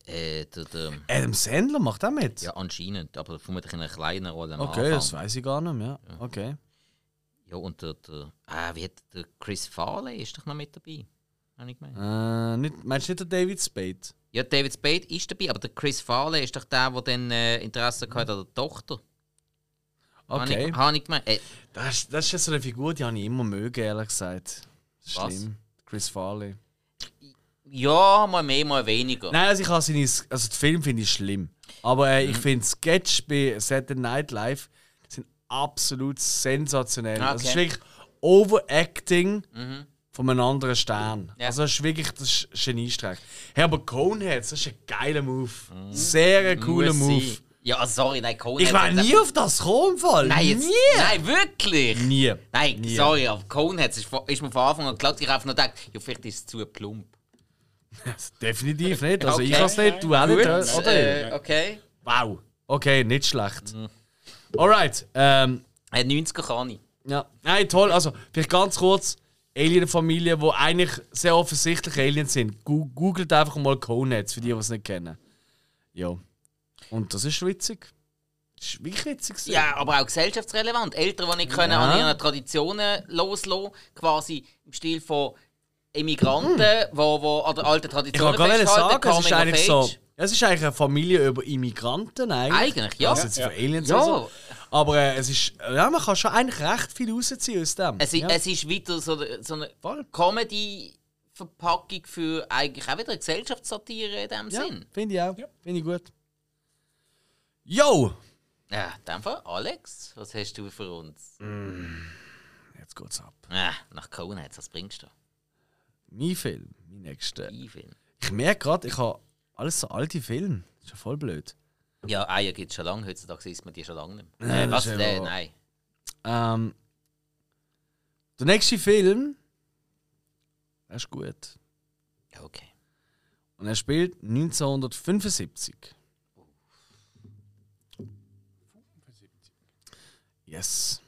äh, der, der
Adam Sandler macht auch mit?
Ja, anscheinend, aber vermutlich in einer kleinen Rolle am
Okay,
Anfang.
das weiß ich gar nicht mehr. Okay.
Ja, und der, der, ah, wie hat der Chris Farley ist doch noch mit dabei. Habe ich gemeint.
Äh, nicht, meinst du nicht den David Spade?
Ja, David Spade ist dabei, aber der Chris Farley ist doch der, der dann äh, Interesse hatte an der Tochter. Habe
Okay.
ich, hab ich gemeint. Äh,
Das, das ist ja so eine Figur, die habe ich immer mögen, ehrlich gesagt.
Was?
Schlimm. Chris Farley.
ja, mal mehr, mal weniger.
Nein, also ich habe seine, also den Film finde ich schlimm. Aber äh,
Mhm.
ich finde Sketch bei Saturday Night Live sind absolut sensationell.
Ah,
Also es ist
okay. Mhm.
wirklich Overacting von einem anderen Stern.
Ja.
Also das ist wirklich das ist Geniestreich. Hey, aber Coneheads, das ist ein geiler Move. Sehr ein cooler
Mhm. Muss
Move.
sein. Ja, sorry, nein, Conan.
Ich war
hat-
nie auf das gekommen, Fall.
Nein, jetzt,
nie.
nein, wirklich!
Nie.
Nein,
Nie.
sorry, auf Coneheads ist, ist mir von Anfang an klar, ich habe noch gedacht, ja, vielleicht ist es zu plump.
Definitiv nicht. Also ich
Okay.
kann es nicht, du auch nicht.
Gut,
Oder?
äh, okay.
Wow. Okay, nicht schlecht. Alright. Ähm,
Äh, 90er kann ich.
Ja. Nein, toll. Also, vielleicht ganz kurz: Alien-Familien, die eigentlich sehr offensichtlich Aliens sind. Gu- Googelt einfach mal Coneheads, für die, die es nicht kennen. Ja. Und das ist witzig. Das ist wirklich witzig. gewesen.
Ja, aber auch gesellschaftsrelevant. Eltern, die nicht können
Ja.
an ihren Traditionen loslassen, quasi im Stil von Immigranten, die wo an der alten
Hm. Ich
Tradition
kann gar nicht
halt
sagen, es ist eigentlich so. Es ist eigentlich eine Familie über Immigranten eigentlich.
Eigentlich, ja.
Also jetzt
Ja.
von Aliens
Ja.
und so. Aber äh, es ist, ja, man kann schon eigentlich recht viel rausziehen aus dem.
Es, i-
ja.
es ist wieder so, so eine Comedy-Verpackung für eigentlich auch wieder eine Gesellschaftssatire in dem
ja,
Sinn.
finde ich auch. Finde ich gut. Yo!
Ja, in dem Fall, Alex, was hast du für uns?
Mhm. Jetzt geht's ab.
Ah, nach Coneheads, was bringst du?
Mein Film, mein nächster.
Ich Film.
Ich merke gerade, ich habe alles so alte Filme. Ist ja voll blöd.
Ja, Eier gibt es schon lange, heutzutage isst man die schon lange nicht mehr.
Ja,
Äh,
das
was?
ist
Äh,
ja wahr.
nein.
Ähm, der nächste Film, der ist gut.
Ja, Okay.
Und er spielt 1975. Yes.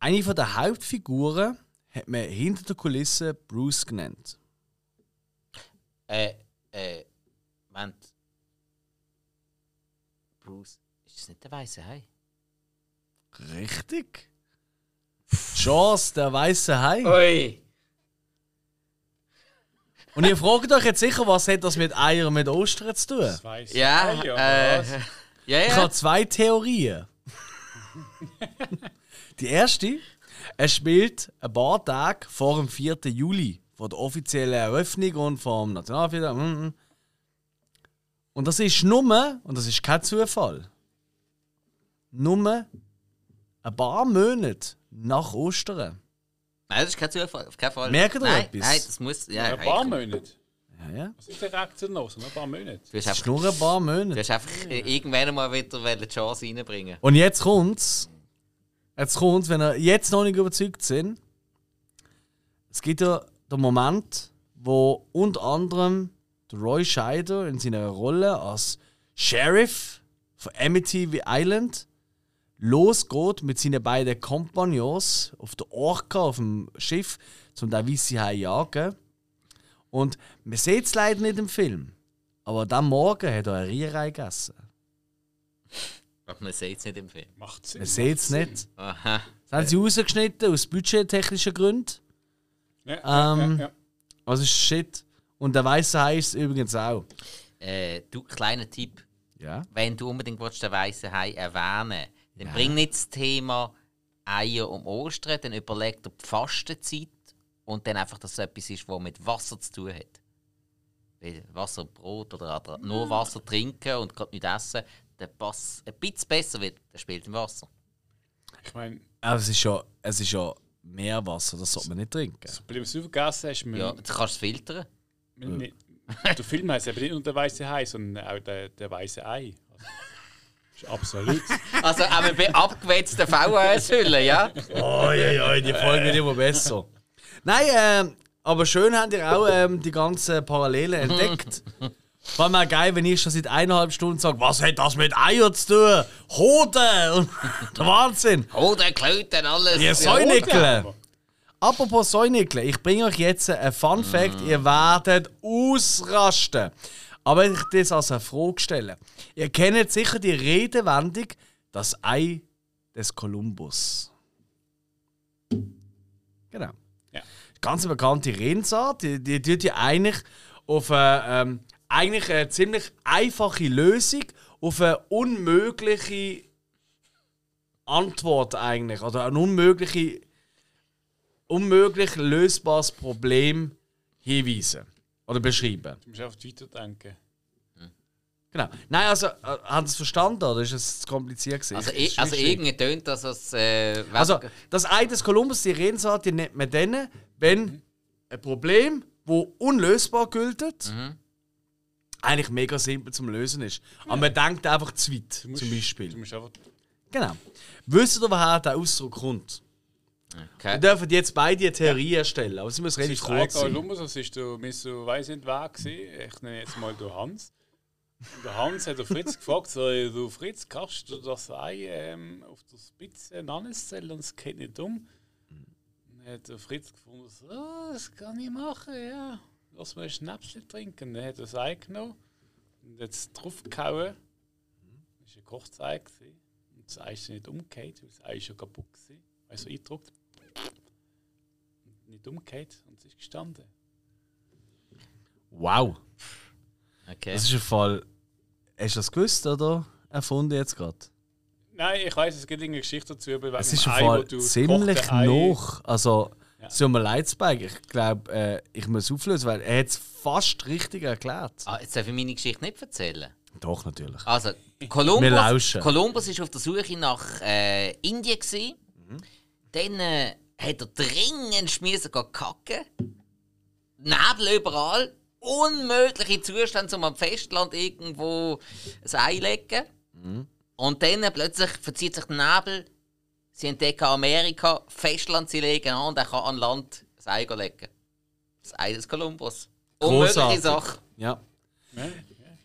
Eine von der Hauptfiguren hat man hinter der Kulisse Bruce genannt.
Äh, äh, Moment. Bruce, ist das nicht der weiße Hai?
Richtig. Jaws, der weiße Hai.
Ui!
Und ihr fragt euch jetzt sicher, was hat das mit Eier und mit Ostern zu tun?
Das weiss
Ja,
ich.
äh,
was?
ja,
Ich
ja.
habe zwei Theorien. Die erste, es spielt ein paar Tage vor dem 4. Juli, von der offiziellen Eröffnung und vom Nationalfeiertag. mm, mm. Und das ist nur, und das ist kein Zufall, nur ein paar Monate nach Ostern.
Nein, das ist kein Zufall, auf keinen Fall.
Merkt ihr
nein,
etwas?
Nein, das muss. Ja,
Ein paar
hey,
Monate.
Ja, ja.
Was ist der Reaktion noch? So ein paar Monate.
Du hast
Es ist
einfach,
nur ein paar Monate.
du hast einfach äh, irgendwann mal wieder wollen die Chance reinbringen.
Und jetzt kommt's. Jetzt kommt's, wenn ihr jetzt noch nicht überzeugt sind. Es gibt ja den Moment, wo unter anderem der Roy Scheider in seiner Rolle als Sheriff von Amityville Island losgeht mit seinen beiden Kompagnons auf der Orca, auf dem Schiff, zum den weißen Hai jagen. Und man sieht es leider nicht im Film. Aber dann Morgen hat er eine Rierei gegessen.
Aber man sieht es nicht im Film.
Macht
Man
Sinn.
sieht es nicht.
Aha.
Das haben sie rausgeschnitten aus budgettechnischen Gründen.
Ja, ja,
Ähm,
ja, ja.
Also ist shit. Und der Weiße heißt übrigens auch.
Äh, du, kleiner Tipp,
Ja.
wenn du unbedingt willst, den weißen Hai erwähnen dann bring nicht das Thema Eier um Ostern, dann überleg dir die Fastenzeit und dann einfach, dass es etwas ist, was mit Wasser zu tun hat. Weil Wasser, Brot oder andere- nur Wasser trinken und gerade nicht essen, dann passt ein bisschen besser wird, der spielt im Wasser.
Ich meine,
Aber es ist ja, es ist ja Meerwasser, das sollte man nicht trinken.
das Problem, was du vergessen hast, wir,
Ja, du kannst es filtern.
wir nicht, der Film heißt eben nicht nur der weiße Hai, sondern auch der, der weiße Ei. Also, ist absolut.
Also auch mit be- abgewetzten VHS-Hüllen, ja?
Oh je, je, die Folge wird immer besser. Nein, ähm, aber schön habt ihr auch ähm, die ganzen Parallelen entdeckt. War mal geil, wenn ich schon seit eineinhalb Stunden sage, was hat das mit Eier zu tun? Hoden! Und der Wahnsinn!
Hoden, Oh, Klöten, alles.
Ihr Säunikeln! Apropos Säunikeln, ich bringe euch jetzt einen Fun Fact, ihr werdet ausrasten. Aber ich das als eine Frage stellen. Ihr kennt sicher die Redewendung, das Ei des Kolumbus. Genau.
Ja.
Ganz eine bekannte Redensart, die, die tut ja eigentlich auf eine, ähm, eigentlich eine ziemlich einfache Lösung auf eine unmögliche Antwort eigentlich oder ein unmögliche unmöglich lösbares Problem hinweisen oder beschreiben.
Du musst einfach weiterdenken.
Genau. Nein, also, äh, haben Sie es verstanden oder ist es zu kompliziert gewesen?
Also,
Es
i-
ist
also
schwierig.
irgendwie tönt das als. Äh,
Also, das Ei des Kolumbus, die Redensart, die nennt man dann, wenn ein Problem, wo unlösbar gilt,
Mhm.
eigentlich mega simpel zum Lösen ist. Aber man denkt einfach zu weit,
Du musst,
zum
Du
Beispiel.
musst einfach
Genau. Wisst ihr, woher der Ausdruck kommt?
okay.
Wir dürfen jetzt beide eine Theorie erstellen, aber sie muss
Das
relativ
ist
kurz
Egal,
sein.
Lumbus, das ist der Mr. Weiss nicht wer gewesen. Ich nenne jetzt mal den Hans. Und der Hans hat den Fritz gefragt, so, äh, du Fritz, kannst du das Ei ähm, auf der Spitze hineinzählen und es geht nicht um? Dann hat der Fritz gefunden, so, «Ah, das kann ich machen, ja. Lass mal ein Schnäpschen trinken. Dann hat er das Ei genommen und hat es draufgehauen.
Mhm.
Das war ein Kochzei. gewesen. Und das Ei ist nicht umgekehrt, weil das Ei ist schon kaputt war. Also eingedruckt nicht umgekehrt und es ist gestanden.
Wow.
okay.
Das ist ein Fall. Hast du das gewusst oder erfunden jetzt gerade?
Nein, ich weiß, es gibt eine Geschichte dazu, aber
Es ist ein Fall ziemlich noch. Also,
Ja.
es tut mir leid, Spike. Ich glaube, äh, ich muss auflösen, weil er hat es fast richtig erklärt.
Ah, jetzt darf ich meine Geschichte nicht erzählen.
Doch, natürlich.
Also,
Wir
Kolumbus,
lauschen.
Kolumbus ist auf der Suche nach äh, Indien. Gewesen. Dann äh, hat er dringend schmissen gehen kacken. Nebel überall. Unmögliche Zustände, um am Festland irgendwo ein Ei legen. Und dann äh, plötzlich verzieht sich der Nebel. Sie entdecken Amerika, Festland, sie legen an und er kann an Land ein Ei legen. Das Ei des Kolumbus. Unmögliche
Großartig.
Oh, Sache.
Ja.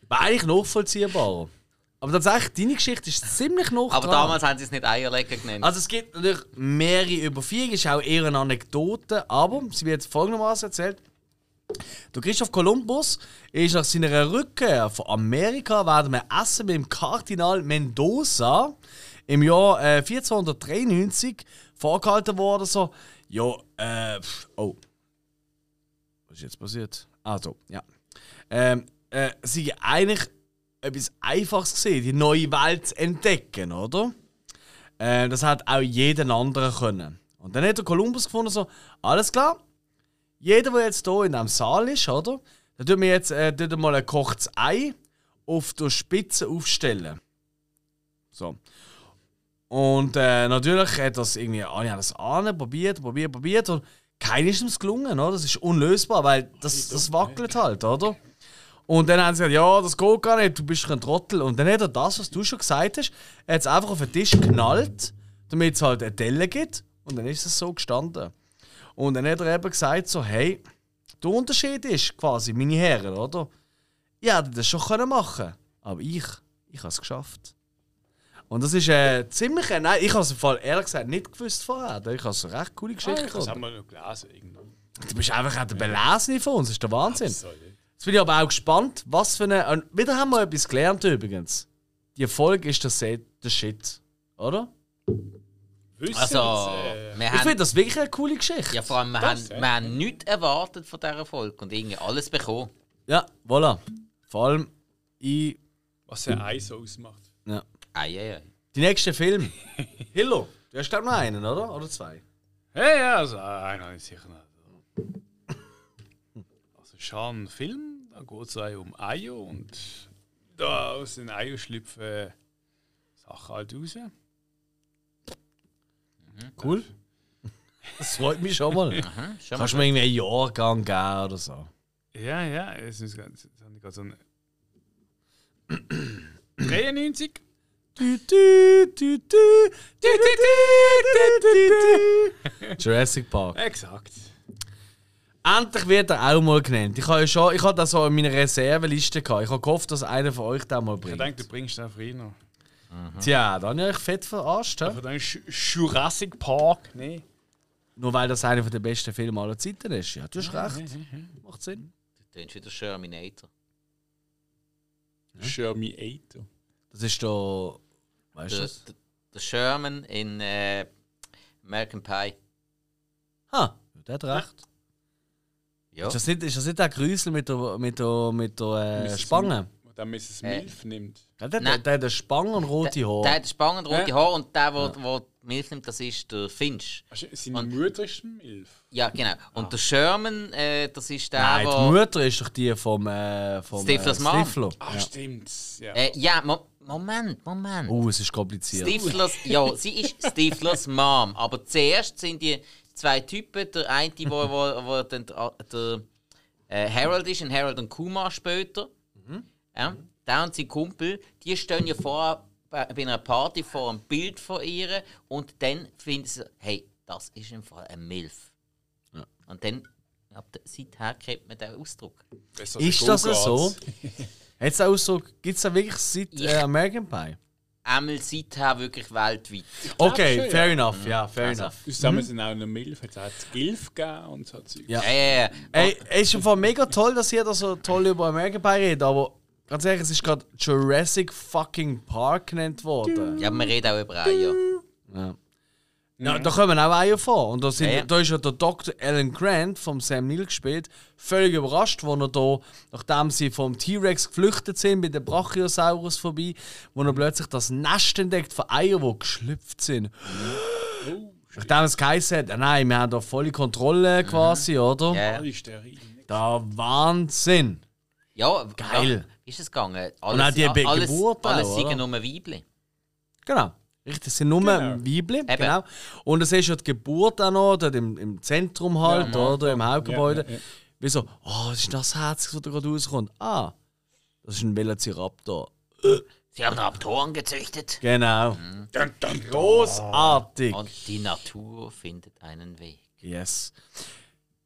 War eigentlich nachvollziehbar. Aber tatsächlich, deine Geschichte ist ziemlich noch.
Aber
dran.
damals haben sie es nicht Eierlecken genannt.
Also es gibt natürlich mehrere Überführungen, ist auch eher eine Anekdote, aber sie wird folgendermaßen erzählt. Der Christoph Kolumbus ist nach seiner Rückkehr von Amerika während einem Essen mit dem Kardinal Mendoza im Jahr äh, 1493 vorgehalten worden, so, ja, äh, pf, oh, was ist jetzt passiert? Also, ja. Ähm, äh, sie haben eigentlich etwas Einfaches gesehen, die neue Welt zu entdecken, oder? Äh, das hat auch jeden anderen können. Und dann hat der Kolumbus gefunden, so, alles klar, jeder, der jetzt hier in diesem Saal ist, oder? Da tun wir jetzt äh, tun wir mal ein kochtes Ei auf der Spitze aufstellen. So. Und äh, natürlich hat das irgendwie, alle haben das an, probiert, probiert, probiert und keinem ist es gelungen, oder? Das ist unlösbar, weil das, das wackelt halt, oder? Und dann haben sie gesagt, ja, das geht gar nicht, du bist ein Trottel. Und dann hat er das, was du schon gesagt hast, er hat es einfach auf den Tisch geknallt, damit es halt eine Delle gibt. Und dann ist es so gestanden. Und dann hat er eben gesagt, so, hey, der Unterschied ist quasi, meine Herren, oder? Ihr hättet das schon können machen aber ich, ich habe es geschafft. Und das ist äh, ziemlich, äh, nein, ich habe es im Fall ehrlich gesagt nicht gewusst vorher. Ich habe es eine recht coole Geschichte.
Das haben
gefunden.
wir noch gelesen. Irgendwo.
du bist einfach auch der Belesene von uns, das ist der Wahnsinn.
So, ja.
Jetzt bin ich aber auch gespannt, was für eine. und Wieder haben wir etwas gelernt übrigens. Die Folge ist der, Se- der Shit, oder?
wissen.
Also,
jetzt, äh,
wir
Ich finde
haben,
das wirklich eine coole Geschichte.
ja, vor allem, wir,
Das,
haben,
ja.
wir haben nichts erwartet von dieser Folge und irgendwie alles bekommen.
Ja, voilà. Vor allem ich.
was ein Eis ausmacht.
Ja.
Ei, ei, ei.
Die nächsten Film. Hillo, du hast glaube noch einen, oder? Oder zwei?
Hey, ja, also einer ist sicher nicht. Also schauen einen Film, da geht es um Eier und da aus den Eier schlüpfen Sachen halt raus.
Cool. Das freut mich schon mal.
Hm, schon mal.
Kannst du mir irgendwie einen Jahrgang geben oder so?
Ja, ja, es ist ganz, jetzt habe ich gerade so eine 93.
Jurassic Park.
Exakt.
Endlich wird er auch mal genannt. Ich habe ja schon, ich habe das so in meiner Reserveliste gehabt. Ich habe gehofft, dass einer von euch den mal
Ich
bringt.
denke, du bringst den Frino.
Tja, dann habe ich euch fett verarscht. hä?
Ich denke, Jurassic Park. Nee.
Nur weil das einer der besten Filme aller Zeiten ist. Ja, du hast recht.
Mhm.
Macht Sinn.
Du tönst wieder Sherminator.
Sherminator.
Das ist doch. Weißt du
Der,
das?
der- der Sherman in äh, American Pie.
Ha, der hat recht.
Ja.
Ist, das nicht, ist das nicht der Grüsel mit der, mit der, mit der äh, Spange? Äh.
Und dann Mrs. Milf nimmt.
Ja, der, der,
Nein.
der hat eine Spange und rote
Der,
Haare.
der hat spannend rote
Ja.
Haare und der, wo, wo die Milch nimmt, das ist der Finch.
Weißt du, Seine Mutter ist Milf.
Ja, genau. Und der Sherman, äh, das ist der,
Ah. Nein, die
wo...
Mutter ist doch die vom, äh, vom äh,
Stiflers Mom.
Stifler.
Ah, stimmt. Ja.
Äh, ja, Mo Moment, Moment.
Oh, es ist kompliziert.
Stiflers, ja, sie ist Stiflers Mom. Aber zuerst sind die zwei Typen, der eine, wo, wo, wo dann der, der äh, Harold ist und Harold und Kuma später. Ja, der und sein Kumpel, die stehen ja vor bei bei einer Party vor einem Bild von ihr und dann finden sie, hey, das ist im Fall ein Milf. Und dann, ab der- seither kennt man den Ausdruck.
Besser
Ist
als
das
Go-Karts.
so? Hat's auch so, gibt es da wirklich seit äh, American Pie?
Einmal seither wirklich weltweit.
Okay,
schon, ja.
fair enough,
Mhm.
ja, fair
Also,
enough.
Uns zusammen sind auch eine Milf, jetzt hat es Gilf gegeben und so Zeug.
Mhm. Ja.
Äh,
Ey, es ist im Fall mega toll, dass ihr da so toll über American Pie redet, aber ganz ehrlich, es ist gerade Jurassic fucking Park genannt worden.
ja, wir reden auch über Eier.
Ja, da kommen auch Eier vor. Und da, sind,
Ja, ja.
da ist ja der Dr. Alan Grant vom Sam Neill gespielt, völlig überrascht, wo er da, nachdem sie vom T-Rex geflüchtet sind, mit dem Brachiosaurus vorbei, wo er plötzlich das Nest entdeckt von Eiern, die geschlüpft sind.
Oh,
Nachdem es geheißen hat, ah nein, wir haben da volle Kontrolle quasi, oder?
Mhm. Ja, ja.
Alle steril.
Da Wahnsinn!
Ja,
Geil.
Ja, wie ist es gegangen? Alles,
auch die Be-
alles,
Geburt auch,
alles
oder?
sind nur Weibli.
Genau. Richtig, es sind nur Weibli, genau. Und es ist ja die Geburt auch noch, dort im, im Zentrum halt, oder im Hauptgebäude.
Ja, ja, ja.
Wie so, oh, das ist das Herz, was da gerade rauskommt. Ah, das ist ein Velociraptor.
Sie haben Raptoren gezüchtet.
Genau.
Mhm.
Großartig.
Und die Natur findet einen Weg.
Yes.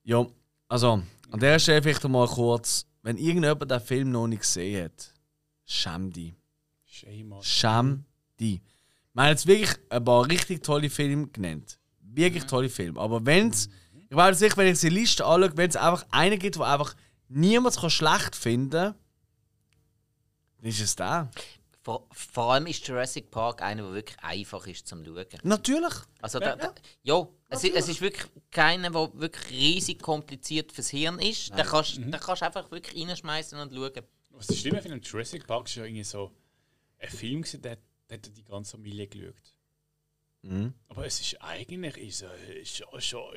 Ja, also, an der Stelle vielleicht mal kurz, wenn irgendjemand den Film noch nicht gesehen hat, schäm dich.
Shame on.
Schäm dich. Wir haben jetzt wirklich ein paar richtig tolle Filme genannt. Wirklich tolle Filme. Aber wenn es, ich weiß nicht, wenn ich diese Liste anschaue, wenn es einfach einen gibt, wo einfach niemand kann schlecht finden kann, dann ist es der.
Vor, vor allem ist Jurassic Park einer, der wirklich einfach ist zum Schauen.
Natürlich.
Also, da, da, ja, es, ist- es ist wirklich keiner, der wirklich riesig kompliziert fürs Hirn ist. Da kannst
Mhm.
du kannst einfach wirklich reinschmeißen und schauen.
Was ist schlimm finde, Jurassic Park ist ja irgendwie so ein Film, gewesen, der, der hat die ganze Familie geschaut.
Mhm.
Aber es ist eigentlich ist, äh, schon, schon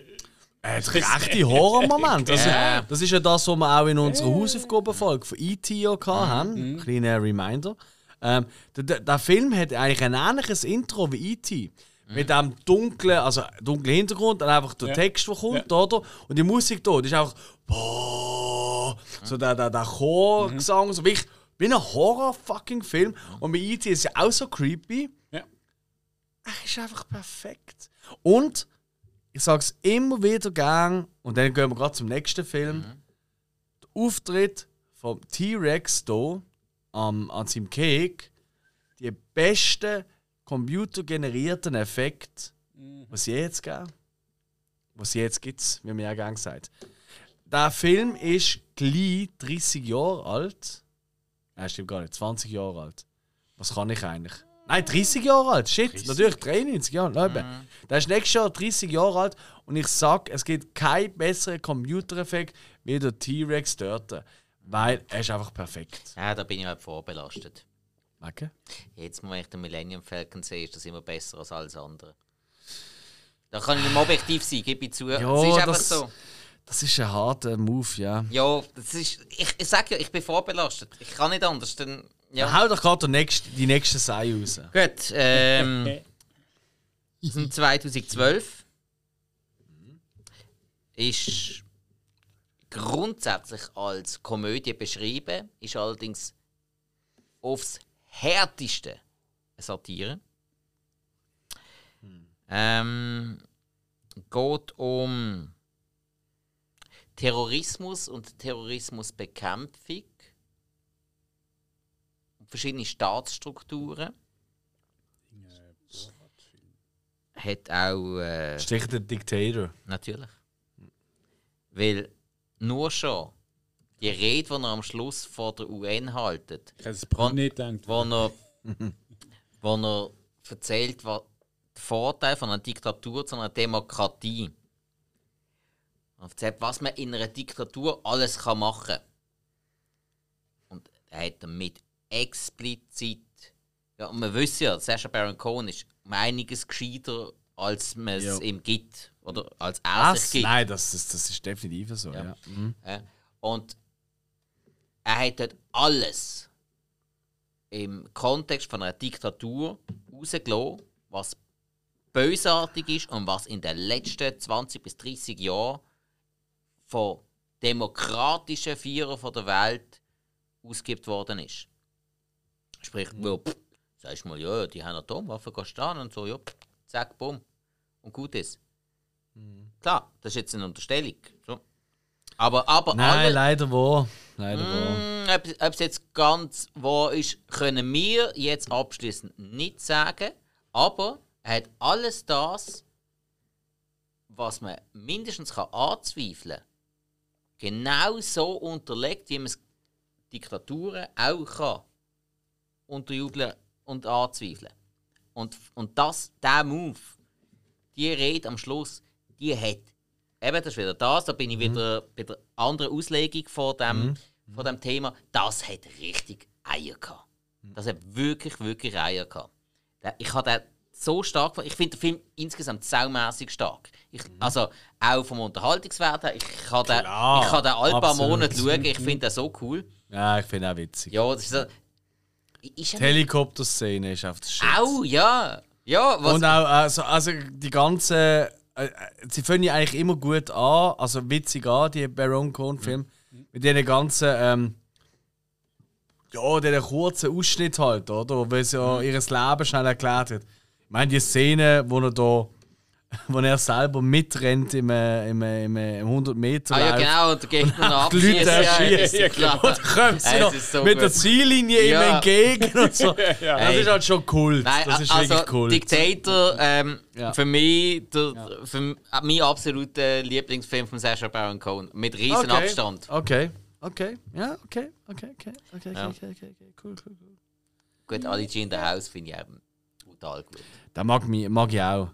Er hat rechte Horrormomente. Das,
Ja.
das ist ja das, was wir auch in unserer Hausaufgabenfolge von E E.T. ja gehabt
Mhm.
haben. Kleiner Reminder. Ähm, der, der, der Film hat eigentlich ein ähnliches Intro wie E.T. Mit dem dunklen, also dunklen Hintergrund, dann einfach der
Mhm. Ja.
Text, der kommt, oder? Und die Musik da, die ist einfach boah, so der, der, der Chorgesang,
Mhm.
so wirklich wie ein Horror-fucking-Film. Und bei E.T. ist es ja auch so creepy.
ja.
Er ist einfach perfekt. Und ich sage es immer wieder gern, und dann gehen wir gerade zum nächsten Film. Der Auftritt vom T-Rex hier am- an seinem Cake, die besten computergenerierten Effekte, was je jetzt gab. Was jetzt gibt, wie mir ja gern gesagt. Der Film ist gleich 30 Jahre alt. Nein, stimmt gar nicht, 20 Jahre alt. Was kann ich eigentlich? Nein, 30 Jahre alt. Shit, natürlich 93 Jahre. Nein, eben.
Mhm.
Der ist nächstes Jahr 30 Jahre alt und ich sag, es gibt keinen besseren Computereffekt wie der T-Rex dort. Weil er ist einfach perfekt.
Ja, da bin ich halt vorbelastet.
Wegen?
Jetzt, wo ich den Millennium Falcon sehe, ist das immer besser als alles andere. Da kann ich nicht objektiv sein, gebe ich zu. Ja, es ist einfach
das-
so.
Das ist ein harter Move, ja.
Ja, das ist. Ich, ich sag ja, ich bin vorbelastet. Ich kann nicht anders. Dann, ja.
Hau doch gerade den nächsten- die nächste Sei raus.
Gut, ähm. das sind 2012 ist grundsätzlich als Komödie beschrieben, ist allerdings aufs härteste eine Satire. Ähm, geht um Terrorismus und Terrorismusbekämpfung, verschiedene Staatsstrukturen. hat auch äh,
Stich der Diktator.
natürlich. Weil nur schon die Rede, die er am Schluss vor der UN haltet,
Ich habe es gar nicht gedacht.
wo er,
Mhm.
wo er erzählt, was der Vorteil von einer Diktatur zu einer Demokratie und erzählt, was man in einer Diktatur alles kann machen Und er hat damit explizit. Ja, und wir wissen ja, Sacha Baron Cohen ist um einiges gescheiter, als man es
Ja.
ihm gibt. Oder als er sich
Was?
gibt.
Nein, das ist, das ist definitiv so. Ja. Mhm.
Ja. Und er hat dort alles im Kontext von einer Diktatur rausgelassen, was bösartig ist und was in den letzten 20 bis 30 Jahren von demokratischen Führern von der Welt ausgibt worden ist. Sprich, wo, pff, sagst du mal, ja, die haben Atomwaffen, gehst du an und so, ja, pff, zack, bumm. Und gut ist. Klar, das ist jetzt eine Unterstellung. So. Aber, aber
Nein,
alle-
leider wo. Leider wo.
Mm, Ob ob es jetzt ganz wahr ist, können wir jetzt abschließend nicht sagen. Aber er hat alles das, was man mindestens kann anzweifeln kann, genau so unterlegt, wie man es Diktaturen auch kann unterjubeln und anzweifeln. Und, und das, der Move, die Rede am Schluss, die hat. Eben, das ist wieder das, da bin ich wieder
Mhm.
bei der anderen Auslegung von dem, von dem Thema. Das hat richtig Eier gehabt.
Mhm.
Das hat wirklich, wirklich Eier gehabt. Der- Ich habe den so stark gefunden. Ich finde den Film insgesamt saumässig stark. Ich,
Mhm.
Also auch vom Unterhaltungswert her. Ich kann den, ich
Klar,
kann den alle paar
absolut. Mhm.
Monate schauen. Ich finde den so cool.
Ja, ich finde auch witzig.
Ja, das ist so. Ist ja
Die Helikopter-Szene ist auf der Shit.
Au, ja. Ja, was.
Und auch, also, also die ganzen. Äh, äh, sie fangen ja eigentlich immer gut an, also witzig an, die Baron Cohen-Filme. Mit diesen ganzen. Ähm, ja, diesen kurzen Ausschnitt halt, oder? Weil sie
Mhm.
ja ihr Leben schnell erklärt hat. Ich meine, die Szene, wo er da. wo er selber mitrennt im, äh, im, äh, im, äh, im 100 meter
ah, ja, genau, und der Gegner noch
die Leute
abschießen. Ja, genau.
erschießen.
das ist klar.
Und dann kommen sie
Es
noch
ist so
mit
gut.
der Ziellinie ihm
Ja.
entgegen und so. Das
Ey.
ist halt schon Kult.
Nein,
das ist
also,
wirklich Kult.
Dictator, ähm,
Ja.
für mich, der, für m- äh, mein absoluter Lieblingsfilm von Sacha Baron Cohen. Mit riesen
Okay.
Abstand.
Okay. Okay. Ja, okay. Okay, okay. Okay, okay, okay, okay, okay. Cool, cool, cool.
Gut, Ali G in the House finde ich eben brutal gut.
Der mag, mich, mag ich auch.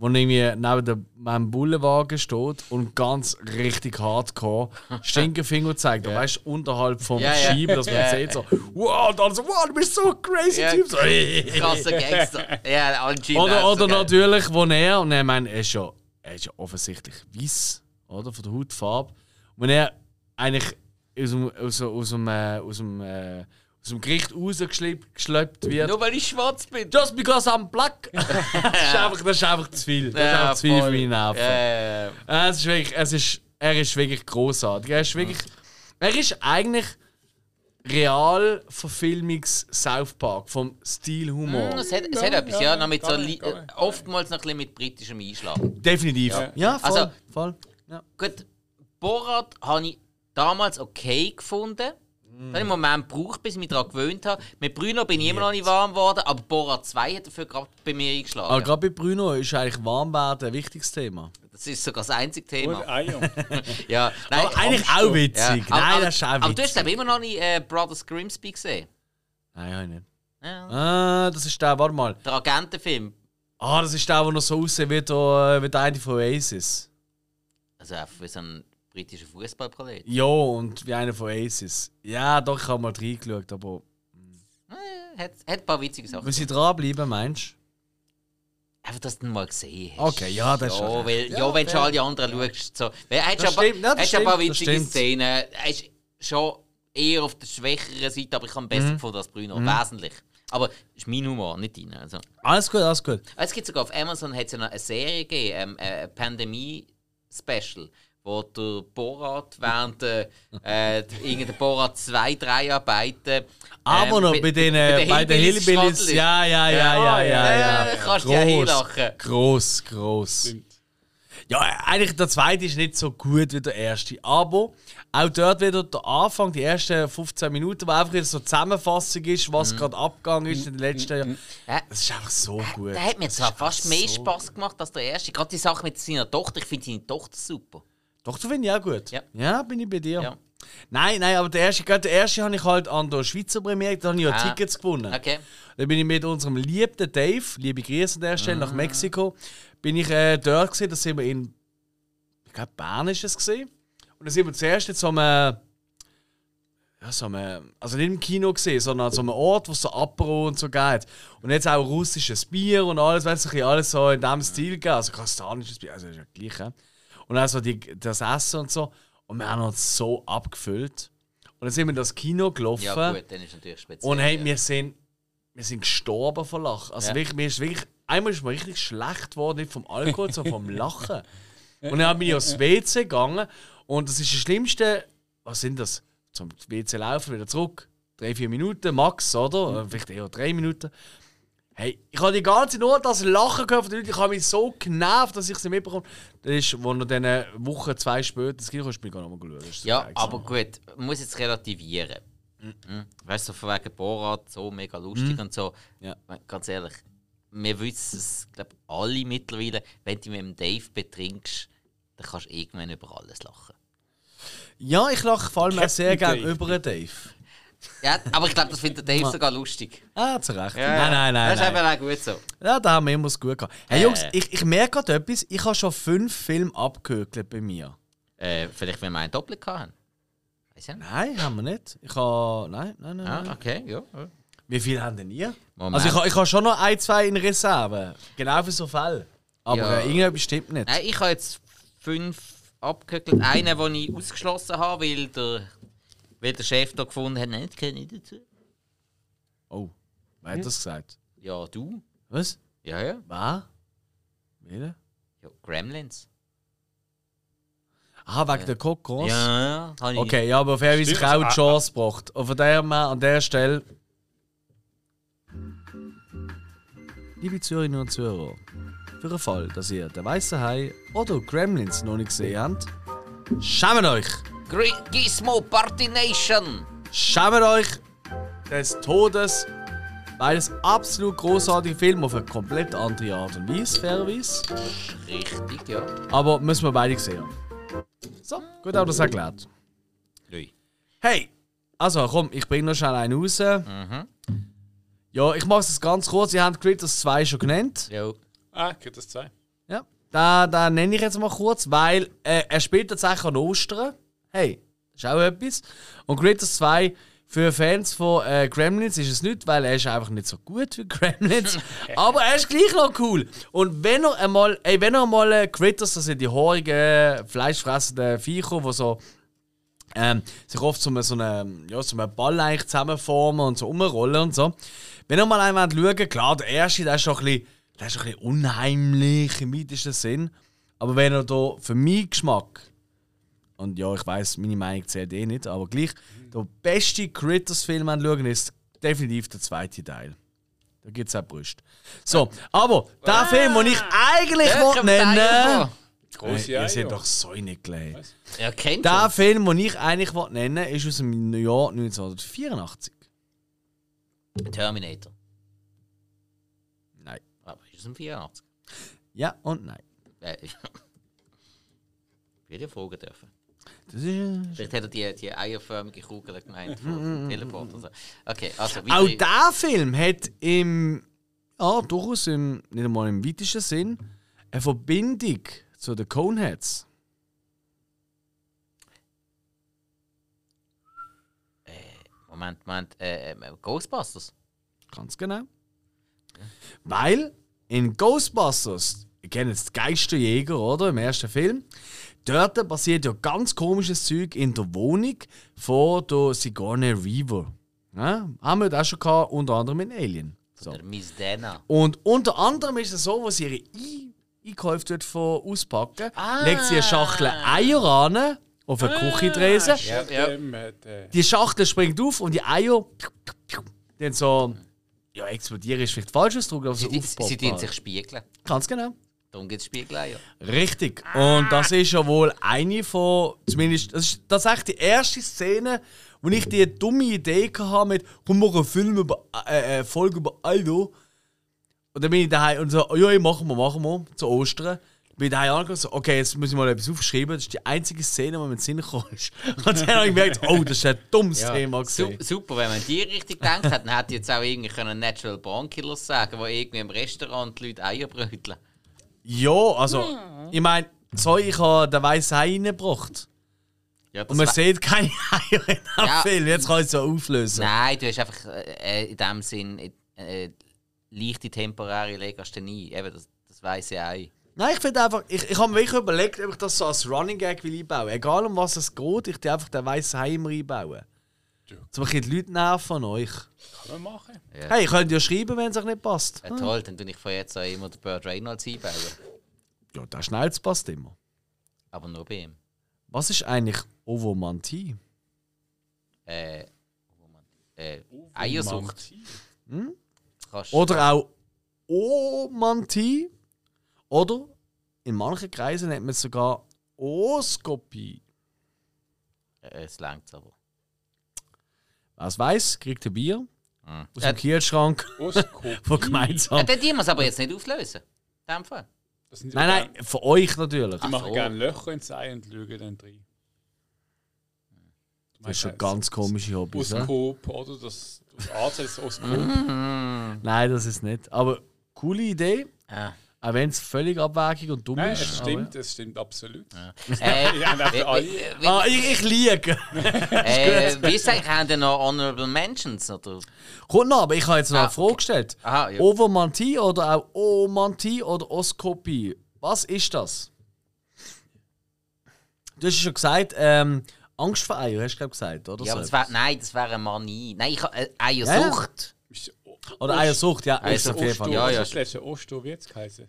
Wo irgendwie neben dem- meinem Bullenwagen steht und ganz richtig hardcore Stinkefinger zeigt. Yeah. Weißt du, unterhalb vom
Ja, ja.
Scheiben, dass man
Ja.
sieht, so, wow, und dann so, wow, du bist so ein crazy
Ja.
Typ. So,
Krasser Gangster. ja, Ali G in the
Oder,
House.
oder
okay.
natürlich, wo er, und ich meine, er ist ja, er ist ja offensichtlich weiß, oder? Von der Hautfarbe. Wenn er eigentlich aus dem, aus, dem- aus dem, äh, aus dem, äh, aus dem Gericht rausgeschleppt geschleppt wird.
Nur weil ich schwarz bin.
Just because I'm black! das, ist einfach, das ist einfach zu viel. Das ist einfach zu viel für meine Nerven.
Äh,
Äh, Es ist wirklich, es ist, er ist wirklich großartig. Er ist wirklich, er ist eigentlich Realverfilmungs South Park vom Stilhumor.
Hm, es hat, es hat
Ja,
etwas,
ja,
ja, noch mit so,
kann ich,
li-
kann ich.
oftmals noch ein bisschen mit britischem Einschlag.
Definitiv. Ja, voll.
Also-
voll. Ja.
Gut, Borat habe ich damals okay gefunden. Mm. habe ich einen Moment gebraucht, bis ich mich daran gewöhnt habe. Mit Bruno bin ich immer noch nicht warm geworden, aber Borat 2 hat dafür gerade bei mir eingeschlagen.
Aber gerade bei Bruno ist eigentlich warm werden ein wichtiges Thema.
das ist sogar das einzige Thema.
Und Eier.
ja, nein,
Oh, Aber eigentlich auch witzig.
aber-
Nein,
aber-
das ist auch
Aber du hast
witzig.
glaub ich, immer noch nicht äh, Brothers Grimsby gesehen.
Nein, habe ich nicht.
Ja.
Ah, das ist der, warte mal.
Der Agentenfilm.
Ah, das ist der, der noch so aussieht wie der, wie der eine von Oasis.
Also einfach wie so ein britischer Fußballprolet.
Ja, und wie einer von Oasis. Ja, doch, ich habe mal reingeschaut, aber...
Äh, Hat, hat ein paar witzige Sachen.
Muss ich dranbleiben, meinst du?
Einfach, dass du ihn mal gesehen hast.
Okay, ja, das ist
ja,
schon
weil, ja, wenn du schon alle anderen schaust. So. Weil, hast
Das
schon ein
stimmt,
paar-
ja, das
hast schon ein paar
stimmt, das
witzige
stimmt.
Szenen. Er ist schon eher auf der schwächeren Seite, aber ich habe ihn
Mhm.
besser gefunden als Bruno. Wesentlich. Aber ist mein Humor, nicht dein. Also.
Alles gut, alles gut.
Es gibt sogar auf Amazon hat's ja noch eine Serie gegeben, ähm, äh, ein Pandemie-Special, wo der Borat während der, äh, irgendein Borat 2, 3 Arbeiten. ähm,
Aber noch Ähm, bei den, äh, bei den, Hillbillies. Ja, ja, ja, ja, ja. ja,
Äh, kannst du ja hinlachen.
Gross, gross.
Stimmt.
Ja, eigentlich der zweite ist nicht so gut wie der erste. Aber auch dort wieder der Anfang, die ersten 15 Minuten, wo einfach wieder so eine Zusammenfassung ist, was gerade abgegangen ist in den letzten Jahren.
Mhm. Äh,
Das ist einfach so gut.
Der hat mir
Das
zwar
ist
fast
einfach
mehr
so
Spass gemacht als der erste. Gerade die Sache mit seiner Tochter. Ich finde seine Tochter super.
Doch, du findest ja gut.
Ja.
bin ich bei dir.
Ja.
Nein, nein, aber der erste, gerade der erste habe ich halt an der Schweizer Premiere, da habe ich ja
Ah.
Tickets gewonnen.
Okay.
Dann bin ich mit unserem liebten Dave, liebe Grüße an der Stelle,
Ah.
nach Mexiko, bin ich äh, dort gewesen, da sind wir in, ich glaube Bern ist es gesehen. Und dann sind wir zuerst in so einem, ja, so einem, also nicht im Kino gesehen, sondern an so einem Ort, wo es so Apero und so geht. Und jetzt auch russisches Bier und alles, weißt du, so ein bisschen alles so in diesem Stil geht. Also kastanisches Bier, also ist ja gleich. hä? Und dann so die, das Essen und so. Und wir haben uns so abgefüllt. Und dann sind wir in das Kino gelaufen.
Ja, gut, dann ist natürlich speziell.
Und hey,
ja.
wir sind, wir sind gestorben vor Lachen. Also
Ja.
wirklich, mir ist wirklich, einmal ist mir richtig schlecht geworden, nicht vom Alkohol, sondern vom Lachen. Und dann bin ich aufs WC gegangen und das ist das Schlimmste, was sind das? Zum WC laufen, wieder zurück. Drei, vier Minuten max,
Mhm.
oder? Äh, Vielleicht eher drei Minuten. Hey, ich habe die ganze Zeit nur das Lachen gehört von den Leuten. Ich habe mich so genervt, dass ich sie mitbekomme. Das ist, wo noch dann eine Woche, zwei später das Kino ist, bin ich gar nicht mehr geschaut. Das ist so
Ja,
geil gewesen.
aber gut, man muss jetzt relativieren. Mhm. Weißt du, von wegen Borat, so mega lustig und so.
Mhm. Ja.
Ganz ehrlich, wir wissen es, glaube alle mittlerweile, wenn du mit dem Dave betrinkst, dann kannst du irgendwann über alles lachen.
Ja, ich lache vor allem auch sehr
Captain
gerne
Dave.
über den Dave.
Ja, aber ich glaube, das findet der Dave sogar lustig.
Ah, zu Recht. nein, nein, nein.
Das ist
nein.
eben auch gut so.
Ja, da haben wir immer es gut gehabt. Hey
Äh.
Jungs, ich, ich merke gerade etwas. Ich habe schon fünf Filme abgehökelt bei mir.
Äh, vielleicht, wenn wir einen Doppel haben. Weiß ja nicht.
Nein, haben wir nicht. Ich habe. Nein, nein, nein.
Ah,
nein.
okay, ja. ja.
Wie viele haben denn ihr?
Moment.
Also, ich, habe- ich habe schon noch ein, zwei in Reserve. Genau für so Fälle. Aber
Ja.
äh, irgendetwas stimmt nicht.
Nein, ich habe jetzt fünf abgehökelt. Einen, den ich ausgeschlossen habe, weil der, weil der Chef da gefunden hat, nein, das gehört nicht dazu.
Oh, wer
Hm?
hat das gesagt?
Ja, du?
Was?
Ja, ja.
Wer? Wer?
ja Gremlins.
Ah, wegen der Kokos?
Ja, habe ich.
Okay, ja, aber auf jeden Fall
Stimmt.
sich auch die
Ah, ah.
Chance gebracht. Und von der her, an der Stelle. Liebe Zürcherinnen und Zürcher, für den Fall, dass ihr den Weißen Hai oder Gremlins noch nicht gesehen habt, schämt euch!
Gri- Gizmo Party Nation!
Schämt euch des Todes, weil es absolut großartige Film auf eine komplett andere Art und Weise, fairerweise.
Richtig, ja.
Aber müssen wir beide sehen. So, gut, aber das erklärt.
Lui.
Hey! Also komm, ich bringe noch schnell einen raus. Ja, ich mache es ganz kurz. Ihr habt Critters 2 schon genannt.
Ja.
Ah, geht das zwei.
Ja. Da, da nenne ich jetzt mal kurz, weil äh, er spielt tatsächlich an Ostern. Hey, ist auch etwas. Und Critters 2 für Fans von äh, Gremlins ist es nicht, weil er ist einfach nicht so gut wie Gremlins. Aber er ist gleich noch cool. Und wenn er einmal, ey, wenn er mal äh, Critters, das sind die haarigen, fleischfressenden Viecher, die so ähm, sich oft zu einem, so einem, ja, zu einem Ball eigentlich zusammenformen und so umrollen und so. Wenn ihr mal einmal schaut, klar, der erste, der ist schon ein bisschen, der ist schon ein bisschen unheimlich im weitesten Sinn. Aber wenn ihr da für meinen Geschmack, und ja, ich weiß, meine Meinung zählt eh nicht, aber gleich, der beste Critters-Film anschauen ist definitiv der zweite Teil. Da gibt es auch Brüste. So, aber der Film, den ich eigentlich wollte nennen
Große
Ihr
Eier.
seid doch so nicht gleich.
Er kennt
Der
das.
Film, den ich eigentlich wollte nennen wollte, ist aus dem Jahr 1984.
Terminator.
Nein.
Aber ist es ein 84?
Ja und nein.
Äh, ich würde fragen dürfen.
Das ist
Vielleicht hat er die, die eierförmige Kugel gemeint vom Teleport oder so. Okay, also
Mhm, Auch
weiter-
der Film hat im, ja, durchaus im, nicht einmal im weitesten Sinn, eine Verbindung zu den Coneheads.
Moment, Moment. Äh, äh, Ghostbusters?
Ganz genau. Weil in Ghostbusters, ihr kennt jetzt Geisterjäger, oder? Im ersten Film. Dort passiert ja ganz komisches Zeug in der Wohnung von der Sigourney Weaver. Ja, haben wir das auch schon gehabt, unter anderem in Alien. So.
Oder Miss Dana?
Und unter anderem ist es so, wo sie ihre I Einkäufe dort von auspacken,
Ah.
legt sie eine Schachtel Eier an, auf eine Küchendrese.
Ja,
Ähm, hat, äh,
Die Schachtel springt auf und die Eier dann so. Ja, explodieren ist vielleicht falsch ausgedrückt, aber so
Sie, sie, sie
aufpoppen.
tun sich spiegeln.
Ganz genau.
Darum gibt es Spiegeleier.
Richtig. Und das ist ja wohl eine von, zumindest, das ist tatsächlich die erste Szene, wo ich die dumme Idee hatte mit, komm, mach einen Film über, äh, äh, Folge über Aldo. Und dann bin ich daheim und so, oh, ja, ja, machen wir, machen wir, zu Ostern. Bin ich daheim angekommen und so, okay, jetzt muss ich mal etwas aufschreiben. Das ist die einzige Szene, die mir in den Sinn gekommen ist. Und dann habe ich gemerkt, oh, das ist ein dummes Thema.
Su
gewesen.
super, wenn man die richtig gedacht hat, dann hätte ich jetzt auch irgendwie können Natural Born Killers sagen wo irgendwie im Restaurant die Leute Eier bröteln.
Ja, also,
Hm.
ich meine, so, ich habe den Weiss reingebracht.
Ja,
Und man
wär-
sieht keine Eier in dem
Also Ja.
Film. Jetzt kann ich es so auflösen.
Nein, du hast einfach äh, äh, in dem Sinn äh, leichte temporäre Legasthenie. Eben, das, das weiss ich auch.
Nein, ich finde einfach, ich, ich habe mir wirklich überlegt, ob ich das so als Running Gag will einbauen will. Egal um was es geht, ich tue einfach den weißen Heim reinbauen. Zum Beispiel die Leute nerven von euch.
kann man machen.
Hey, ihr könnt ja schreiben, wenn es euch nicht passt.
Ja, toll, dann tue ich von jetzt an immer den Bird Reynolds einbauen.
Ja, der Schnelz passt immer.
Aber nur bei ihm.
Was ist eigentlich Ovomantie?
Äh, Moment. äh, Eiersucht. Kannst,
Oder auch Omantie? Oder in manchen Kreisen nennt man es sogar Oskopie.
äh, es längt aber.
Wer es weiss, kriegt ein Bier aus
Äh,
dem Kühlschrank von
Oskopie.
Ja,
gemeinsam.
dann die muss aber jetzt nicht auflösen. In dem Fall.
Das sind die
Nein, nein, für euch natürlich.
Die
Das
machen
so.
gerne Löcher ins Ei und lügen dann drin. Das
ist schon ganz komische Hobbys. ne?
Oskop, oder? Das das Arzt ist Oskop.
Nein, das ist nicht. Aber coole Idee,
Ah.
auch wenn es völlig abwegig und dumm
Nein,
ist.
es stimmt, es stimmt absolut.
Äh,
Ja, nach
wie-
alle.
wie-
Aber, ah, ich, ich liege.
äh, wie ist eigentlich, haben die noch Honorable Mentions? Oder?
Kommt noch, aber ich habe jetzt noch
Ah,
eine Frage gestellt.
Aha, ja.
Overmantie oder auch Omantie oder Oskopie. Was ist das? Du hast ja schon gesagt, ähm, Angst vor Eier, hast du glaub, gesagt, oder?
Ja,
so
aber das wär,
etwas.
nein, das wäre eine Manie. Nein, ich habe äh,
Ja.
Eiersucht.
oder Eiersucht, ja, ist
Eiersucht,
auf jeden Fall.
ja.
Ja, ja. Das letzte Osto wird es geheißen.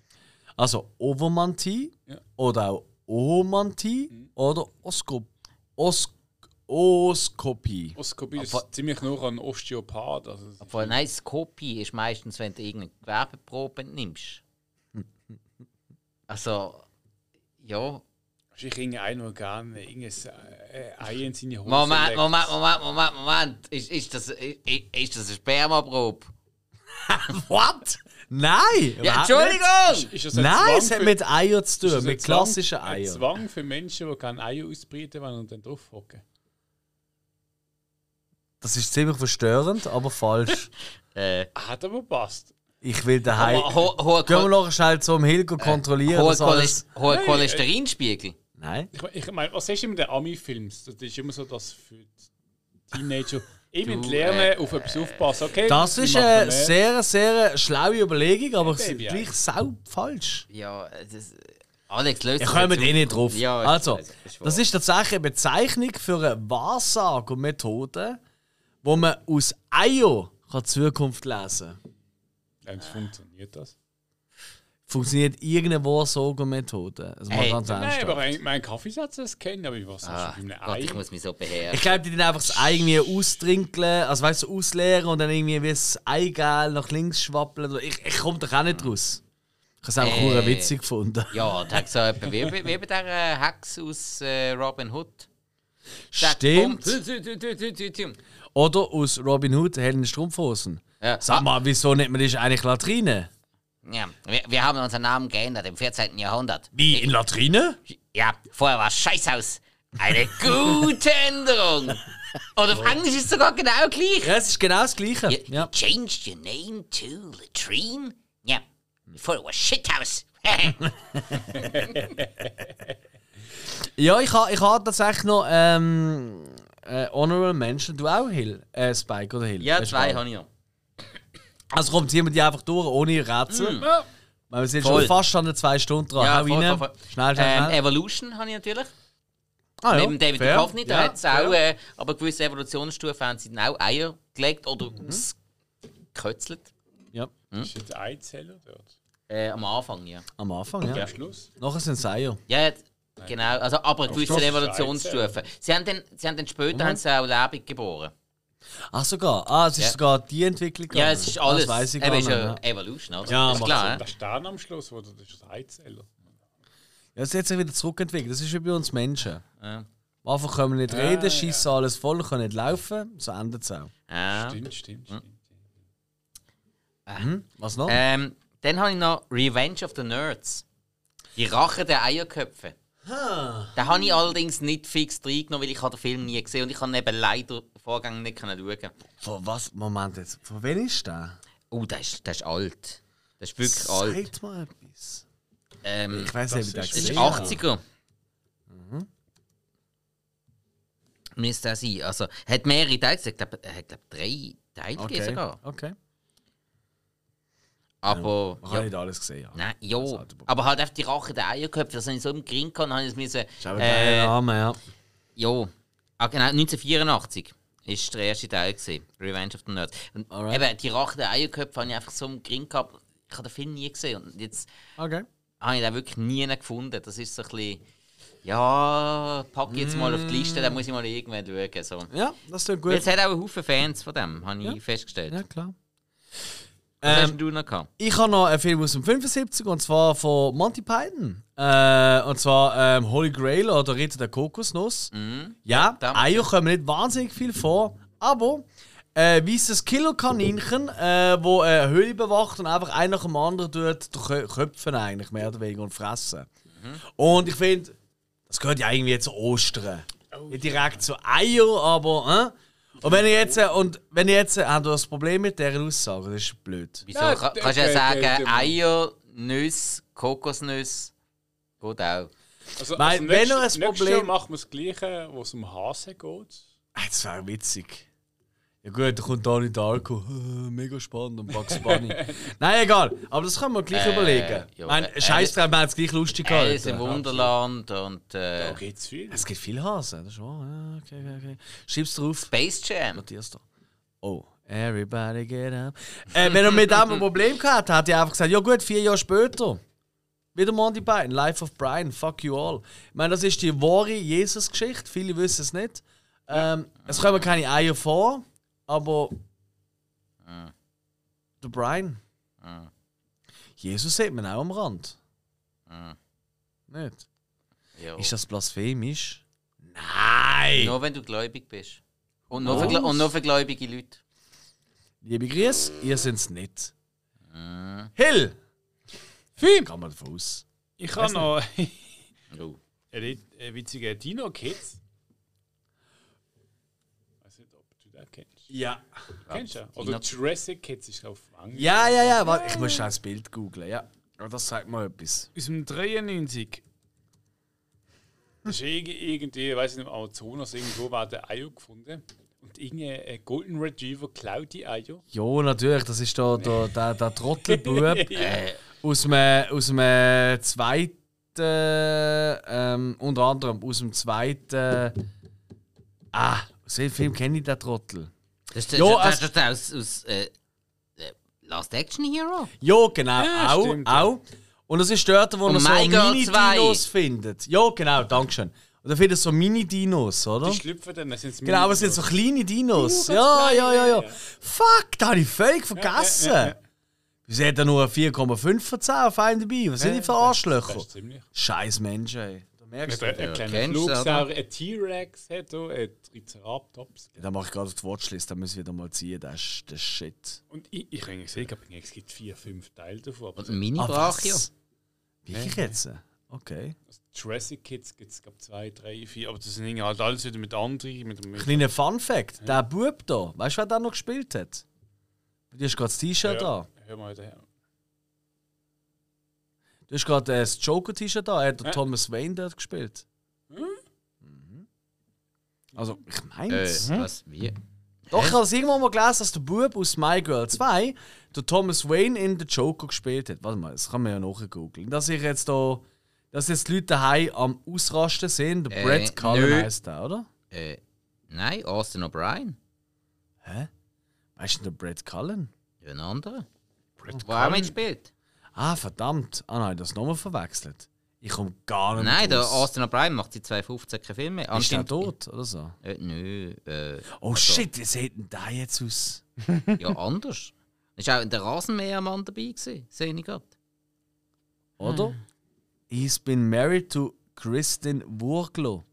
Also Overmantie
Ja.
oder auch Omantie
Mhm.
oder Oskop Osk Oskopie.
Oskopie ist ziemlich nur an Osteopath. Also es-
Obwohl, nein, das Kopie ist meistens, wenn du irgendeine Gewerbeprobe nimmst. Also, ja.
ist ich irgendein Organ, irgendein äh, Ei in seine Hose.
Moment,
legt.
Moment, Moment, Moment, Moment. Ist, ist, das, ist, ist das eine Spermaprobe?
What? Nein!
Ja,
überhaupt nicht.
Entschuldigung!
Ist das ein
Nein,
Zwang
es hat
für-
mit Eier zu
ist das
tun,
ein
mit
Zwang-
klassischen
Ein
Eiern.
Zwang für Menschen, die gerne Eier ausbreiten wollen und dann drauf hocken.
Das ist ziemlich verstörend, aber falsch.
Äh,
Hat aber passt.
Ich will daheim.
ho- ho- hohe
Können wir
Chol-
noch schnell zum Hilger
Äh,
kontrollieren?
hohe
dass alles-
Choles- hohe Cholesterinspiegel.
Nein.
Ich, mein- ich meine, was hast du mit den Ami-Films? Das ist immer so, dass für die Teenager eben
Du, äh,
lernen, auf etwas aufpassen. Okay,
Das
sie
ist
machen
eine
mehr.
sehr, sehr schlaue Überlegung, aber es ist
Baby-Ei.
gleich sau falsch.
Ja, das. Alex löst
Ihr
das
kommt
jetzt
eh
auf.
nicht drauf.
Ja,
also,
ist- ist wahr.
das ist tatsächlich eine Bezeichnung für eine Wahrsagemethode, wo man aus Eier kann Zukunft lesen kann.
Dann funktioniert das.
Funktioniert irgendeine Wahrsagemethode. Also mal
Ey,
ganz
Nein,
ernsthaft.
aber ein- mein Kaffeesatz das kennen, aber ich weiß nicht,
Ah,
ah, mit einem
Gott,
Ei.
ich muss mich so beherrschen.
Ich glaube, die dann einfach das Ei irgendwie austrinkeln, also weißt du, ausleeren und dann irgendwie wie das Eigel nach links schwappeln. oder- Ich, ich komme doch auch nicht raus. Ich habe es einfach
Äh.
nur witzig gefunden.
Ja, da so etwa wie, wie, wie bei dieser Hex aus äh, Robin Hood. Der
Stimmt.
kommt. Tü, tü, tü, tü, tü, tü.
Oder aus Robin Hood, Helen Strumpfhosen.
Ja.
Sag mal, wieso nennt man das eigentlich Latrine?
Ja, wir, wir haben unseren Namen geändert im 14. Jahrhundert.
Wie, in Latrine?
Ja, vorher war es Scheißhaus. Eine gute Änderung! Oder auf Englisch ist es sogar genau gleich.
Ja, es ist genau das Gleiche.
Ja.
Ja.
Changed your name to Latrine? Yeah. Before it was Shithouse.
Ja, ich habe ich ha tatsächlich noch ähm, äh, Honorable Mention. Du auch, Hill? Äh, Spike oder Hill?
Ja,
Hast du
zwei
auch?
habe ich noch.
Also kommt jemand die einfach durch, ohne Rätsel.
Ja.
Weil wir sind
Mhm. Voll.
schon fast an den zwei Stunden dran.
Ja,
Hau
voll,
rein.
voll, voll.
Schnell, schnell,
Ähm,
schnell.
Evolution habe ich natürlich.
ah,
Neben David
fair.
Duchovny, da
Ja,
hat es auch, äh, aber gewisse Evolutionsstufen haben sie dann auch Eier gelegt oder
Mhm.
ausgekötzelt.
Ja.
Ist jetzt ein Zeller dort?
Äh, am Anfang, ja.
Am Anfang, ja.
Am Schluss?
Nachher sind es Eier.
Ja, jetzt- genau. Also, aber gewisse
das ist
Evolutionsstufen. Sie haben dann, sie haben dann später
Mhm.
haben sie auch Lebig geboren.
Ach, sogar. Ah, es ist
Ja.
sogar die Entwicklung.
Ja,
gegangen.
es ist alles.
Das weiß ich
Eben,
gar
ist
nicht.
ja
Ja.
Evolution, oder?
Ja,
ist
macht
klar.
Der Stern am Schluss, wo das ist ein Zeller.
Ja, es hat sich wieder zurückentwickelt. Das ist wie bei uns Menschen.
Ja.
Am Anfang können wir nicht reden, schießen alles voll, können nicht laufen. So endet es auch.
Ja.
Stimmt, stimmt, stimmt.
Was noch?
Ähm, dann habe ich noch Revenge of the Nerds. Die Rache der Eierköpfe.
Ah.
Den habe ich allerdings nicht fix reingenommen, weil ich habe den Film nie gesehen und ich habe ihn eben leider Vorgang nicht können schauen
Von was? Moment jetzt. Von wem ist der?
Oh, der ist, der ist alt. Der ist wirklich alt.
Sagt mal etwas.
Ähm,
Ich Mhm. weiß nicht, wie der
ist-
das ist
gesehen
80er. Müsste auch sein. Also, hat mehrere Teile gesagt. Er hat, glaube drei Teile gegeben
Okay.
sogar.
okay.
Aber.
Man
ja.
kann nicht alles gesehen also. haben.
Nein, ja.
Das alte Buch.
Aber halt einfach die Rache der Eierköpfe. Das habe ich so im Grin gehabt und habe ich es müssen.
Ist aber
äh,
äh, Name, ja.
Ja, ah, genau, 1984 ist der erste Teil, gewesen, Revenge of the Nerds. Und
Alright.
eben, die Rache der Eierköpfe habe ich einfach so im Grin gehabt. Ich habe den Film nie gesehen und jetzt
Okay.
habe ich den wirklich nie gefunden. Das ist so ein bisschen, ja, pack ich jetzt mal auf die Liste, dann muss ich mal irgendwann schauen. So.
Ja, das klingt
Weil Es
gut.
hat auch einen Haufen Fans von dem, habe ich festgestellt.
Ja, klar.
Was hast
Ähm,
denn du noch gehabt?
ich habe noch einen Film aus dem 75 und zwar von Monty Python. Äh, und zwar ähm, Holy Grail oder Ritter der Kokosnuss. Ja,
Verdammt.
Eier kommen nicht wahnsinnig viel vor, aber äh, weißes Killerkaninchen, äh, wo eine Höhle bewacht und einfach einer nach dem anderen tut, die Kö- Köpfen eigentlich mehr oder weniger und fressen. Und ich finde, das gehört ja irgendwie zu Ostern. Nicht direkt zu Eier, aber. Äh? Und wenn ich jetzt, äh, und wenn ich jetzt, äh, habt ihr ein Problem mit dieser Aussage? Das ist blöd.
Wieso?
Ja,
Ka-
der-
kannst du ja
der-
sagen,
der- der-
Eier, Nüsse, Kokosnüsse, gut auch.
Also,
Weil, wenn
nächstes-
er ein
nächstes
Problem-
Jahr machen wir das Gleiche, wo es um Hasen geht.
Ah, Das wäre witzig. Ja gut, da kommt Donnie Darko. Äh, Mega spannend und Bugs Bunny. Nein, egal. Aber das können wir gleich
Äh,
überlegen.
ja,
mein
äh,
Scheiß drauf, wir haben es gleich lustig
Alice im
gehalten.
Wunderland und äh,
Da geht es viel.
Es gibt viele Hasen, das ist wahr. Ja, okay, okay, okay. Schreib's drauf.
Space Jam.
Notier's da. Oh, everybody get up. Äh, wenn er mit dem ein Problem gehabt hat, hat er einfach gesagt, ja gut, vier Jahre später. Wieder Monty Python, Life of Brian, fuck you all. Ich meine, das ist die wahre Jesus-Geschichte, viele wissen es nicht. Ähm, Es kommen keine Eier vor, aber der Brian. Jesus sieht man auch am Rand. Nicht?
Ja.
Ist das blasphemisch? Oh. Nein!
Nur wenn du gläubig bist. Und nur, für, Gla- und nur für gläubige Leute.
Liebe Grüße, ihr sind's nicht. Hill! Film! Kann man davon aus.
Ich habe noch
Oh.
einen witzigen Dino Kids. Ich weiß nicht, ob du den kennst.
Ja.
Kennst du? den?
Dino-
Oder Jurassic Kids ist auf Englisch.
Ja, ja, ja, warte, ich muss schnell das Bild googlen, ja. Aber das zeigt mal etwas.
Aus dem 93. Das ist irg- irgendwie, ich weiß nicht, im Amazonas irgendwo werden Eier gefunden. Und irgendein äh, Golden Retriever klaut die Eier.
Jo, natürlich, das ist da, da, der, der Trottelbub
Äh,
aus dem, aus dem zweiten, ähm, unter anderem aus dem zweiten, ah, aus dem Film kenne ich den Trottel.
das ist der,
Ja,
der,
also-
der, der aus, aus äh, äh, Last Action Hero.
Ja, genau,
Ja,
auch,
stimmt, ja.
auch. Und das ist dort, wo
Und
man so
My Girl
Mini-Dinos findet. Ja, genau, Dankeschön. Und da findet so Mini-Dinos, oder?
Die schlüpfen dann, dann sind sie
Genau, aber es sind so kleine Dinos. Ja, ja, ja, ja.
ja.
Fuck, da habe ich völlig vergessen.
ja, ja.
Wieso hat er nur 4,5 von 10 auf einem dabei? Was sind die für
Das
Arschlöcher?
ist ziemlich.
Scheiß Menschen, ey. Da merkst du.
äh, Ein ein kleiner
kennst du,
Flugsaur, ein T-Rex hat er, ein Triceratops.
Ja, Dann mache ich gerade auf die Watchlist, dann müssen wir wieder mal ziehen. Das ist das ist Shit.
Und ich, ich
Ah,
Ah,
habe gesehen, ich glaube, es gibt vier, fünf Teile davon. Aber
Und ein Mini Brachio.
was? Wirklich jetzt? Okay.
Jurassic Kids gibt es, glaube zwei, drei, vier, aber das sind irgendwie halt alles wieder mit anderen, mit dem.
Kleiner Fun Fact: Der Bub da, weißt du, wer da noch gespielt hat? Du hast gerade das T-Shirt an.
Hör mal daher.
Du hast gerade äh, das Joker-T-Shirt an. Er hat
Äh.
der Thomas Wayne dort gespielt. Mhm. Also, ich meine
Äh,
es.
was? Wie?
Doch, ich habe es irgendwo mal gelesen, dass der Bub aus My Girl 2 der Thomas Wayne in The Joker gespielt hat. Warte mal, das kann man ja nachgoogeln. Dass ich jetzt da, dass jetzt die Leute daheim am Ausrasten sind, der
Äh,
Brett Cullen
nö.
heisst der, oder?
Äh, nein, Austin O'Brien.
Weißt du, denn, der Brett Cullen?
Ja, ein anderer. Wo auch mitspielt.
Ah, verdammt. Ah nein, das nochmal verwechselt. Ich komme gar nicht
Nein, der ah,
raus.
Austin O'Brien macht seit 2015 keine Filme.
Ist der
Anscheinend-
tot oder so?
Äh, nö, äh,
Oh shit, wie sieht denn der jetzt aus?
ja, anders. Ist auch der Rasenmähermann dabei gewesen, sehe ich gerade.
Oder?
Hm.
He's been married to Kristin Wurglo.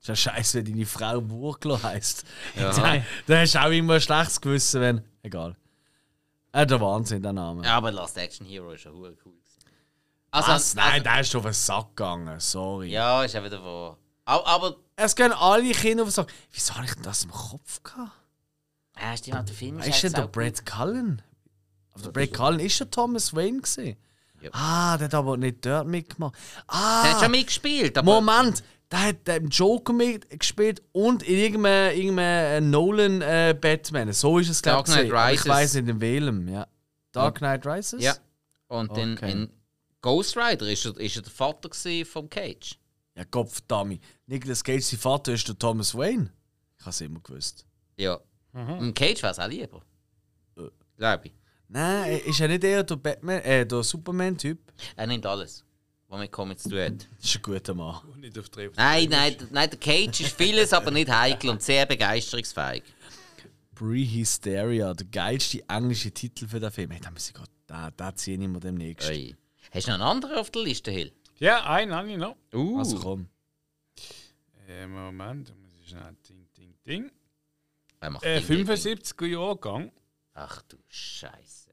Ist ja scheiße, wenn deine Frau Wurglo heißt. Da, da hast du auch immer ein schlechtes Gewissen, wenn. Egal. Äh, der Wahnsinn, der Name.
Ja, aber Last Action Hero ist ja hure cool. gewesen. Also,
Was? Nein,
also-
der ist auf den Sack gegangen, sorry.
Ja, ist ja wieder wo. Aber, aber
Es gehen alle Kinder auf den Sack. Wieso habe ich denn das im Kopf gehabt?
äh, stimmt, auch der Film
Weißt du
jetzt
denn, der
auch
Brad Cullen? Aber der Brad Cullen ist der Thomas Wayne gesehen.
Ja.
Ah, der hat aber nicht dort mitgemacht.
gut. Der hat
Ah,
schon mitgespielt, aber
Moment, der hat im Joker mitgespielt und in irgendeinem, irgendeinem Nolan äh, Batman. So ist es glaube
Dark
ich.
Knight
gewesen. Aber Ich
Rises.
weiß nicht in welchem. Ja. Dark Knight Rises.
Ja. Und dann
Okay.
in Ghost Rider ist er, ist er der Vater gewesen vom Cage.
Ja, Kopf, Dummy. Nicolas Cage, sein Vater ist der Thomas Wayne. Ich habe es immer gewusst.
Ja.
Mhm.
Und Cage war es auch lieber. Glaube ich.
Nein, ist er nicht eher der Batman, äh, der Superman-Typ?
Er nimmt alles, was mit Comics zu tun hat.
Das ist ein guter Mann.
Und nicht auf Treffen.
Nein, nein, d- nein, der Cage ist vieles, aber nicht heikel und sehr begeisterungsfähig.
Prehysteria, der geilste englische Titel für den Film. Hey, da muss ich gerade, da, da ziehe ich mir demnächst.
Ui. Hast du noch einen anderen auf der Liste, Hill?
Ja, einen habe ich noch.
Uh.
Also komm.
Äh, Moment, da muss ich schnell. Ding, ding, ding.
Wer macht
Äh,
den denn?
75er Jahrgang
Ach du Scheiße.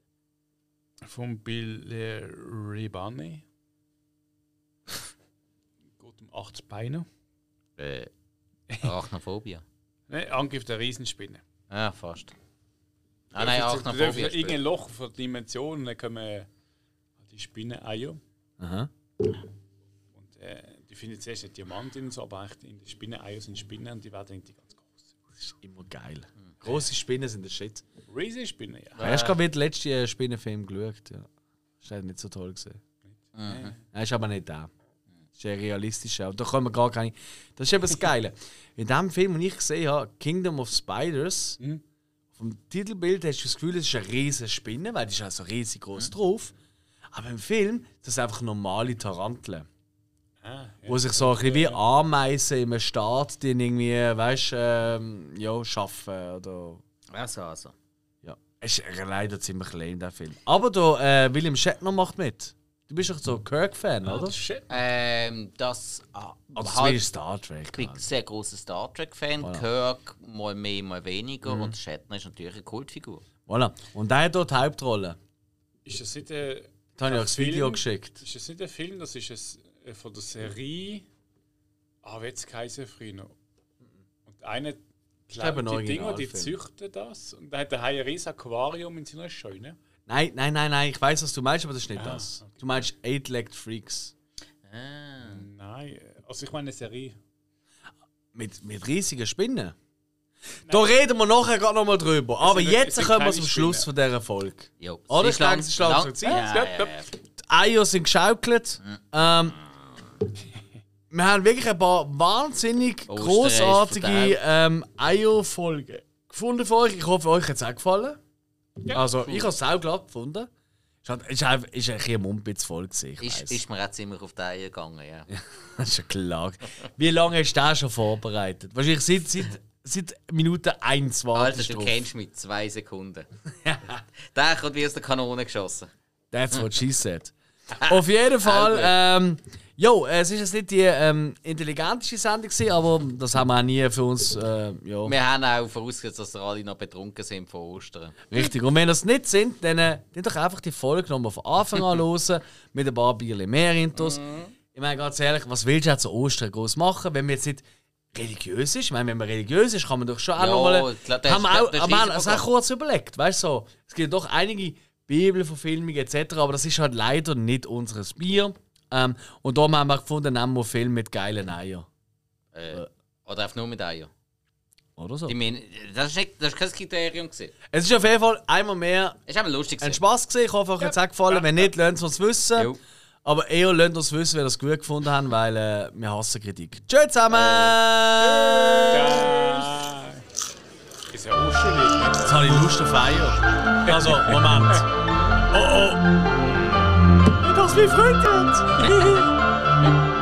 von Bill äh, Ribane. Geht um acht Beine.
Äh, Arachnophobie.
Ne, Angriff der Riesenspinne.
Ah, fast. Ah nein,
Da dürfen
Arachnophobie.
sie
ist
irgendein
blöd.
Loch von Dimensionen, dann kommen äh, die Spinneneier.
Aha.
Und äh, die finden zuerst einen Diamant in und so, aber eigentlich in den Spinneneier sind Spinnen und die werden irgendwie ganz groß.
Das ist immer geil. Große Spinnen sind der Shit.
Riesenspinne, ja.
Hast du gerade wieder den letzten äh, Spinnenfilm geschaut? Ja. Ist halt nicht so toll gesehen. Nein, ist aber nicht der. Ist ja realistischer. Und da können wir gar keine. Das ist eben das Geile. In dem Film, den ich gesehen habe, Kingdom of Spiders,
Hm?
vom Titelbild hast du das Gefühl, es ist eine riesige Spinne, weil die ist also riesig
Hm?
groß drauf. Aber im Film, das sind einfach normale Taranteln.
Ah, ja.
Wo sich so ein bisschen wie Ameisen im Staat, die irgendwie, weißt du, ähm, ja, arbeiten oder
Also, also.
ja, es ist leider ziemlich lame, der Film. Aber da, äh, William Shatner macht mit. Du bist doch so ein Kirk-Fan, oder?
Shit.
Ähm, das ah,
Oder
halt,
zumindest Star Trek.
ich bin ein
Mann.
sehr großer Star Trek-Fan. Kirk mal mehr, mal weniger. Und Shatner ist natürlich eine Kultfigur.
Voilà. Und der hat dort die Hauptrolle.
Ist das nicht ein,
Da habe ich
Ein
euch das Video
Film?
geschickt.
ist das nicht ein Film, das ist es äh, von der Serie Ah, wie jetzt Kaiser Frino. Und einer
glaube, ein
klaut die Dinger, die
Originalfilm.
züchten das und dann hat er ein riesiges Aquarium in seiner Scheune.
Nein, nein, nein, nein, ich weiß, was du meinst, aber das ist nicht
Ah,
das. Du meinst Eight-Legged Freaks.
Ah.
Nein, also ich meine eine Serie.
Mit, mit riesigen Spinnen. Da reden wir nachher gerade nochmal drüber. Aber
sind- es
jetzt
sind
kommen wir
keine
zum Schluss von
Spinnen.
dieser Folge.
Jo.
Oder?
Sie
Ich denke,
schlagen-
sie schlagen
Ah, lang-
zurück. Sie-
Ja,
ja,
ja,
ja.
ja.
Eier sind geschaukelt. Ähm, wir haben wirklich ein paar wahnsinnig
Ostern ist
großartige
verteilt.
ähm, Eierfolgen gefunden für euch. Ich hoffe, euch hat es auch gefallen. also, ich habe es auch glatt gefunden. Es war ist einfach- ist ein bisschen ein Mumpitz voll. gewesen, Ich
Ist,
weiss.
ist mir auch ziemlich auf die Eier gegangen, ja.
Das ist ja klar. Wie lange hast du das schon vorbereitet? Wahrscheinlich seit, seit, seit Minute 1
Also,
wartest
du
du drauf.
kennst mich zwei Sekunden. der kommt wie aus der Kanone geschossen.
That's what she said. Auf jeden Fall, ähm, jo, es ist jetzt nicht die ähm, intelligenteste Sendung gewesen, aber das haben wir auch nie für uns, äh, ja,
Wir haben auch vorausgesetzt, dass ihr alle noch betrunken sind von Ostern.
richtig. Und wenn das nicht sind, dann
Mhm.
äh, dann doch einfach die Folge nochmal von Anfang an hören, mit ein paar Bierchen mehr Intos. Ich meine, ganz ehrlich, was willst du jetzt zu Ostern groß machen, wenn man jetzt nicht religiös ist? Ich meine, wenn man religiös ist, kann man doch schon auch
Ja,
nochmal.
ich glaub, das
Haben
ist-
wir auch,
das ist
aber haben
riesig
es auch kurz überlegt, weißt du? So, es gibt doch einige Bibelverfilmungen etc., aber das ist halt leider nicht unseres Bier. Ähm, und darum haben wir gefunden, nehmen wir einen Film mit geilen Eiern.
Äh, oder einfach nur mit Eier.
Oder so.
Ich meine, das ist, nicht, das ist kein Kriterium. gewesen.
Es ist auf jeden Fall einmal mehr
Es ist einfach lustig.
ein
gewesen.
Spaß gesehen. Ich hoffe, euch hat es auch gefallen. Wenn nicht, lasst uns wissen.
Jo.
Aber eher lasst uns wissen, wenn ihr es gut gefunden habt, weil äh, wir hassen Kritik. Tschüss zusammen!
Ah. Ist ja auch schon nicht.
Jetzt habe ich Lust auf Eier. Also, Moment. Oh oh! Das wie Freunde!